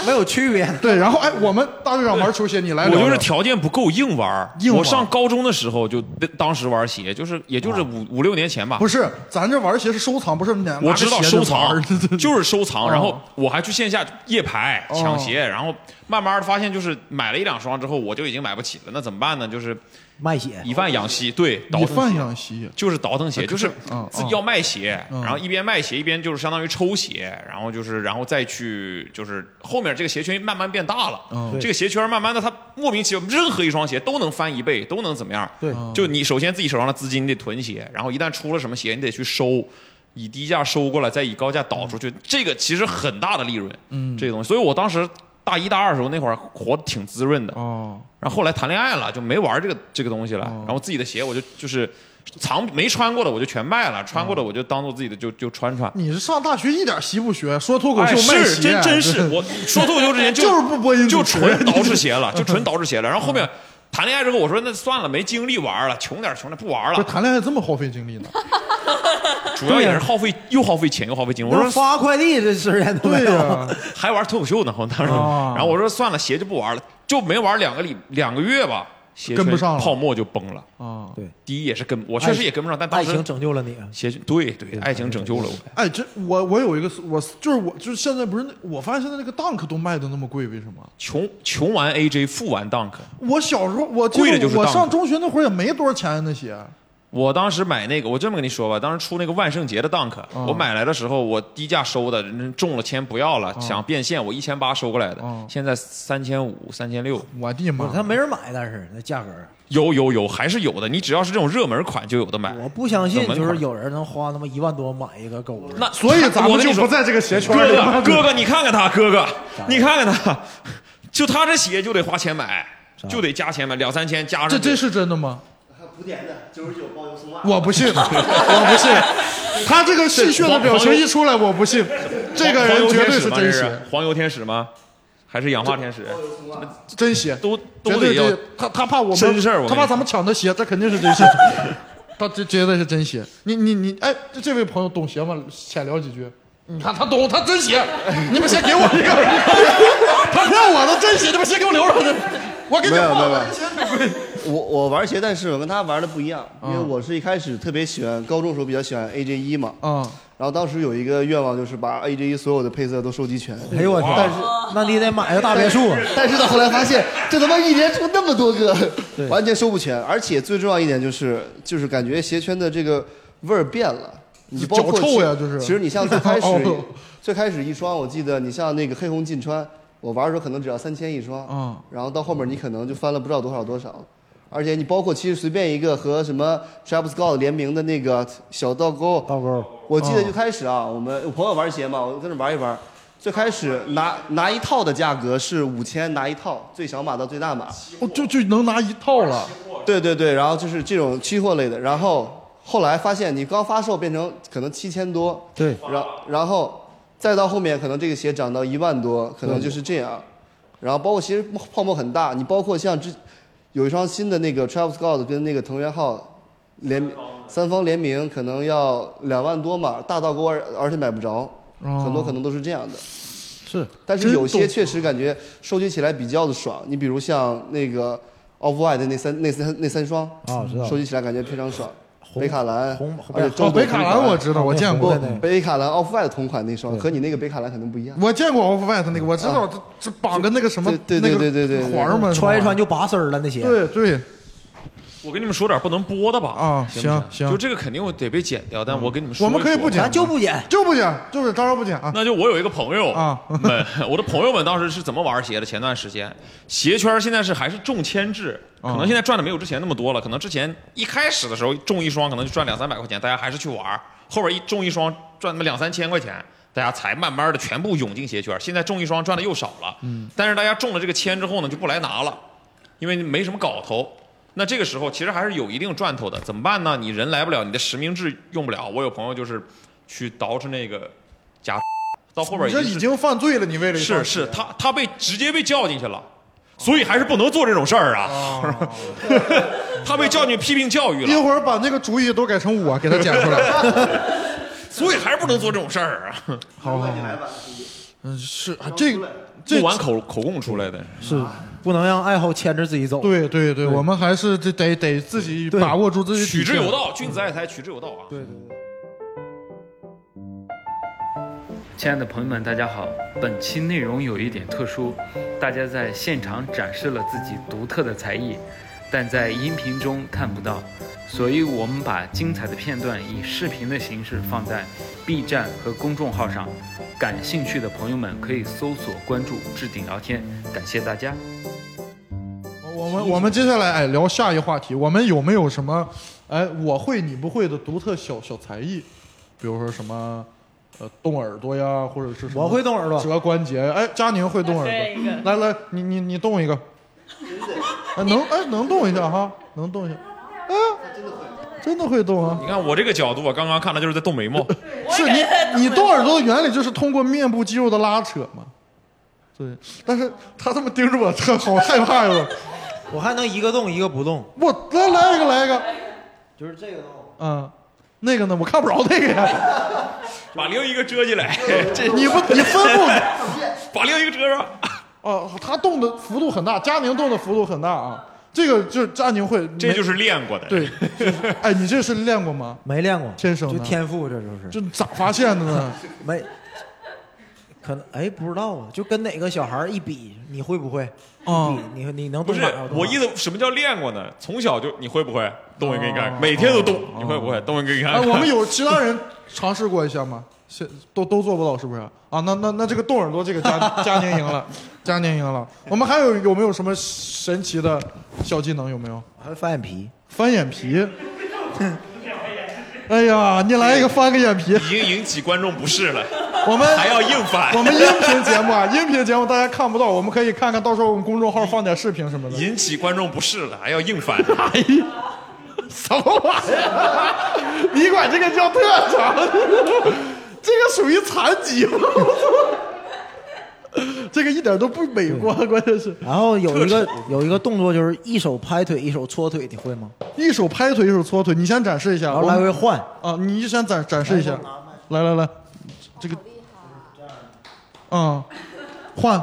S1: 没有区别。
S2: 对，然后哎，我们大队长玩球鞋，你来聊
S4: 我
S2: 聊，
S4: 就是条件不够硬玩儿，
S2: 硬玩儿哦
S4: 我上高中的时候就当时玩鞋，就是也就是五五六年前吧。
S2: 不是，咱这玩鞋是收藏，不是拿
S4: 啊我知道
S2: 拿个鞋
S4: 收
S2: 就玩
S4: 藏
S2: 儿
S4: 就是收藏，
S2: 哦
S4: 然后我还去线下夜排
S2: 哦
S4: 抢鞋，然后慢慢的发现就是买了一两双之后我就已经买不起了，那怎么办呢？就是
S1: 卖血，
S4: 以贩养吸，对，倒
S2: 以
S4: 腾
S2: 贩养吸，
S4: 就是倒腾鞋，
S2: 嗯
S4: 就是
S2: 嗯
S4: 自己要卖鞋，
S2: 嗯
S4: 然后一边卖鞋一边就是相当于抽鞋，然后就是然后再去就是后面这个鞋圈慢慢变大了，
S2: 嗯
S4: 这个鞋圈慢慢的它莫名其妙任何一双鞋都能翻一倍，都能怎么样？
S1: 对
S2: 嗯
S4: 就你首先自己手上的资金你得囤鞋，然后一旦出了什么鞋你得去收。以低价收过来，再以高价倒出去，这个其实很大的利润。
S2: 嗯
S4: 这个东西，所以我当时大一大二的时候那会儿活得挺滋润的。
S2: 哦，
S4: 然后后来谈恋爱了，就没玩这个这个东西了。然后自己的鞋我就就是藏没穿过的我就全卖
S2: 嗯
S4: 了，穿过的我就当做自己的就就穿穿。
S2: 你是上大学一点习不学，说脱口秀
S4: 哎
S2: 卖
S4: 是
S2: 鞋，啊
S4: 真真是我说脱口秀之 前
S2: 就是不播音主
S4: 就
S2: 持 嗯
S4: 纯捯饬鞋了，就纯捯饬鞋了。然后后面谈恋爱之后，我说那算了，没精力玩了，穷点儿穷点儿不玩了。
S2: 这谈恋爱这么耗费精力呢？
S4: 主要也是耗费，又耗费钱又耗费精力。我说
S1: 发快递这时间都没有，
S4: 还玩脱口秀呢，我当时。
S1: 啊
S4: 然后我说算了，鞋就不玩了，就没玩两个礼两个月吧，鞋
S1: 跟不上了
S4: 圈泡沫就崩了。
S2: 啊，
S1: 对，
S4: 第一也是跟我确实也跟不上，但当
S1: 爱
S4: 时
S1: 情拯救了你啊！
S4: 鞋对对，爱情拯救了我。
S2: 哎，这我我有一个思，我就是我就是现在不是那，我发现现在这个 Dunk 都卖的那么贵，为什么？
S4: 穷穷玩 AJ，富玩 Dunk。
S2: 我小时候我记
S4: 贵的
S2: 得
S4: 就是
S2: 我
S4: Dunk
S2: 上中学那会儿也没多少钱那鞋，
S4: 我当时买那个，我这么跟你说吧，当时出那个万圣节的 Dunk，、我
S1: 啊
S4: 买来的时候我低价收的，人家中了签不要了，
S1: 啊
S4: 想变现，我一千八收过来的，现在三千五、三千六。
S2: 我的妈！
S1: 他没人买，但是那价格
S4: 有有有，还是有的。你只要是这种热门款，就有的买。我
S1: 不相信，就是有人能花他妈一万多买一个狗日。
S4: 那
S2: 所以咱们就不在这个鞋圈里
S4: 哥哥，哥哥，你看看他，哥哥，你看看他，就他这鞋就得花钱买，就得加钱买，两三千加上去。
S2: 这这是真的吗？
S15: 古典的九十九包邮送袜，
S2: 我不 信，我不信，他这个戏谑的表情一出来，我不信，这个人绝对是真
S4: 是
S2: 鞋，
S4: 黄油天使吗？还是氧化天使？
S2: 真鞋，
S4: 都
S2: 绝
S4: 都
S2: 对
S4: 得要
S2: 这他他怕我们
S4: 真事儿我跟你
S2: 他
S4: 说
S2: 怕咱们抢他鞋，这肯定是真鞋，他这绝对是真鞋。你你你，哎，这这位朋友懂鞋吗？浅聊几句。你看他懂，他真鞋，你们先给我一个，他骗我的真鞋，你们先给我留着去，我给你
S15: 没有没
S2: 换
S15: 有没有
S2: 我的鞋。
S15: 我我玩鞋，但是我跟他玩的不一样，
S1: 嗯
S15: 因为我是一开始特别喜欢，高中时候比较喜欢 AJ 一嘛，
S2: 嗯，
S15: 然后当时有一个愿望就是把 AJ 一所有的配色都收集全，
S1: 哎呦我天！
S15: 但是
S1: 那你得买个大别墅啊。
S15: 但是到后来发现，这他妈一年出那么多个，完全收不全。而且最重要一点就是，就是感觉鞋圈的这个味儿变了。你包括
S2: 脚臭呀就是
S15: 其实你像最开始
S2: 哦，
S15: 最开始一双，我记得你像那个黑红禁川，我玩的时候可能只要三千一双，
S2: 嗯，
S15: 然后到后面你可能就翻了不知道多少多少。而且你包括其实随便一个和什么 Travis Scott 联名的那个小倒钩，
S1: 倒钩，
S15: 我记得
S1: 哦
S2: 嗯
S15: 就开始啊，我们我朋友玩鞋嘛，我跟着玩一玩。最开始拿拿一套的价格是五千拿一套，最小码到最大码。
S2: 哦，就就能拿一套了。
S15: 对对对，然后就是这种期货类的，然后后来发现你刚发售变成可能七千多，
S1: 对，
S15: 然然后再到后面可能这个鞋涨到一万多，可能就是这样。然后包括其实泡沫很大，你包括像之有一双新的那个 Travis Scott 跟那个藤原浩联名三方联名，可能要两万多嘛，大倒钩而而且买不着，
S2: 哦
S15: 很多可能都是这样的。
S2: 是，
S15: 但是有些
S2: 真懂
S15: 确实感觉收集起来比较的爽。你比如像那个 Off White 的那三那三那三双
S1: 啊我知道
S15: 收集起来感觉非常爽。北卡蓝，而且
S2: 哦
S15: 中国
S2: 北卡蓝我知道我见过
S15: 不北卡蓝 Off White 同款那双，和你那个北卡蓝可能 不一样。
S2: 我见过 Off White 那个，我知道这这绑个那个什么，
S15: 对对对对对对
S2: 那个环儿嘛，
S1: 穿一穿就拔丝儿了那鞋。
S2: 对对，
S4: 我跟你们说点不能播的吧？
S2: 啊
S4: 不
S2: 行行
S4: 就这个肯定得被剪掉，但我跟你们说一
S2: 我
S4: 说，
S2: 们可以不剪，
S1: 不剪，
S2: 就不剪，就是当然不剪啊。
S4: 那就我有一个朋友
S2: 啊
S4: 们，我的朋友们当时是怎么玩鞋的？前段时间，鞋圈现在是还是中签制，可能现在赚的没有之前那么多了。可能之前一开始的时候中一双可能就赚两三百块钱，大家还是去玩儿；后边一中一双赚他妈两三千块钱，大家才慢慢的全部涌进鞋圈。现在中一双赚的又少了，
S2: 嗯
S4: 但是大家中了这个签之后呢，就不来拿了，因为没什么搞头。那这个时候其实还是有一定赚头的，怎么办呢？你人来不了，你的实名制用不了。我有朋友就是去捯饬那个假，到后边
S2: 你这已经犯罪了，你为了一双
S4: 是是，他他被直接被叫进去了，所以还是不能做这种事儿啊。
S2: 嗯
S4: 他被叫进去批评教育
S2: 一
S4: 了，
S2: 会儿把那个主意都改成我给他剪出 来。
S4: 所以还是不能做这种事儿啊。
S2: 好好好，嗯是啊这这
S4: 不玩口口供出来的。
S1: 是不能让爱好牵着自己走。
S2: 对对对，我们还是得得得自己
S1: 对
S2: 把握住自己
S4: 取
S2: 底
S4: 之
S2: 线
S4: 有。道，君子爱财，取之有道啊。
S1: 对对
S5: 亲爱的朋友们，大家好。本期内容有一点特殊，大家在现场展示了自己独特的才艺，但在音频中看不到，所以我们把精彩的片段以视频的形式放在 B 站和公众号上，感兴趣的朋友们可以搜索关注置顶聊天。感谢大家。
S2: 我们我们接下来哎聊下一话题，我们有没有什么哎我会你不会的独特小小才艺？比如说什么呃动耳朵呀，或者是什么
S1: 我会动耳朵
S2: 折关节。哎，佳宁会动耳
S11: 来一个
S2: 朵，来来，你你你动一个，哎能哎能动一下哈，能动一下，哎真的会动啊！
S4: 你看我这个角度啊，刚刚看他就是在动眉毛。
S2: 是你你动耳朵的原理就是通过面部肌肉 的拉扯嘛。对，但是他这么盯着我，特好害怕呀！我
S1: 我还能一个动一个不动。
S2: 我来来一个来一个，
S1: 就是这个动。
S2: 嗯，那个呢？我看不着那个呀。
S4: 把另一个遮 起来，这
S2: 你不你分不开
S4: 把另一个遮上。
S2: 哦，他动的幅度很大，佳宁动的幅度很大啊。这个就是佳宁会，
S4: 这就是练过的。
S2: 对，就是哎，你这是练过吗？
S1: 没练过，
S2: 天生的
S1: 就天赋，这就是。
S2: 这咋发现的呢？
S1: 没，可能哎不知道啊，就跟哪个小孩儿一比，你会不会？
S2: 嗯
S1: 啊，你你能
S4: 不
S1: 动
S4: 是
S1: 哪儿啊？
S4: 我意思，什么叫练过呢？从小就你会不会动一个给你看
S2: 哦，
S4: 每天都动，你会不会动一个给你看
S2: 哎，？我们有其他人尝试过一下吗？现都都做不到是不是？啊，那那那这个动耳朵这个 佳佳宁赢了，佳宁赢了。我们还有有没有什么神奇的小技能？有没有？
S1: 还翻眼皮，
S2: 翻眼皮。 哎呀，你来一个翻个眼皮。
S4: 已经引起观众不适了。
S2: 我们
S4: 还要硬反，
S2: 我们音频节目啊，音频节目大家看不到，我们可以看看到时候我们公众号放点视频什么的。
S4: 引起观众不适了，还要硬反。
S2: 哎什么玩意儿？ 你管这个叫特长？ 这个属于残疾吗？ 这个一点都不美观，关键是
S1: 然后有一
S2: 特
S1: 个
S2: 长
S1: 有一个动作就是一手拍腿，一手搓腿，你会吗？
S2: 一手拍腿，一手搓腿。你先展示一下，
S1: 然后来回换
S2: 啊！你先展展示一下，来来来，这个，嗯，换。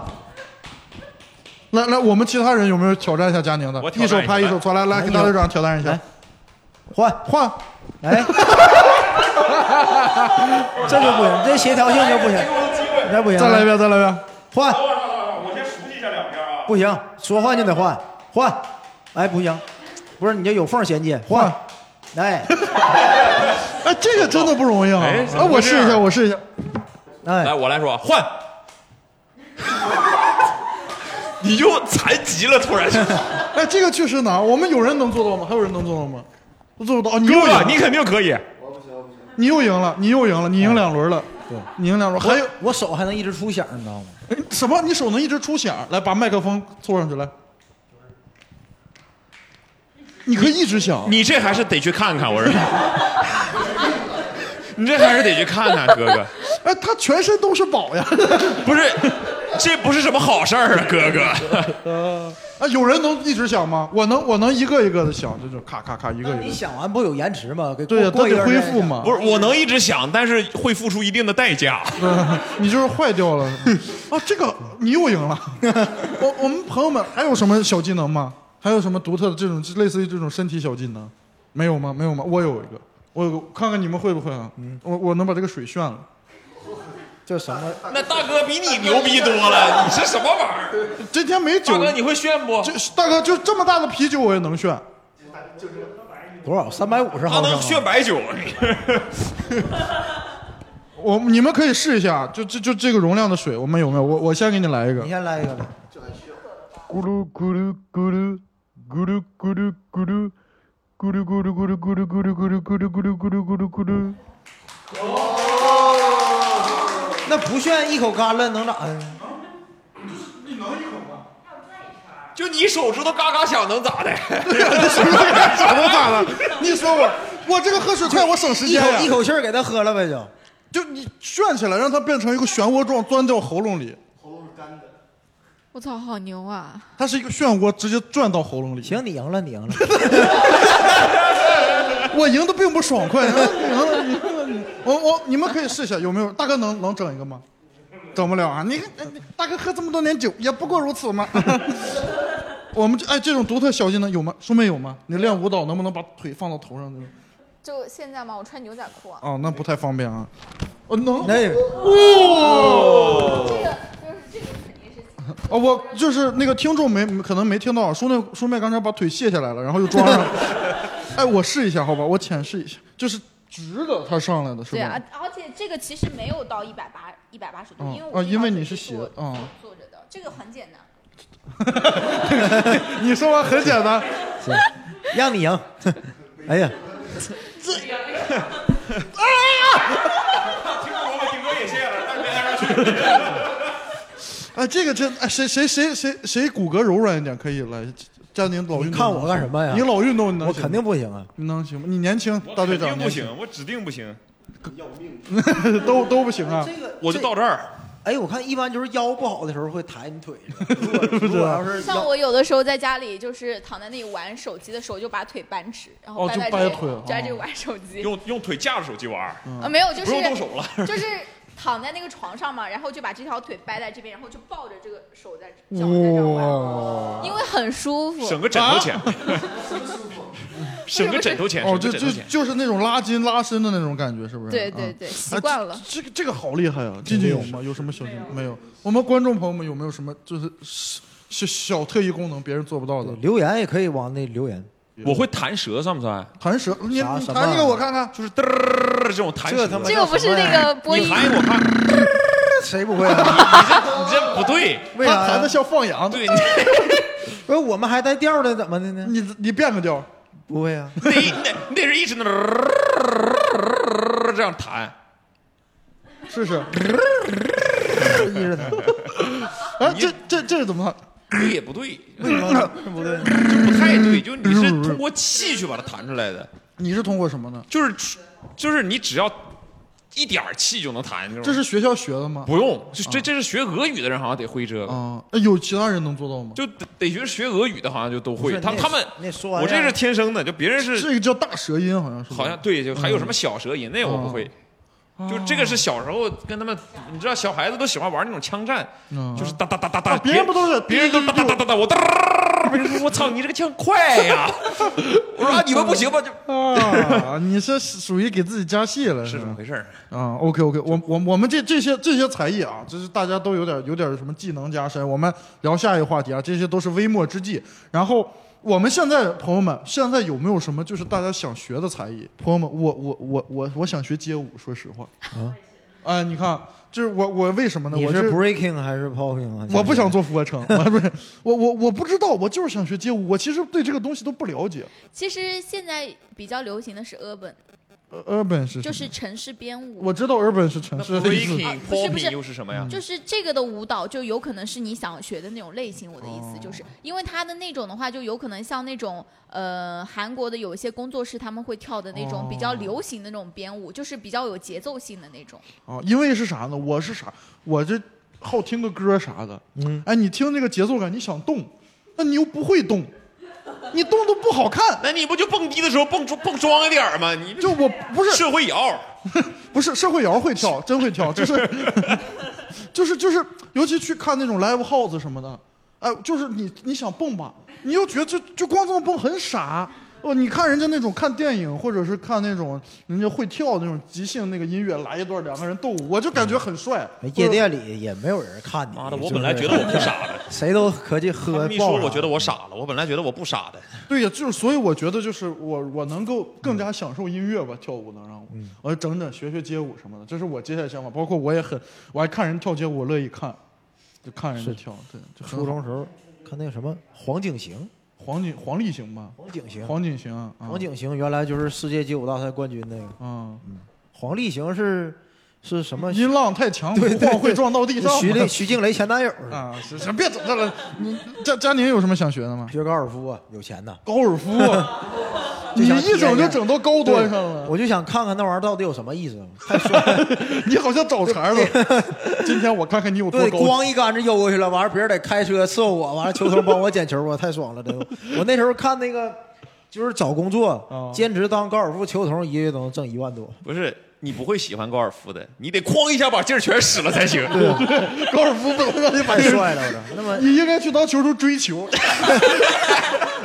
S2: 来来，我们其他人有没有挑战一下佳宁的
S1: 我？挑
S2: 一手
S1: 战一下
S2: 拍，一手搓，来来，
S1: 来
S2: 给大队长挑战一 下
S1: 来。换
S2: 换，
S1: 哎，这就不行，这协调性就不行，那不行，
S2: 再来一遍，再来一遍，
S1: 换。我先熟悉一下两边啊。不行，说换就得换，换，哎，不行，不是你这有缝衔接，换，哎，
S2: 哎，这个真的不容易啊！
S1: 哎怎
S2: 哎，
S1: 么
S2: 我
S1: 会这
S2: 试一下，哎
S1: 样
S2: 我试一下。
S4: 来，我来说，换。 你就残疾了，突然就。
S2: 哎，这个确实难。我们有人能做到吗？还有人能做到吗？都做不到。你又赢
S4: 哥
S2: 了，，
S4: 你肯定可以。
S2: 你又赢了，你又赢了，你赢两轮了。对，你赢两轮。还有
S1: 我手还能一直出响，你知道吗？
S2: 哎什么？你手能一直出响？来，把麦克风凑上去，来。你可以一直响。
S4: 你这还是得去看看，我说。 你这还是得去看看，哥哥。
S2: 哎，他全身都是宝呀。
S4: 不是，这不是什么好事儿啊，哥哥。
S2: 呃， 啊，有人能一直响吗？我能，我能一个一个的响，这就咔咔咔，一个一个。
S1: 你响完不有延迟吗？给
S2: 对呀
S1: 过
S2: 它
S1: 过
S2: 得
S1: 一段
S2: 恢
S1: 时间
S2: 复
S1: 响
S2: 嘛
S4: 不是，我能一直想，但是会付出一定的代价。
S2: 嗯 你就是坏 掉了啊！这个你又赢了。我我们朋友们还有什么小技能吗？还有什么独特的这种类似于这种身体小技能？没有吗？没有吗？我有一个，我有个，看看你们会不会啊？我我能把这个水炫
S1: 嗯
S2: 了。
S1: 这什么？
S4: 那大哥比你牛逼多了，你是什么玩意儿？
S2: 今天没酒。
S4: 大哥你会炫不？
S2: 这大哥就这么大的啤酒我也能炫。
S1: 多少？三百五十
S4: 他
S1: 毫升
S4: 能
S1: 啊。
S4: 炫白酒。
S2: 我你们可以试一下，就就就这个容量的水，我们有没有？我我先给你来一个
S1: 你。先来一个吧。
S2: 咕噜咕噜咕噜咕噜咕噜咕噜咕噜咕噜咕噜咕噜咕噜咕噜咕噜咕噜咕噜咕噜咕噜。
S1: 那不炫一口干了能咋 的？
S4: 就你手指头嘎嘎响，能咋的？
S2: 咋都咋了？你说我，我这个喝水快，我省时
S1: 一
S2: 间呀
S1: 口一口气儿给他喝了呗，就。
S2: 就你炫起来，让它变成一个漩涡状，钻到喉咙里。
S16: 我操，好牛啊！
S2: 它是一个漩涡，直接转到喉咙里。
S1: 行，你赢了，你赢了。
S2: 我赢的并不爽快， 赢了，赢了，赢了你。我我你们可以试一下，有没有？大哥能能整一个吗？整不了啊！你看，哎你大哥喝这么多年酒，也不过如此嘛。 我们这哎，这种独特小技能有吗？说妹有吗？你练舞蹈能不能把腿放到头上那种？
S16: 就现在嘛，我穿牛仔裤啊。
S2: 哦，那不太方便啊。哦，能。
S1: 那
S2: 哦。哦，我就是那个听众没可能没听到，啊叔妹叔妹刚才把腿卸下来了，然后又装上 了。哎，我试一下好吧，我浅试一下，就是直的它上来的是
S7: 对啊
S2: 吧？，
S7: 而且这个其实没有到一百八一百八十
S4: 哦
S7: 度，
S2: 嗯
S7: 因为
S2: 啊
S7: 我这
S2: 因为
S7: 条
S2: 你
S7: 腿
S2: 是斜
S7: 坐
S2: 嗯
S7: 坐着的，这个很简单。
S2: 你说完很简单。
S1: 行，让你赢。 哎 呀，
S2: 啊 哎，这个真哎，谁谁谁谁谁骨骼柔软一点可以了。佳宁老运动能行，
S1: 看我干什么呀
S2: 你老运动，你能
S1: 我
S2: 行吗
S1: 肯定不行啊。
S2: 你能行吗？你年轻，大队
S4: 肯
S2: 长
S4: 定不
S2: 年轻，
S4: 行，我指定不行。
S2: 都都不行啊。
S4: 我就到这儿。
S1: 哎，我看一般就是腰不好的时候会抬你腿 是吧，如果如果要是
S7: 像
S1: 腰
S7: 我有的时候在家里就是躺在那里玩手机的时候，就把腿扳直，然后
S4: 哦就
S7: 在
S4: 掰
S7: 这
S4: 腿
S7: 里，在这
S4: 哦
S7: 玩手机。
S4: 用用腿架着手机玩儿
S7: 啊，没有，就是
S4: 不用动手了，
S7: 就是躺在那个床上嘛，然后就把这条腿掰在这边，然后就抱着这个手在这，
S2: 哇，
S7: 因为很舒服。
S4: 啊省个枕头 钱，省
S7: 不
S4: 个
S7: 是
S4: 枕头钱，
S2: 哦，
S4: 省
S2: 就
S4: 个枕
S2: 就
S4: 头钱。
S2: 就是那种拉筋拉伸的那种感觉，是不是？
S7: 对对对
S2: 啊
S7: 习惯了
S2: 啊这这个这个好厉害啊！进进有吗？有什么小技没有？我们观众朋友们有没有什么就是小小特异功能别人做不到的？
S1: 留言也可以往那留言。
S4: 我会弹舌，算不算？
S2: 弹舌，你
S1: 啥
S2: 你
S1: 什
S2: 弹
S1: 么啊
S2: 一个我看看，
S4: 就是嘚儿这种弹舌。
S1: 这他妈这个不是那个呃播音
S4: 你弹一个我看，
S1: 谁不会啊？
S4: 你这不对，
S1: 为啥呀
S2: 弹的像放羊
S4: 对，
S1: 不是我们还带调呢，怎么的呢？
S2: 你你变个调，
S1: 不会啊？
S4: 你得是一直那这样弹，
S2: 试 试。一直弹。哎，这这这是怎么弹？
S4: 对也不对，
S2: 为什么这不对？
S4: 就不太对，就你是通过气去把它弹出来的，
S2: 你是通过什么呢？
S4: 就是就是你只要一点儿气就能弹。那种
S2: 这是学校学的吗？
S4: 不用，就这这是学俄语的人好像得会这个，
S2: 啊，哎有其他人能做到吗？
S4: 就得得学学俄语的好像就都会。他们他们
S1: 那说
S4: 我这是天生的，就别人是
S2: 这个叫大舌音，好像是。嗯
S4: 好像对，就还有什么小舌音，那我不会。就这个是小时候跟他们，你知道小孩子都喜欢玩那种枪战，
S2: 嗯
S4: 就是哒哒哒哒哒，
S2: 别人不都是
S4: 别人都哒哒哒哒哒，我哒，别人说我操你这个枪快呀！ 我说啊你们不行吧？就
S2: 啊，你是属于给自己加戏了，是
S4: 怎么回事儿？
S2: 啊，OK OK，我我我们这这些这些才艺啊，就是大家都有点有点什么技能加深。我们聊下一个话题啊，这些都是微末之际。然后我们现在朋友们，现在有没有什么就是大家想学的才艺？朋友们，我我我我我想学街舞，说实话。
S1: 啊，
S2: 哎，你看，就是我我为什么呢？
S1: 你
S2: 我
S1: 是
S2: 是
S1: breaking 还是 popping 啊？
S2: 我不想做俯卧 撑，我不是我我我不知道，我就是想学街舞。我其实对这个东西都不了解。
S7: 其实现在比较流行的是 urban，
S2: 呃 urban 是什么
S7: 就是城市编舞。
S2: 我知道 urban 是城市的意思。
S7: 啊不是不是，
S4: 呀
S7: 就是这个的舞蹈，就有可能是你想学的那种类型。我的意
S2: 哦
S7: 思就是，因为它的那种的话，就有可能像那种呃韩国的有一些工作室他们会跳的那种比
S2: 哦
S7: 较流行的那种编舞，就是比较有节奏性的那种。
S2: 啊，因为是啥呢？我是啥？我这好听个歌啥的。嗯，哎，你听这个节奏感，你想动，那你又不会动，你动都不好看。
S4: 那你不就蹦迪的时候蹦蹦装一点儿吗？你
S2: 就我不是
S4: 社会摇，
S2: 不是社会摇 会跳，真会跳，就是就是就是，尤其去看那种 live house 什么的，哎，就是你你想蹦吧，你又觉得就就光这么蹦很傻。哦，你看人家那种看电影，或者是看那种人家会跳那种即兴那个音乐，来一段两个人斗舞，我就感觉很帅。
S1: 夜店里也没有人看你。妈
S4: 的我本来觉得我不傻的，
S1: 谁都合计喝爆
S4: 他们
S1: 了。
S4: 一说我觉得我傻了，我本来觉得我不傻的。
S2: 对呀，就是所以我觉得就是我我能够更加享受音乐吧，跳舞能让我，
S1: 嗯
S2: 我整整学学街舞什么的，这是我接下来想法。包括我也很，我还看人跳街舞，我乐意看，就看人家
S1: 是
S2: 跳。对，就很好
S1: 初中时候看那个什么黄景行，
S2: 黄景黄立行吧，
S1: 黄景行，
S2: 黄景行啊，
S1: 黄景行原来就是世界街舞大赛冠军那个。
S2: 嗯
S1: 黄立行是是什么？
S2: 音浪太强，
S1: 对
S2: 不
S1: 对
S2: 晃会撞到地上。
S1: 徐丽徐静蕾前男友
S2: 啊，是是，别整这了。你佳佳宁有什么想学的吗？
S1: 学高尔夫啊，有钱呐。
S2: 高尔夫啊，
S1: 就
S2: 你
S1: 想
S2: 一整就整到高端上了。
S1: 对我就想看看那玩意儿到底有什么意思。
S2: 你好像找茬
S1: 了。
S2: 今天我看看你有多
S1: 对，
S2: 高
S1: 光一杆子悠过去了，完了别人得开车 伺候我，完了球童帮我捡球，我太爽了，真的。我那时候看那个，就是找工
S2: 嗯
S1: 作，兼职当高尔夫球童，一个月都能挣一万多。
S4: 不是你不会喜欢高尔夫的，你得哐一下把劲儿全使了才行。
S2: 高尔夫不能让你把
S1: 太帅了，我操！那么
S2: 你应该去当球童追求。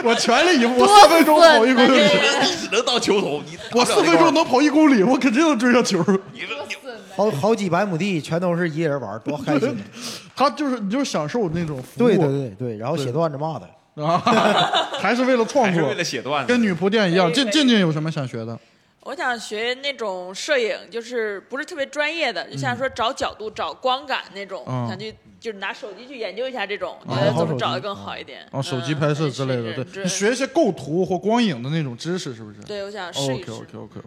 S2: 我全力以赴，我四分钟跑一公里，
S4: 你只能当球童。你
S2: 我四分钟能跑一公里，我肯定能追上球。
S1: 好好几百亩地全都是一个人玩，多开心！啊
S2: 他就是你就是享受那种服务，
S1: 对对对对，然后写段子骂他。
S2: 啊，还是为了创
S4: 还是
S2: 作，
S4: 为了写段子
S2: 跟女仆店一样。
S6: 可以
S2: 静
S6: 可以
S2: 静静有什么想学的？
S6: 我想学那种摄影，就是不是特别专业的，就像说找角度、找光感那种，
S2: 嗯
S6: 想去就是拿手机去研究一下这种，
S2: 哦
S6: 觉得
S2: 好
S6: 怎
S2: 手
S6: 么
S2: 机
S6: 找的更好一点。
S2: 哦，手机拍摄之类的，对，你学一些构图或光影的那种知识，是不是？嗯
S6: 对我想试一试
S2: OK OK OK，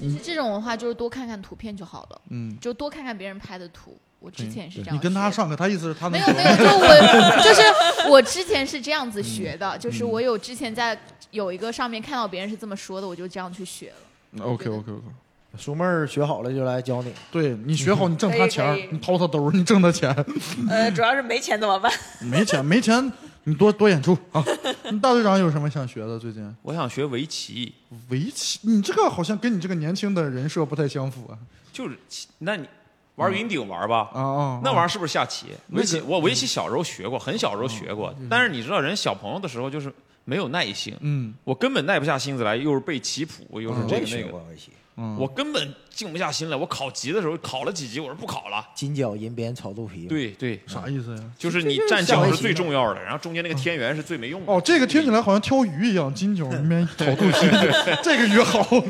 S7: 其实这种的话，就是多看看图片就好了，
S2: 嗯，
S7: 就多看看别人拍的图。我之前是这样
S2: 你
S7: 学的，
S2: 跟他上课，他意思是他能
S7: 没有没有，就我 就是我之前是这样子学
S2: 嗯
S7: 的，就是我有之前在有一个上面看到别人是这么说的，我就这样去学了。
S2: OK OK OK，
S1: 叔妹儿学好了就来教你。
S2: 对 你学好，你挣他钱儿
S6: 可以可以，
S2: 你掏他兜儿，你挣他钱。
S6: 呃，主要是没钱怎么办？
S2: 没钱，没钱，你多多演出 啊！你大队长有什么想学的？最近
S4: 我想学围棋，
S2: 围棋，你这个好像跟你这个年轻的人设不太相符啊。
S4: 就是那你玩云顶玩吧，
S2: 啊啊，
S4: 那玩意儿是不是下棋？
S2: 那个嗯哦
S4: 围棋，我围棋小时候学过，很小时候学过，但是你知道，人小朋友的时候就是没有耐心，
S2: 嗯，哦
S4: 我根本耐不下心子来，又是背棋谱，又是
S1: 嗯
S4: 这
S1: 我也
S4: 个
S1: 学
S4: 那个
S1: 过，
S2: 嗯
S4: 我根本静不下心来。我考级的时候考了几级，我说不考了。
S1: 金角银边草肚皮。
S4: 对对，
S2: 啥意思呀？
S4: 就是你
S2: 这就是
S4: 站脚
S2: 下围
S4: 是
S2: 棋嘛
S4: 最
S2: 嗯
S4: 重要的，然后中间那个天元是最没用的。
S2: 哦，这个听起来好像挑鱼一样，金角里面炒肚皮， 这个鱼好。哦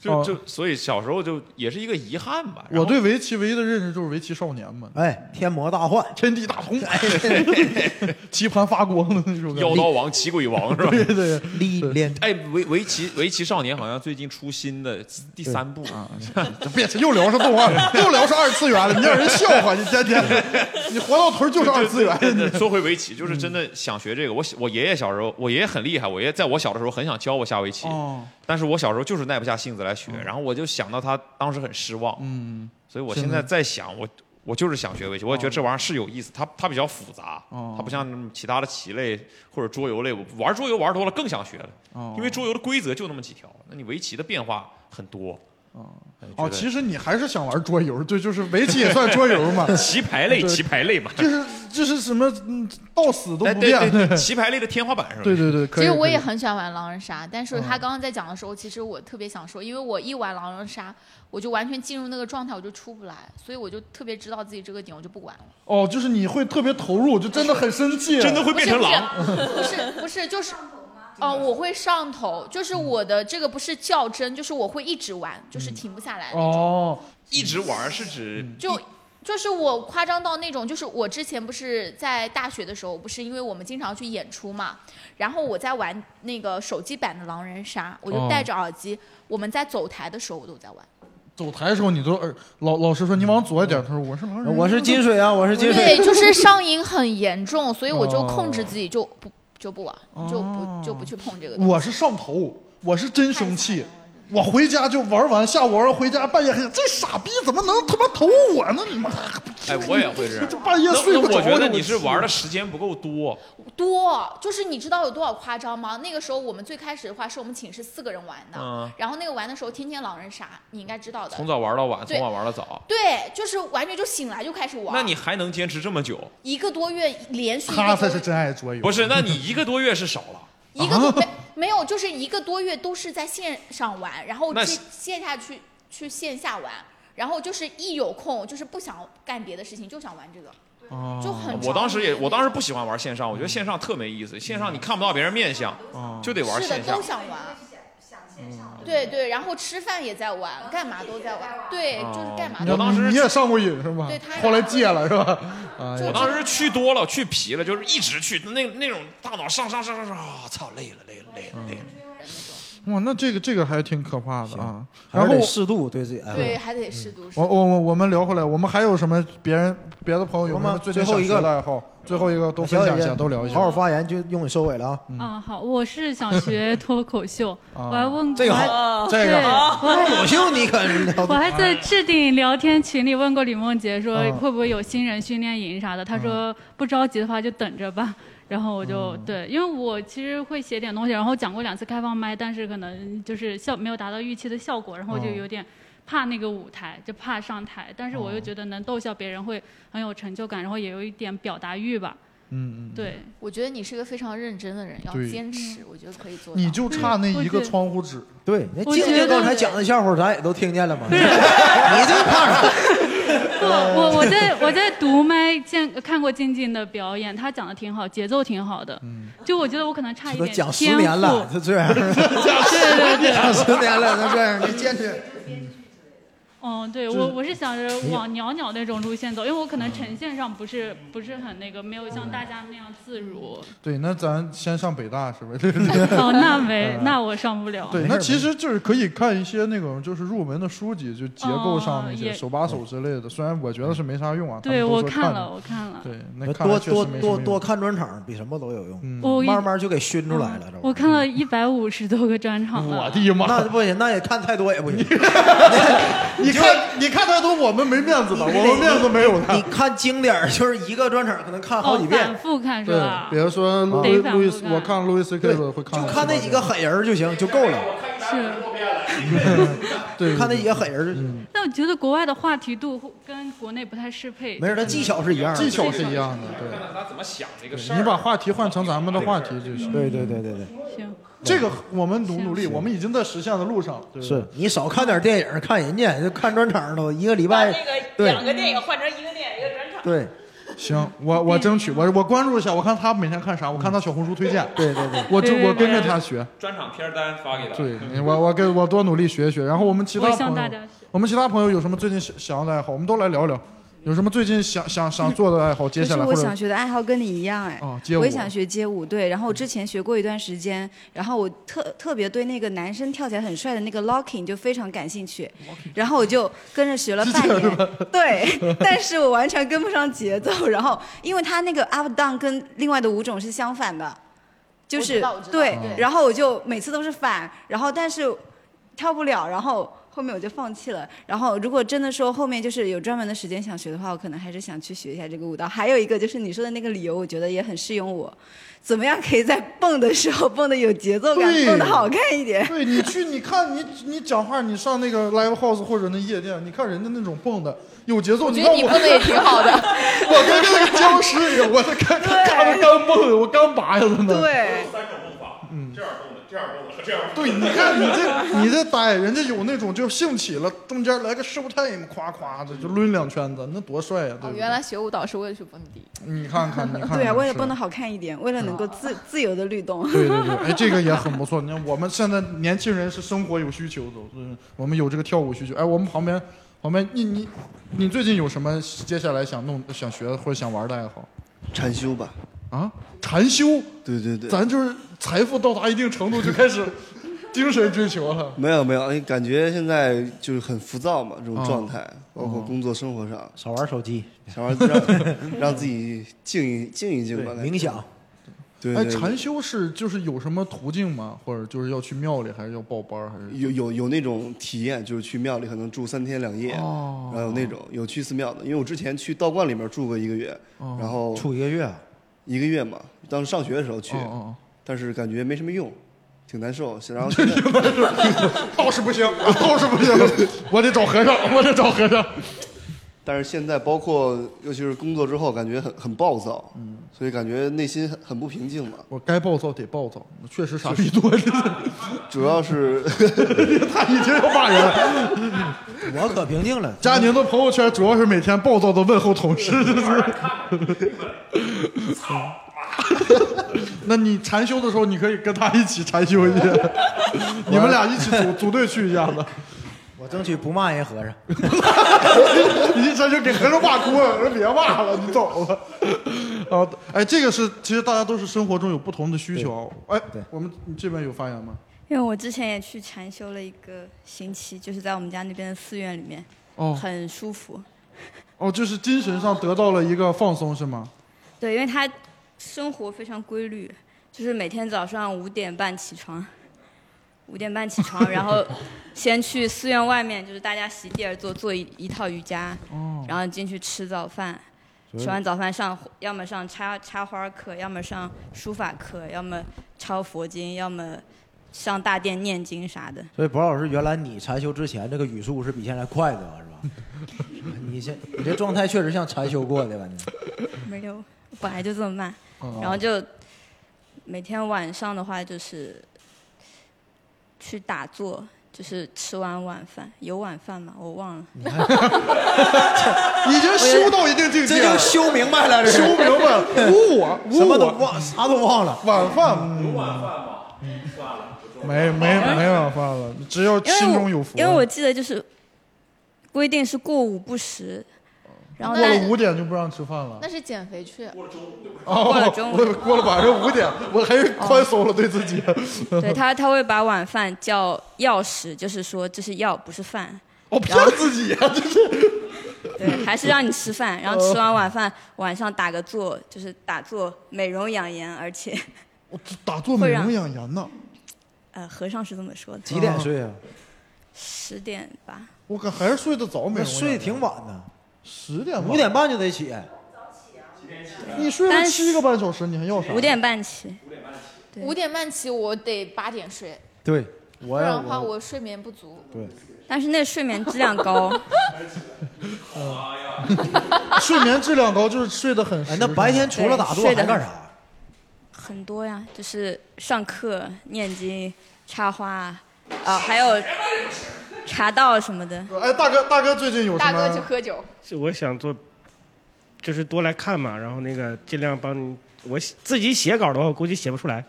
S4: 就就所以小时候就也是一个遗憾吧。 然
S2: 我
S4: 后
S2: 对围棋唯一的认识就是围棋少年嘛。
S1: 哎，天魔大患，
S2: 天地大 同，棋盘发光的那种感觉。
S4: 妖刀王、棋鬼王是吧？
S2: 对对，
S1: 历练。
S4: 哎，围围棋围棋少年好像最近出新的第三部 啊，
S2: 别又聊上动画了，又聊上二次元了，你让人笑话，你天天， 你活到头儿就是二次元。
S4: 对对对说回围棋，
S2: 嗯
S4: 就是真的想学这个。我小我爷爷小时候，我爷爷很厉害，我爷爷在我小的时候很想教我下围棋，
S2: 哦，
S4: 但是我小时候就是耐不下性子来学，然后我就想到他当时很失望，
S2: 嗯，
S4: 所以我
S2: 现
S4: 现在
S2: 在
S4: 在想我。我就是想学围棋，我也觉得这玩意儿是有意思，它它比较复杂，
S2: 哦
S4: 它不像其他的棋类或者桌游类，我玩桌游玩多了更想学了，
S2: 哦
S4: 因为桌游的规则就那么几条，那你围棋的变化很多。。
S2: 哦，其实你还是想玩桌游，对，就是围棋也算桌游嘛
S4: 棋牌类，
S2: 对
S4: 棋牌类嘛，
S2: 就是就是什么嗯到死都
S4: 哎
S2: 不
S4: 对
S2: 变，
S4: 对对，棋牌类的天花板是吧？
S2: 对对对，可
S7: 其
S2: 以。
S7: 实我
S2: 可以
S7: 也很喜欢玩狼人杀，但是
S2: 嗯
S7: 他刚刚在讲的时候，其实我特别想说，因为我一玩狼人杀，我就完全进入那个状态，我就出不来，所以我就特别知道自己这个点，我就不玩 了。
S2: 哦，就是你会特别投入，就真的很生气，
S7: 不是不是不是，就是。哦，我会上头，就是
S2: 嗯
S7: 我的这个不是较真，就是我会一直玩，就是停不下来。
S2: 哦，嗯
S4: 一直玩是指
S7: 就就是我夸张到那种，就是我之前不是在大学的时候，不是因为我们经常去演出嘛，然后我在玩那个手机版的狼人杀，我
S4: 哦
S7: 就戴着耳机，我们在走台的时候我都在玩。
S2: 走台的时候你都耳老老师说你往左一点，他说我是狼人，
S1: 我是金水啊，我是金水。
S7: 对，就是上瘾很严重，所以我就控
S4: 哦
S7: 制自己就不就不玩，就不就不去碰这个东 西。
S2: 我是上头，我是真生气。我回家就玩完，下午玩完回家，半夜还想这傻逼怎么能他妈投我呢？你妈！
S4: 哎，我也会这 样。
S2: 这半夜睡不着
S4: 那那我觉得
S2: 我
S4: 你是玩的时间不够多。
S7: 多，就是你知道有多少夸张吗？那个时候我们最开始的话是我们寝室四个人玩的，
S4: 嗯
S7: 然后那个玩的时候天天狼人杀，你应该知道的。
S4: 从早玩到晚，
S7: 对
S4: 从晚玩到早。
S7: 对，就是完全就醒来就开始玩。
S4: 那你还能坚持这么久？
S7: 一个多月连续一
S2: 他
S7: 个
S2: 才
S7: 多
S2: 是真爱桌游。
S4: 不是，那你一个多月是少了。
S7: 一个
S2: 啊
S7: 多没、没有，就是一个多月都是在线上玩，然后
S4: 那
S7: 去
S4: 是
S7: 线下去去线下玩，然后就是一有空就是不想干别的事情，就想玩这个。就很
S4: 我当时也，我当时不喜欢玩线上，我觉得线上特没意思。线上
S2: 嗯
S4: 你看不到别人面相，
S2: 哦
S4: 就得玩
S7: 是的，
S4: 线下
S7: 都。想玩。
S2: 嗯
S7: 对对，然后吃饭也在玩，干嘛都在玩。对，就是干嘛
S2: 哦你
S7: 都
S2: 看
S7: 玩。
S2: 你也上过瘾是吧
S7: 对他？也
S2: 后来戒了是 吧？哎呀
S4: 我当时去多了，去皮了，就是一直去，那那种大脑上上上上上，啊，操，累了累了累了累了。
S2: 哇，那这个这个还挺可怕的啊。
S1: 还
S2: 然
S1: 是
S2: 后
S1: 得适度对自己。
S7: 对，还得适度。
S2: 我我我我们聊回来，我们还有什么别人别的朋友有
S1: 我
S2: 没有
S1: 们
S2: 最
S1: 最
S2: 近
S1: 后
S2: 想
S1: 一
S2: 学的爱
S1: 个
S2: 好？最后一个都分享一
S1: 小姐
S2: 下，都聊一下。嗯
S1: 好好发言，就用你收尾了啊。
S8: 啊，好，我是想学脱口秀，
S1: 啊
S8: 我还问过
S1: 这个好，这个好，
S8: 对我还
S1: 我就你可是聊
S8: 我还在置顶聊天群里问过李梦洁，说
S1: 嗯
S8: 会不会有新人训练营啥的，她说不着急的话就等着吧。然后我就、对，因为我其实会写点东西，然后讲过两次开放麦，但是可能就是效没有达到预期的效果，然后我就
S11: 嗯
S8: 有点怕那个舞台，就怕上台。但是我又觉得能逗笑别人会很有成就感，然后也有一点表达欲吧。
S2: 嗯嗯，
S8: 对，
S7: 我觉得你是个非常认真的人，要
S2: 对
S7: 坚持，我觉得可以做到。嗯
S2: 你就差那一个
S7: 我觉得
S2: 窗户纸。
S1: 对，那
S7: 我
S1: 静
S7: 觉
S1: 静
S7: 得
S1: 刚才讲的笑话，咱也都听见了嘛。 你这怕啥？
S8: 我我在我在读麦见看过静静的表演，她讲的挺好，节奏挺好的。
S2: 嗯
S8: 就我觉得我可能差一
S1: 都
S8: 点
S1: 讲十
S8: 天赋。
S1: 年 了，他这样，
S8: 对对 对
S1: 讲十年了，他这样，你坚持。
S8: 嗯，对
S2: 就是
S8: 我我是想着
S2: 你嗯
S8: 往袅袅那种路线走，因为我可能呈现上不是不是很那个，没有像大家那样自如。
S2: 对，那咱先上北大是不 是？
S8: 哦，那没
S2: 嗯，
S8: 那我上不了。
S2: 对，那其实就是可以看一些那种就是入门的书籍，就结构上那
S8: 哦
S2: 些
S8: 也
S2: 手把手之类的。虽然我觉得是没啥用啊，他
S8: 对
S2: 们都
S8: 我
S2: 说
S8: 看
S2: 看
S8: 了，我看了。
S2: 对，那看
S1: 多
S2: 来确实
S1: 多
S2: 没什么
S1: 多
S2: 用嗯
S1: 多看专场比什么都有用，
S8: 我
S1: 慢慢就给熏出来了。这
S8: 我看了一百五十多个专场了。
S2: 嗯 的妈！
S1: 那不行，那也看太多也不 行。你
S2: 看，你看太多，我们没面子的，
S1: 你得
S2: 我们面子没有的
S1: 你看经典儿就是一个专场，可能看好几
S8: 哦
S1: 遍
S8: 反。复看是
S2: 对
S8: 吧？，
S2: 比如说路
S8: 得
S2: 易
S8: 反
S2: 路易
S8: 复
S2: 斯，
S8: 看
S2: 我看路易斯 K 的会看，
S1: 就看那几个狠人儿就行，就够了。
S8: 是。
S2: 对，嗯
S1: 看那几个狠人儿就行。
S8: 但我觉得国外的话题度跟国内不太适配。
S1: 没事，他技巧是一样的，
S2: 技巧是一样的。嗯对，
S5: 他怎么想这个事
S2: 你
S5: 儿？
S2: 把话题换成咱们的话题就行。
S1: 对对对对对，
S8: 行，
S2: 这个我们努努力，我们已经在实现的路上。对
S1: 是你少看点电影儿，看人家就看专场都一个礼拜
S6: 那个
S1: 对
S6: 两个电影换成一个电影一个专场。
S1: 对，
S2: 行，我我争取我我关注一下，我看他每天看啥，我看他小红书推荐。
S1: 对对对
S2: 我就我跟着他学。
S5: 专场片单发给他。
S2: 对，我我跟我多努力学一学。然后我们其他
S5: 我
S2: 朋
S5: 向大家
S2: 友
S5: 学，
S2: 我们其他朋友有什么最近想想要的爱好，我们都来聊聊。有什么最近想想想做的爱好？接
S12: 其
S2: 下
S12: 实
S2: 来
S12: 我
S2: 或
S12: 想
S2: 者
S12: 学的爱好跟你一样哎，
S2: 哦街舞嗯
S12: 我也想学街舞，对。然后我之前学过一段时间，然后我特特别对那个男生跳起来很帅的那个 locking 就非常感兴趣，然后我就跟着学了半年，对，但是我完全跟不上节奏。然后因为他那个 up down 跟另外的舞种是相反的，就
S7: 我
S12: 是
S7: 知道我知道
S12: 对
S16: 嗯
S7: 对，
S12: 然后我就每次都是反，然后但是跳不了，然后后面我就放弃了。然后如果真的说后面就是有专门的时间想学的话，我可能还是想去学一下这个舞蹈。还有一个就是你说的那个理由，我觉得也很适用我。怎么样可以在蹦的时候蹦的有节奏感，
S2: 对
S12: 蹦的好看一点？
S2: 对你去，你看你你讲话，你上那个 live house 或者那夜店，你看人家那种蹦的有节奏，
S12: 我觉
S2: 你看我
S12: 得你蹦得也挺好的
S2: 我跟那个僵尸一样，我在看看着刚蹦，我刚拔下来呢。
S12: 对，
S5: 三种蹦法，嗯，这样蹦的，这样蹦的和这样蹦的。
S2: 对，你看你这 你这呆，人家有那种就兴起了，中间来个 show time，夸夸的就抡两圈子，那多帅呀、对
S16: 哦，
S2: 不对？
S16: 原来学舞蹈是为了去蹦迪。
S2: 你看看，你看看，
S12: 对啊，为了
S2: 是啊
S12: 蹦的好看一点，为了能够自自由的律动。
S2: 对对对，哎，这个也很不错。你看，我们现在年轻人是生活有需求的，就是我们有这个跳舞需求。哎，我们旁边，旁边，你你你最近有什么接下来想弄、想学或者想玩的爱好？
S15: 禅修吧。
S2: 啊，禅修？
S15: 对对对，
S2: 咱就是财富到达一定程度就开始 精神追求了。
S15: 没有没有，哎感觉现在就是很浮躁嘛，这种
S2: 哦
S15: 状态，包括工作生活上，
S1: 嗯少玩手机，
S15: 少玩让让自己静一静一静吧，
S1: 对冥想。
S15: 对，
S2: 哎，
S15: 对
S2: 禅修是就是有什么途径吗？或者就是要去庙里，还是要报班儿，还是
S15: 哦有有有那种体验，就是去庙里可能住三天两夜，
S2: 哦
S15: 然后有那种有去寺庙的，因为我之前去道观里面住过一个月，
S2: 哦
S15: 然后
S1: 住一个月，啊
S15: 一个月嘛，当时上学的时候
S2: 哦
S15: 去，但是感觉没什么用，挺难受，然后现在
S2: 道士不 行，道士不行，我得找和尚，我得找和尚。
S15: 但是现在包括尤其是工作之后，感觉很很暴躁，
S2: 嗯
S15: 所以感觉内心很很不平静嘛。
S2: 我该暴躁得暴躁，确实傻逼多。
S15: 主要是
S2: 他已经要骂人了，
S1: 我可平 静了。
S2: 佳宁的朋友圈主要是每天暴躁的问候同事，这是。 那你禅修的时候，你可以跟他一起禅修一下，你们俩一起组组队去一下子。
S1: 我争取不骂人和尚。
S2: 你这禅修给和尚骂哭了，人别骂了， 你走吧。啊，哎，这个是其实大家都是生活中有不同的需求。哎，我们你这边有发言吗？
S10: 因为我之前也去禅修了一个星期，就是在我们家那边的寺院里面，
S2: 哦
S10: 很舒服。
S2: 哦，就是精神上得到了一个放松，是吗？
S10: 对，因为他生活非常规律，就是每天早上五点半起床，五点半起床，然后先去寺院外面，就是大家席地而坐，做一一套瑜伽，
S2: 哦
S10: 然后进去吃早饭。
S2: 所以
S10: 吃完早饭上，要么上插插花课，要么上书法课，要么抄佛经，要么上大殿念经啥的。
S1: 所以，博老师，原来你禅修之前这个语速是比现在快的吧，是吧？你现你这状态确实像禅修过的吧？你
S10: 没有，本来就这么慢
S1: 哦，
S10: 然后就每天晚上的话就是去打坐，就是吃完晚饭，有晚饭吗？我忘了。
S2: 已经修到一定境界
S1: 这
S2: 了，
S1: 就修明白了这是
S2: 修明白了，无我，无我
S1: 什么都忘啥都忘了
S2: 晚饭
S5: 有
S2: 嗯
S5: 晚饭吗？算了，不重要
S2: 没没没晚饭了，只要
S10: 因为
S2: 心
S10: 我
S2: 中有佛。
S10: 因为我记得就是。规定是过午不食，然后
S2: 哦过
S10: 但
S2: 了五点就不让吃饭了。
S16: 那是减肥去。过了中午。
S2: 哦，
S10: 过了中午哦
S2: 我以为过了晚上五点，我还是宽松了对自己。
S10: 对他他会把晚饭叫药食，就是说这是药不是饭，
S2: 我
S10: 然后
S2: 自己呀、啊这是
S10: 对，还是让你吃饭，然后吃完晚饭晚上打个坐，就是打坐美容养颜，而且
S2: 打坐美容养颜呢。
S10: 呃和尚是这么说的。
S1: 几点？
S2: 哦
S1: 睡啊？
S10: 十点吧。
S2: 我可还是睡得早，美
S1: 那
S2: 容养颜
S1: 睡得挺晚的，
S2: 十点吧
S1: 五点半就得起。
S2: 你睡了
S10: 但
S2: 七个半小时，你还要啥？
S10: 五点半起。
S16: 五点半起，我得八点睡，
S1: 对，
S16: 不
S1: 我
S16: 然
S1: 要
S16: 的话我睡眠不足。
S1: 对，
S10: 但是那睡眠质 量高，
S2: 睡眠质量高就是睡得很实。
S1: 哎那白天除了打坐还干啥？
S10: 很多呀，就是上课、念经、插花啊、还有茶道什么的。
S2: 哎，大哥，大哥最近有
S16: 大哥去喝酒，
S9: 是我想做，就是多来看嘛，然后那个尽量帮你。我写自己写稿的话，我估计写不出来，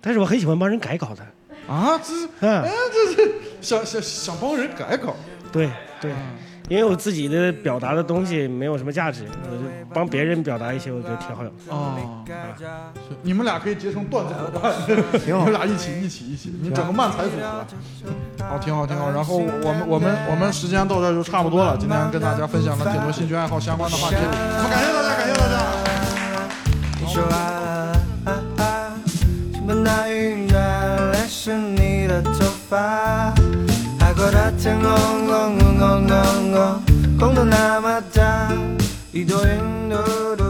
S9: 但是我很喜欢帮人改稿的。
S2: 啊，这是，
S9: 嗯
S2: 哎，这是想想想帮人改稿。啊
S9: 对对，因为我自己的表达的东西没有什么价值，我就帮别人表达一些，我觉得挺好的。
S2: 哦，是你们俩可以结成段子伙伴，
S9: 挺好
S2: 你们俩一起一起一起，你整个漫才组合，好，挺好挺好。然后我们我们我们时间到这儿就差不多了，今天跟大家分享了挺多兴趣爱好相关的话题，我们感谢大家，感谢大家。
S11: 你说啊啊啊，什么那云南，那是你的头发，海阔的天空，空空空空空，空的那么大，一朵云朵朵。